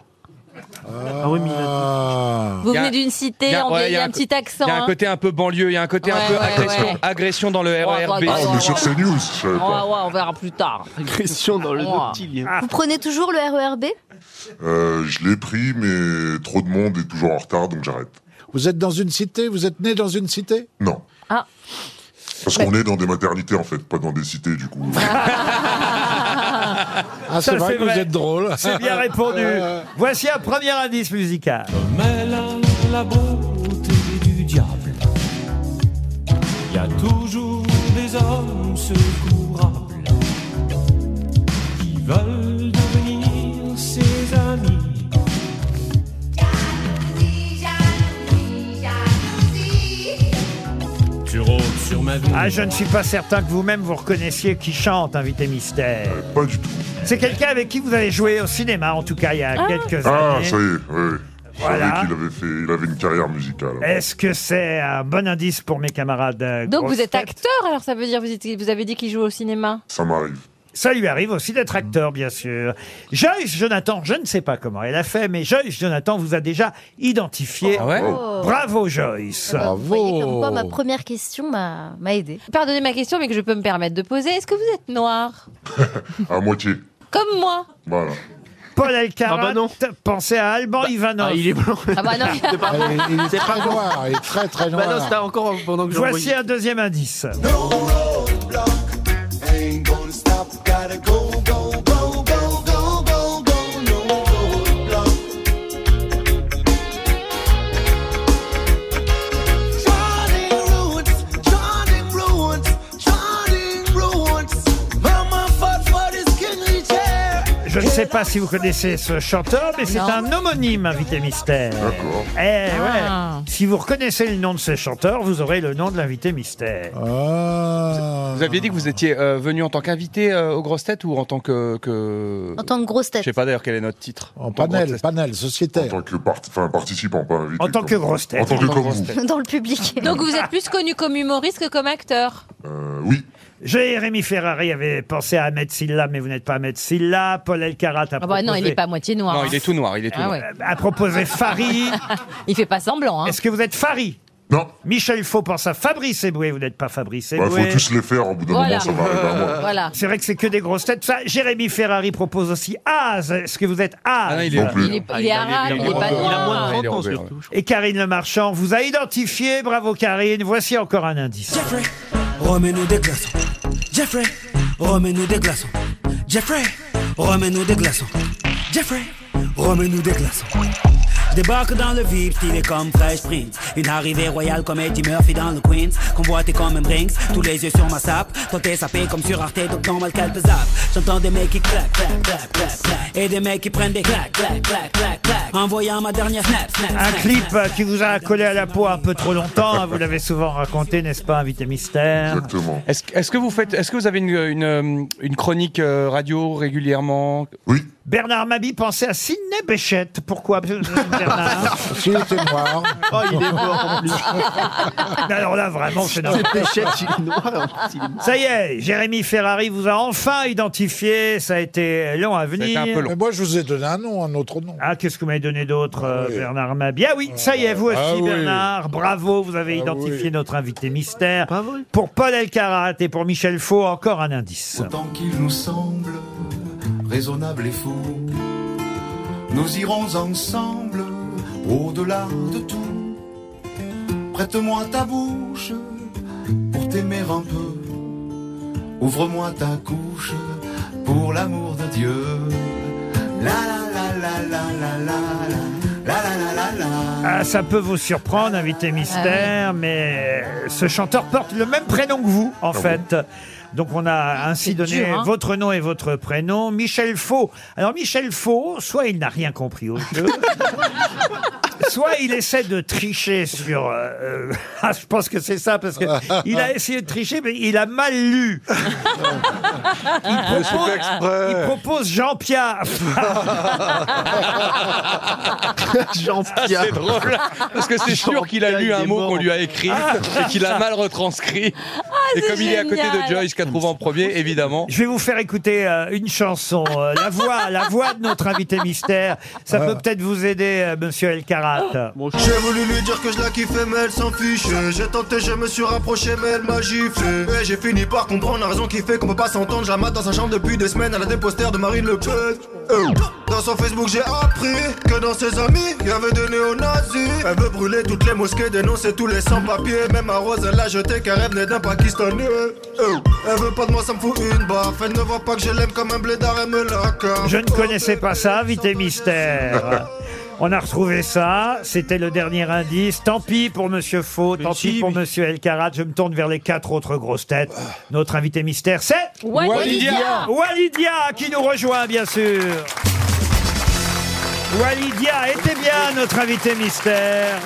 Ah oui, mais il
a...
Vous
Y a-
venez d'une
y
cité,
a-
en- il
ouais,
y
y
a
a un
un
co-
petit accent.
Il y a un
hein.
côté un peu banlieue, il y a un côté un
Ouais,
peu
ouais,
agression,
ouais.
agression dans le
bah,
RERB.
bah,
Ah, mais sur CNews, je savais
Ouais,
pas.
Oh,
Oh, ah.
ouais, on verra plus tard.
Agression dans
Oh, le Ouah.
reptilien.
Vous prenez toujours le E RERB
Euh, je l'ai pris, mais trop de monde est toujours en retard, donc j'arrête.
Vous êtes dans une cité Vous êtes né dans une cité
Non.
Ah.
Parce qu'on est dans des maternités, en fait, pas dans des cités, du coup.
Ah, c'est
Ça,
vrai que vous êtes drôle.
C'est bien répondu.
Euh.
Voici un premier indice musical.
Mais là, la beauté du diable, il y a toujours des hommes secourables qui veulent devenir ses amis. Tu rôdes sur ma vie.
Ah, je ne suis pas certain que vous-même vous reconnaissiez qui chante, invité mystère.
Euh, Pas du tout.
C'est quelqu'un avec qui vous avez joué au cinéma, en tout cas, il y a quelques
Ah,
années.
ça y est, oui. Je
Voilà.
savais qu'il avait, fait, il avait une carrière musicale.
Est-ce que c'est un bon indice pour mes camarades euh,
Donc
grosses
vous êtes
têtes
acteur, alors ça veut dire vous, étiez- vous avez dit qu'il joue au cinéma
Ça m'arrive.
Ça lui arrive aussi d'être acteur, bien sûr. Joyce Jonathan, je ne sais pas comment elle a fait, mais Joyce Jonathan vous a déjà identifié.
Ah ouais Oh. Ah bah,
Bravo Joyce.
voyez comme quoi ma
Oh.
Bravo.
première question m'a m'a aidé.
Pardonnez ma question, mais que je peux me permettre de poser. Est-ce que vous êtes noir
À moitié.
Comme moi
Voilà.
Paul Alcarat,
Ah bah
pensez à Alban Ivanov.
Ah, il est blanc.
Ah bah non.
C'est pas bon.
Il est
C'est
très
pas bon.
noir, il est très très
Bah
noir.
non, c'était encore pendant que je
Voici un deuxième indice.
ain't gonna stop. Gotta go, go, go, go, go, go, go, no roadblock. Charting routes, charting routes, charting routes. Mama fought for this kingly chair.
Je ne sais pas si vous connaissez ce chanteur, mais c'est
Non.
un homonyme, invité mystère.
D'accord.
Eh ouais.
Ah.
Si vous reconnaissez le nom de ce chanteur, vous aurez le nom de l'invité mystère. Ah.
Vous aviez dit que vous étiez euh, venu en tant qu'invité euh, aux grosses têtes ou en tant que. que...
En tant que grosse
Je
tête.
sais pas d'ailleurs quel est notre titre.
Oh,
En
tant que
panel,
grosse tête.
panel, sociétaire.
En tant que part- enfin, participant, pas invité.
En tant
comme-
que grosse tête.
En tant que
En tant que
comme
grosse
vous.
tête.
Dans le public.
Donc vous êtes plus connu comme humoriste que comme acteur.
Euh, oui.
Jérémy Ferrari avait pensé à Ahmed Silla, mais vous n'êtes pas Ahmed Silla. Paul Elkarat a
Ah bah non, il
proposé-
est pas à moitié noir.
Non,
hein.
il est tout noir, il est tout
Ah
noir.
ouais.
a proposé Farid.
il fait pas semblant. Hein.
Est-ce que vous êtes Farid
Non.
Michel Faux pense à Fabrice Eboué. Vous n'êtes pas Fabrice
Bah,
Eboué.
faut tous les faire, au bout d'un
Voilà.
moment, ça m'arrive à moi.
Euh, Voilà.
C'est vrai que c'est que des grosses têtes. Ça, Jérémy Ferrari propose aussi Az. Est-ce que vous êtes Az
Ah non, il
est- Non plus.
Il est, il est arabe, il est pas
Il a moins
noir.
de
Il est
30 ans,
Robert,
surtout.
Et Karine Le Marchand vous a identifié. Bravo Karine. Voici encore un indice.
Remets-nous des glaçons. Jeffrey, remets-nous des glaçons. Jeffrey, remets-nous des glaçons. Jeffrey, remets-nous des glaçons. Je débarque dans le VIP, stylé comme Fresh Prince. Une arrivée royale comme Eddie Murphy dans le Queens. Convoité comme un Brinks, tous les yeux sur ma sape. Toi t'es sapé comme sur Arte, donc normal qu'elle te zappe. J'entends des mecs qui claquent, claquent, claquent, claquent, claquent. Et des mecs qui prennent des claques, claques, claques, claques, claques. En voyant ma dernière snap, snap,
Un
snap,
clip euh, qui vous a collé à la peau un peu trop longtemps. hein. Vous l'avez souvent raconté, n'est-ce pas, invité mystère
Exactement.
Est-ce que- est-ce que vous faites, est-ce que vous avez une, une, euh, une chronique euh, radio régulièrement
Bernard Mabi pensait à Sidney Béchette. Pourquoi Bernard
S'il était noir.
Oh, il est mort en plus.
Mais Alors là, vraiment, c'est normal. Ça y est, Jérémy Ferrari vous a enfin identifié. Ça a été long à venir.
Mais moi, je vous ai donné un nom, un autre nom.
Ah, qu'est-ce que vous m'avez donné d'autre, euh,
oui.
Bernard Mabie Ah oui, ça y est, vous aussi,
Ah oui.
Bernard. Bravo, vous avez
Ah
identifié
oui.
notre invité mystère. Pour Paul Elkarat et pour Michel Faux, encore un indice.
Autant qu'il nous semble raisonnable et fou, nous irons ensemble au-delà de tout. Prête-moi ta bouche pour t'aimer un peu. Ouvre-moi ta couche pour l'amour de Dieu. La la la la la la la la la la la la.
Ah, ça peut vous surprendre, invité
Ah
mystère, mais ce chanteur porte le même prénom que vous, en fait. Donc on a ainsi donné
dur, hein.
votre nom et votre prénom. Michel Faux. Alors Michel Faux, soit il n'a rien compris au jeu, soit il essaie de tricher sur... euh, euh, ah, je pense que c'est ça, parce que il a essayé de tricher, mais il a mal lu. Il propose, il propose Jean-Pierre.
Jean-Pierre. Ah, C'est drôle. Parce que c'est sûr qu'il a lu un mot qu'on lui a écrit et qu'il a mal retranscrit. et
c'est
comme il est à côté
génial.
de Joyce, qu'elle trouve en premier, évidemment.
Je vais vous faire écouter euh, une chanson, euh, la voix, la voix de notre invité mystère. Ça peut peut-être vous aider, euh, Monsieur El
Oh.
pirate.
J'ai voulu lui dire que je la kiffais, mais elle s'en fiche. J'ai tenté, je me suis rapproché, mais elle m'a giflé. Et j'ai fini par comprendre la raison qui fait qu'on peut pas s'entendre. Je la mate dans sa chambre depuis des semaines, elle a des posters de Marine Le Pen. Euh. Dans son Facebook, j'ai appris que dans ses amis, il y avait des néo-nazis. Elle veut brûler toutes les mosquées, dénoncer tous les sans-papiers. Même à Rose, elle l'a jeté car elle venait d'un Pakistanais. Euh. Elle veut pas de moi, ça me fout une baffe. Elle ne voit pas que je l'aime comme un blédard, elle me la cache.
Je ne connaissais pas ça, invité mystère. On a retrouvé ça, c'était le dernier indice. Tant pis pour Monsieur Faux, tant pis pour Monsieur Elkarat. Je me tourne vers les quatre autres grosses têtes. Notre invité mystère, c'est
Walidia.
Walidia Walidia, qui nous rejoint bien sûr. Walidia était bien notre invité mystère.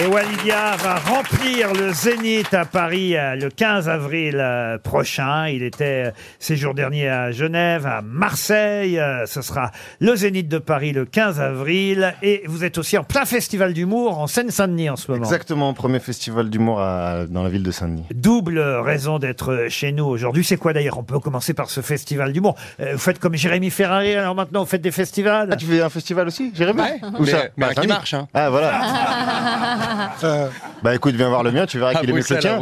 Et Walidia va remplir le Zénith à Paris euh, le 15 avril euh, prochain. Il était euh, ces jours derniers à Genève, à Marseille. Euh, Ce sera le Zénith de Paris le 15 avril. Et vous êtes aussi en plein festival d'humour en Seine-Saint-Denis en ce moment.
Exactement, premier festival d'humour à- dans la ville de Saint-Denis.
Double raison d'être chez nous aujourd'hui. C'est quoi d'ailleurs On peut commencer par ce festival d'humour. Euh, Vous faites comme Jérémy Ferrari, alors maintenant vous faites des festivals. Ah, tu
fais un festival aussi, Jérémy Où ça Bah, Saint-Denis. Saint-Denis. Ah voilà. Bah écoute, viens voir le mien, tu verras
À
qu'il est mieux que le
Bruxelles, à
tien.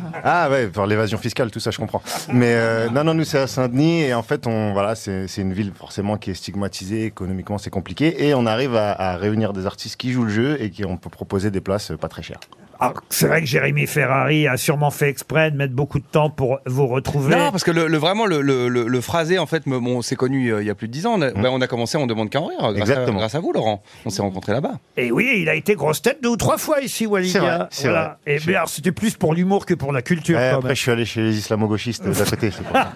Bruxelles.
Ah ouais, pour l'évasion fiscale, tout ça, je comprends. Mais euh, non, non, nous c'est à Saint-Denis et en fait, on voilà, c'est c'est une ville forcément qui est stigmatisée économiquement, c'est compliqué et on arrive à, à réunir des artistes qui jouent le jeu et qui on peut proposer des places euh, pas très chères.
Alors, Ah, c'est vrai que Jérémy Ferrari a sûrement fait exprès de mettre beaucoup de temps pour vous retrouver.
Non, parce que le, le- vraiment, le, le, le- le phrasé, en fait, me- bon, on s'est connu euh, il y a plus de 10 ans. On a, ben, on a commencé, on demande qu'à en rire. Grâce à-
Exactement.
grâce à vous, Laurent. On s'est rencontrés là-bas.
Et oui, il a été grosse tête deux ou trois fois ici, Walidia.
C'est vrai, c'est
Voilà.
vrai.
Et bien, alors, c'était plus pour l'humour que pour la culture.
Ouais,
quand
après,
même.
je suis allé chez les islamo-gauchistes euh, d'à côté. c'est pour ça.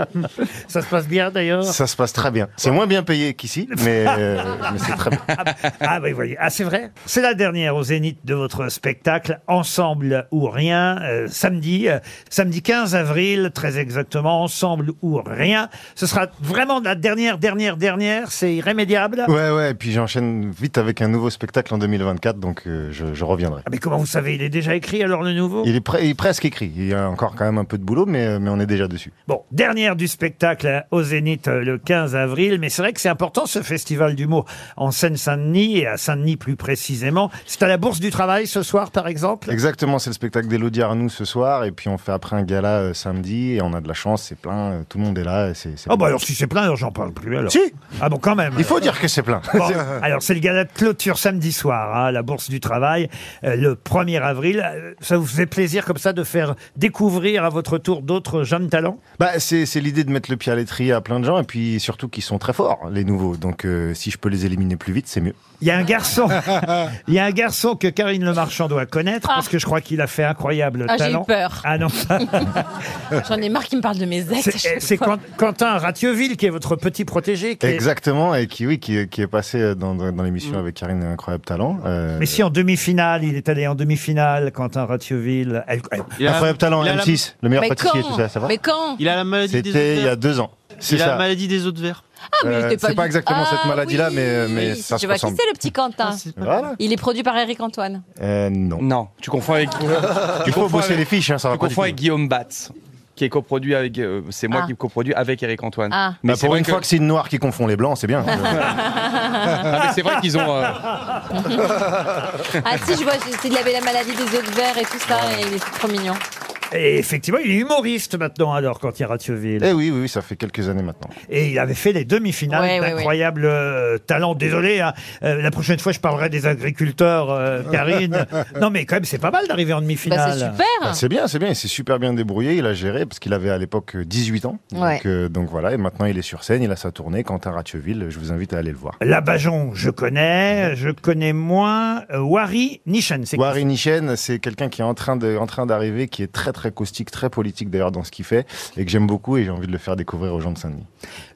Ça se passe bien d'ailleurs.
ça se passe très bien. C'est moins bien payé qu'ici, mais, euh, mais c'est très bien.
Ah oui, voyez. Ah, c'est vrai. C'est la dernière au zénith de votre spectacle Ensemble ou rien euh, samedi euh, samedi 15 avril très exactement Ensemble ou rien. Ce sera vraiment la dernière dernière dernière, c'est irrémédiable.
Ouais, ouais, et puis j'enchaîne vite avec un nouveau spectacle en 2024, donc euh, je, je reviendrai.
Ah, Mais comment vous savez, il est déjà écrit alors le nouveau
Il est, pre- il est presque écrit, il y a encore quand même un peu de boulot, mais, euh, mais on est déjà dessus.
Bon, dernière du spectacle euh, au Zénith euh, le 15 avril, mais c'est vrai que c'est important ce festival d'humour en Seine-Saint-Denis et à Saint-Denis plus précisément. C'est à la Bourse du Travail ce soir par exemple
Exactement, c'est le spectacle d'Elodie Arnoux ce soir, et puis on fait après un gala euh, samedi, et on a de la chance, c'est plein, euh, tout le monde est là. et c'est- c'est
Ah bah
bien.
alors si c'est plein, alors j'en parle plus alors.
Si.
Ah bon quand même.
Il faut dire que c'est plein.
Bon, alors c'est le gala de clôture samedi soir hein, à la Bourse du Travail euh, le 1er avril. Euh, Ça vous fait plaisir comme ça de faire découvrir à votre tour d'autres jeunes talents
Bah, c'est c'est l'idée de mettre le pied à l'étrier à plein de gens, et puis surtout qu'ils sont très forts, les nouveaux, donc euh, si je peux les éliminer plus vite, c'est mieux.
Il y a un garçon, il y a un garçon que Karine Le Marchand doit connaître parce que je crois qu'il a fait incroyable
Ah, j'ai eu
talent.
peur.
Ah non.
J'en ai marre qu'il me parle de mes ex. à
C'est eh,
chaque
c'est
fois.
Quent- Quentin Ratieville qui est votre petit protégé. qui est- Mm.
Exactement, et qui, oui, qui, qui est passé dans, dans, dans l'émission avec Karine Incroyable Talent. euh,
Mais si en demi-finale, il est allé en demi-finale, Quentin Ratieville. Elle- elle-
Incroyable Talent,
il a la-
M6, le meilleur
Mais
pâtissier,
quand
tout ça, ça va
Mais quand
Il a la maladie des
C'était il y a deux ans. C'est
Il a
ça.
la maladie des autres verts.
Ah, mais il
Euh,
était
c'est
du-
pas exactement
Ah,
cette maladie-là,
oui,
mais,
oui,
mais
si,
ça
tu
se
vois qui
ressemble.
c'est le petit
Ah,
Quentin
Voilà.
Il est produit par Eric Antoine.
Euh, non.
Non, tu confonds avec.
Il faut bosser les fiches, hein, ça va
Tu
pas du
confonds
tout.
avec Guillaume Batz, qui est coproduit avec. euh, c'est moi
Ah.
qui coproduis avec Eric Antoine.
Ah.
Bah,
c'est
pour
vrai
une fois que c'est une noire qui confond les blancs, c'est bien.
Bah,
Ah, mais c'est vrai qu'ils ont. euh,
Ah si, je vois, c'est- il avait la maladie des autres verts et tout ça, et il était trop mignon.
Et effectivement, il est humoriste maintenant, alors, Quentin Ratieville.
Eh oui, oui, oui, ça fait quelques années maintenant.
Et il avait fait les demi-finales
Ouais, ouais, ouais.
d'incroyables euh, talents. Désolé, hein, euh, la prochaine fois, je parlerai des agriculteurs, euh, Karine. non, mais quand même, c'est pas mal d'arriver en demi-finale.
Bah, c'est bien, c'est bien. Il s'est super bien débrouillé. Il a géré parce qu'il avait à l'époque 18 ans.
Ouais.
Donc, euh, donc voilà. Et maintenant, il est sur scène. Il a sa tournée. Quentin Ratieville, je vous invite à aller le voir.
La Bajon, je connais, je connais moins euh, Wari Nishan. c'est qui
Wari Nishen, c'est quelqu'un qui est en train de, en train d'arriver, qui est très très caustique, très politique d'ailleurs dans ce qu'il fait, et que j'aime beaucoup et j'ai envie de le faire découvrir aux gens de Saint-Denis.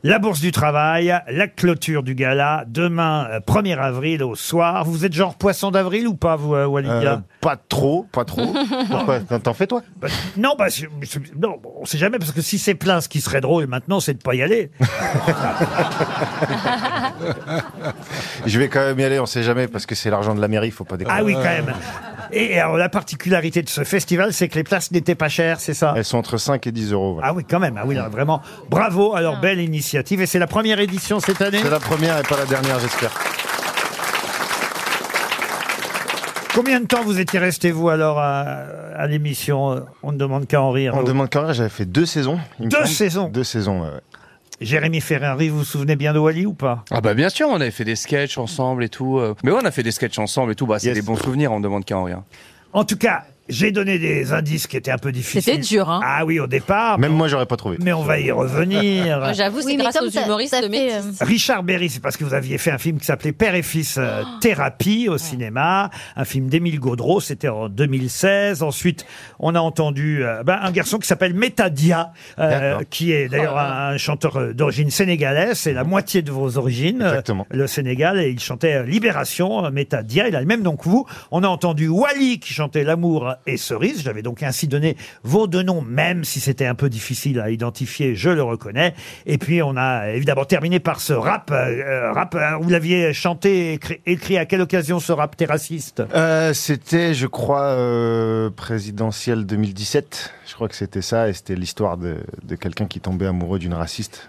La Bourse du Travail, la clôture du gala, demain, euh, 1er avril au soir. Vous êtes genre poisson d'avril ou pas, vous, euh, Walidia
Euh, Pas trop, pas trop. Pourquoi T'en- T'en fais toi
Bah, non, bah, c'est- c'est- non, on sait jamais, parce que si c'est plein, ce qui serait drôle maintenant, c'est de pas y aller.
Je vais quand même y aller. On sait jamais parce que c'est l'argent de la mairie. Faut pas déconner.
Ah oui, quand même. Et alors, la particularité de ce festival, c'est que les places n'étaient pas chères, c'est ça
Elles sont entre 5 et 10 euros. voilà.
Ah oui, quand même. Ah oui, là, vraiment. Bravo. Alors, belle initiative. Et c'est la première édition cette année
C'est la première et pas la dernière, j'espère.
Combien de temps vous étiez resté, vous, alors, à, à l'émission On ne demande qu'à en rire
On ne demande qu'à en rire, j'avais fait deux saisons. il me
Deux
semble.
saisons
Deux saisons, ouais, ouais.
Jérémy Ferrari, vous vous souvenez bien de Wally ou pas
Ah bah bien sûr, on avait fait des sketchs ensemble et tout. euh. Mais ouais, on a fait des sketchs ensemble et tout. Bah c'est des bons souvenirs, on ne demande qu'à en rien.
En tout cas, j'ai donné des indices qui étaient un peu difficiles.
C'était dur, hein
Ah oui, au départ. Même moi, j'aurais pas trouvé. Mais on va y revenir.
Moi, J'avoue, c'est
Oui, mais
grâce
comme
aux
ça-
humoristes métis.
Richard Berry, c'est parce que vous aviez fait un film qui s'appelait Père et Fils euh, Thérapie au cinéma, un film d'Émile Gaudreau, c'était en 2016. Ensuite, on a entendu euh, ben, un garçon qui s'appelle Metadia, euh, qui est
Oh.
d'ailleurs un, un chanteur euh, d'origine sénégalaise, c'est la moitié de vos origines, euh, le Sénégal, et il chantait euh, Libération, euh, Metadia, il a le même nom que vous. On a entendu Wally qui chantait L'amour et Cerise, j'avais donc ainsi donné vos deux noms, même si c'était un peu difficile à identifier, je le reconnais. Et puis on a évidemment terminé par ce rap. euh, euh, rap euh, vous l'aviez chanté, écrit, écrit à quelle occasion ce rap terraciste
Euh, c'était, je crois, euh, présidentielle 2017. Je crois que c'était ça, et c'était l'histoire de, de quelqu'un qui tombait amoureux d'une raciste.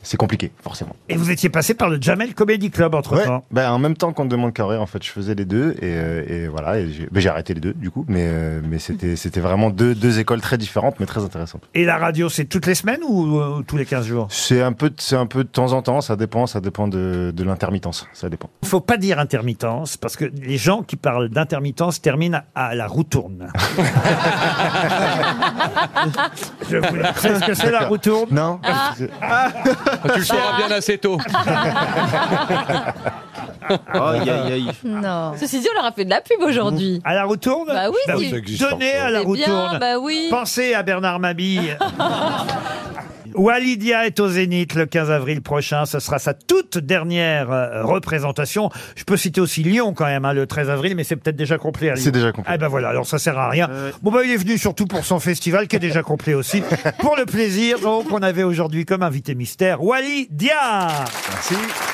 C'est compliqué, forcément.
Et vous étiez passé par le Jamel Comedy Club entre temps.
Ouais, bah, en même temps qu'on te demande carrière, en fait, je faisais les deux, et, euh, et voilà, et j'ai bah, j'ai arrêté les deux, du coup, mais, euh, mais c'était c'était vraiment deux, deux écoles très différentes, mais très intéressantes.
Et la radio, c'est toutes les semaines ou euh, tous les 15 jours
C'est un peu, de- c'est un peu de temps en temps. Ça dépend, ça dépend de, de l'intermittence. Ça dépend.
Il faut pas dire intermittence, parce que les gens qui parlent d'intermittence terminent à la roue tourne. Je voulais- Vous savez ce que c'est, la roue tourne
Non.
Ah.
Ah,
tu le sauras bien assez tôt.
Aïe, aïe, aïe.
euh,
Non. Ceci dit, on leur a fait de la pub aujourd'hui.
À la retourne
Bah oui,
Bah
si.
oui, ça existe Donnez encore. à la
C'est bien,
retourne.
Bah oui.
Pensez à Bernard Mabille. Walidia est au Zénith le 15 avril prochain. Ce sera sa toute dernière euh, représentation. Je peux citer aussi Lyon quand même, hein, le 13 avril, mais c'est peut-être déjà complet. à Lyon.
C'est déjà complet.
Eh ben voilà, alors ça sert à rien. Bon ben il est venu surtout pour son festival qui est déjà complet aussi. pour le plaisir donc, qu'on avait aujourd'hui comme invité mystère, Walidia. Merci.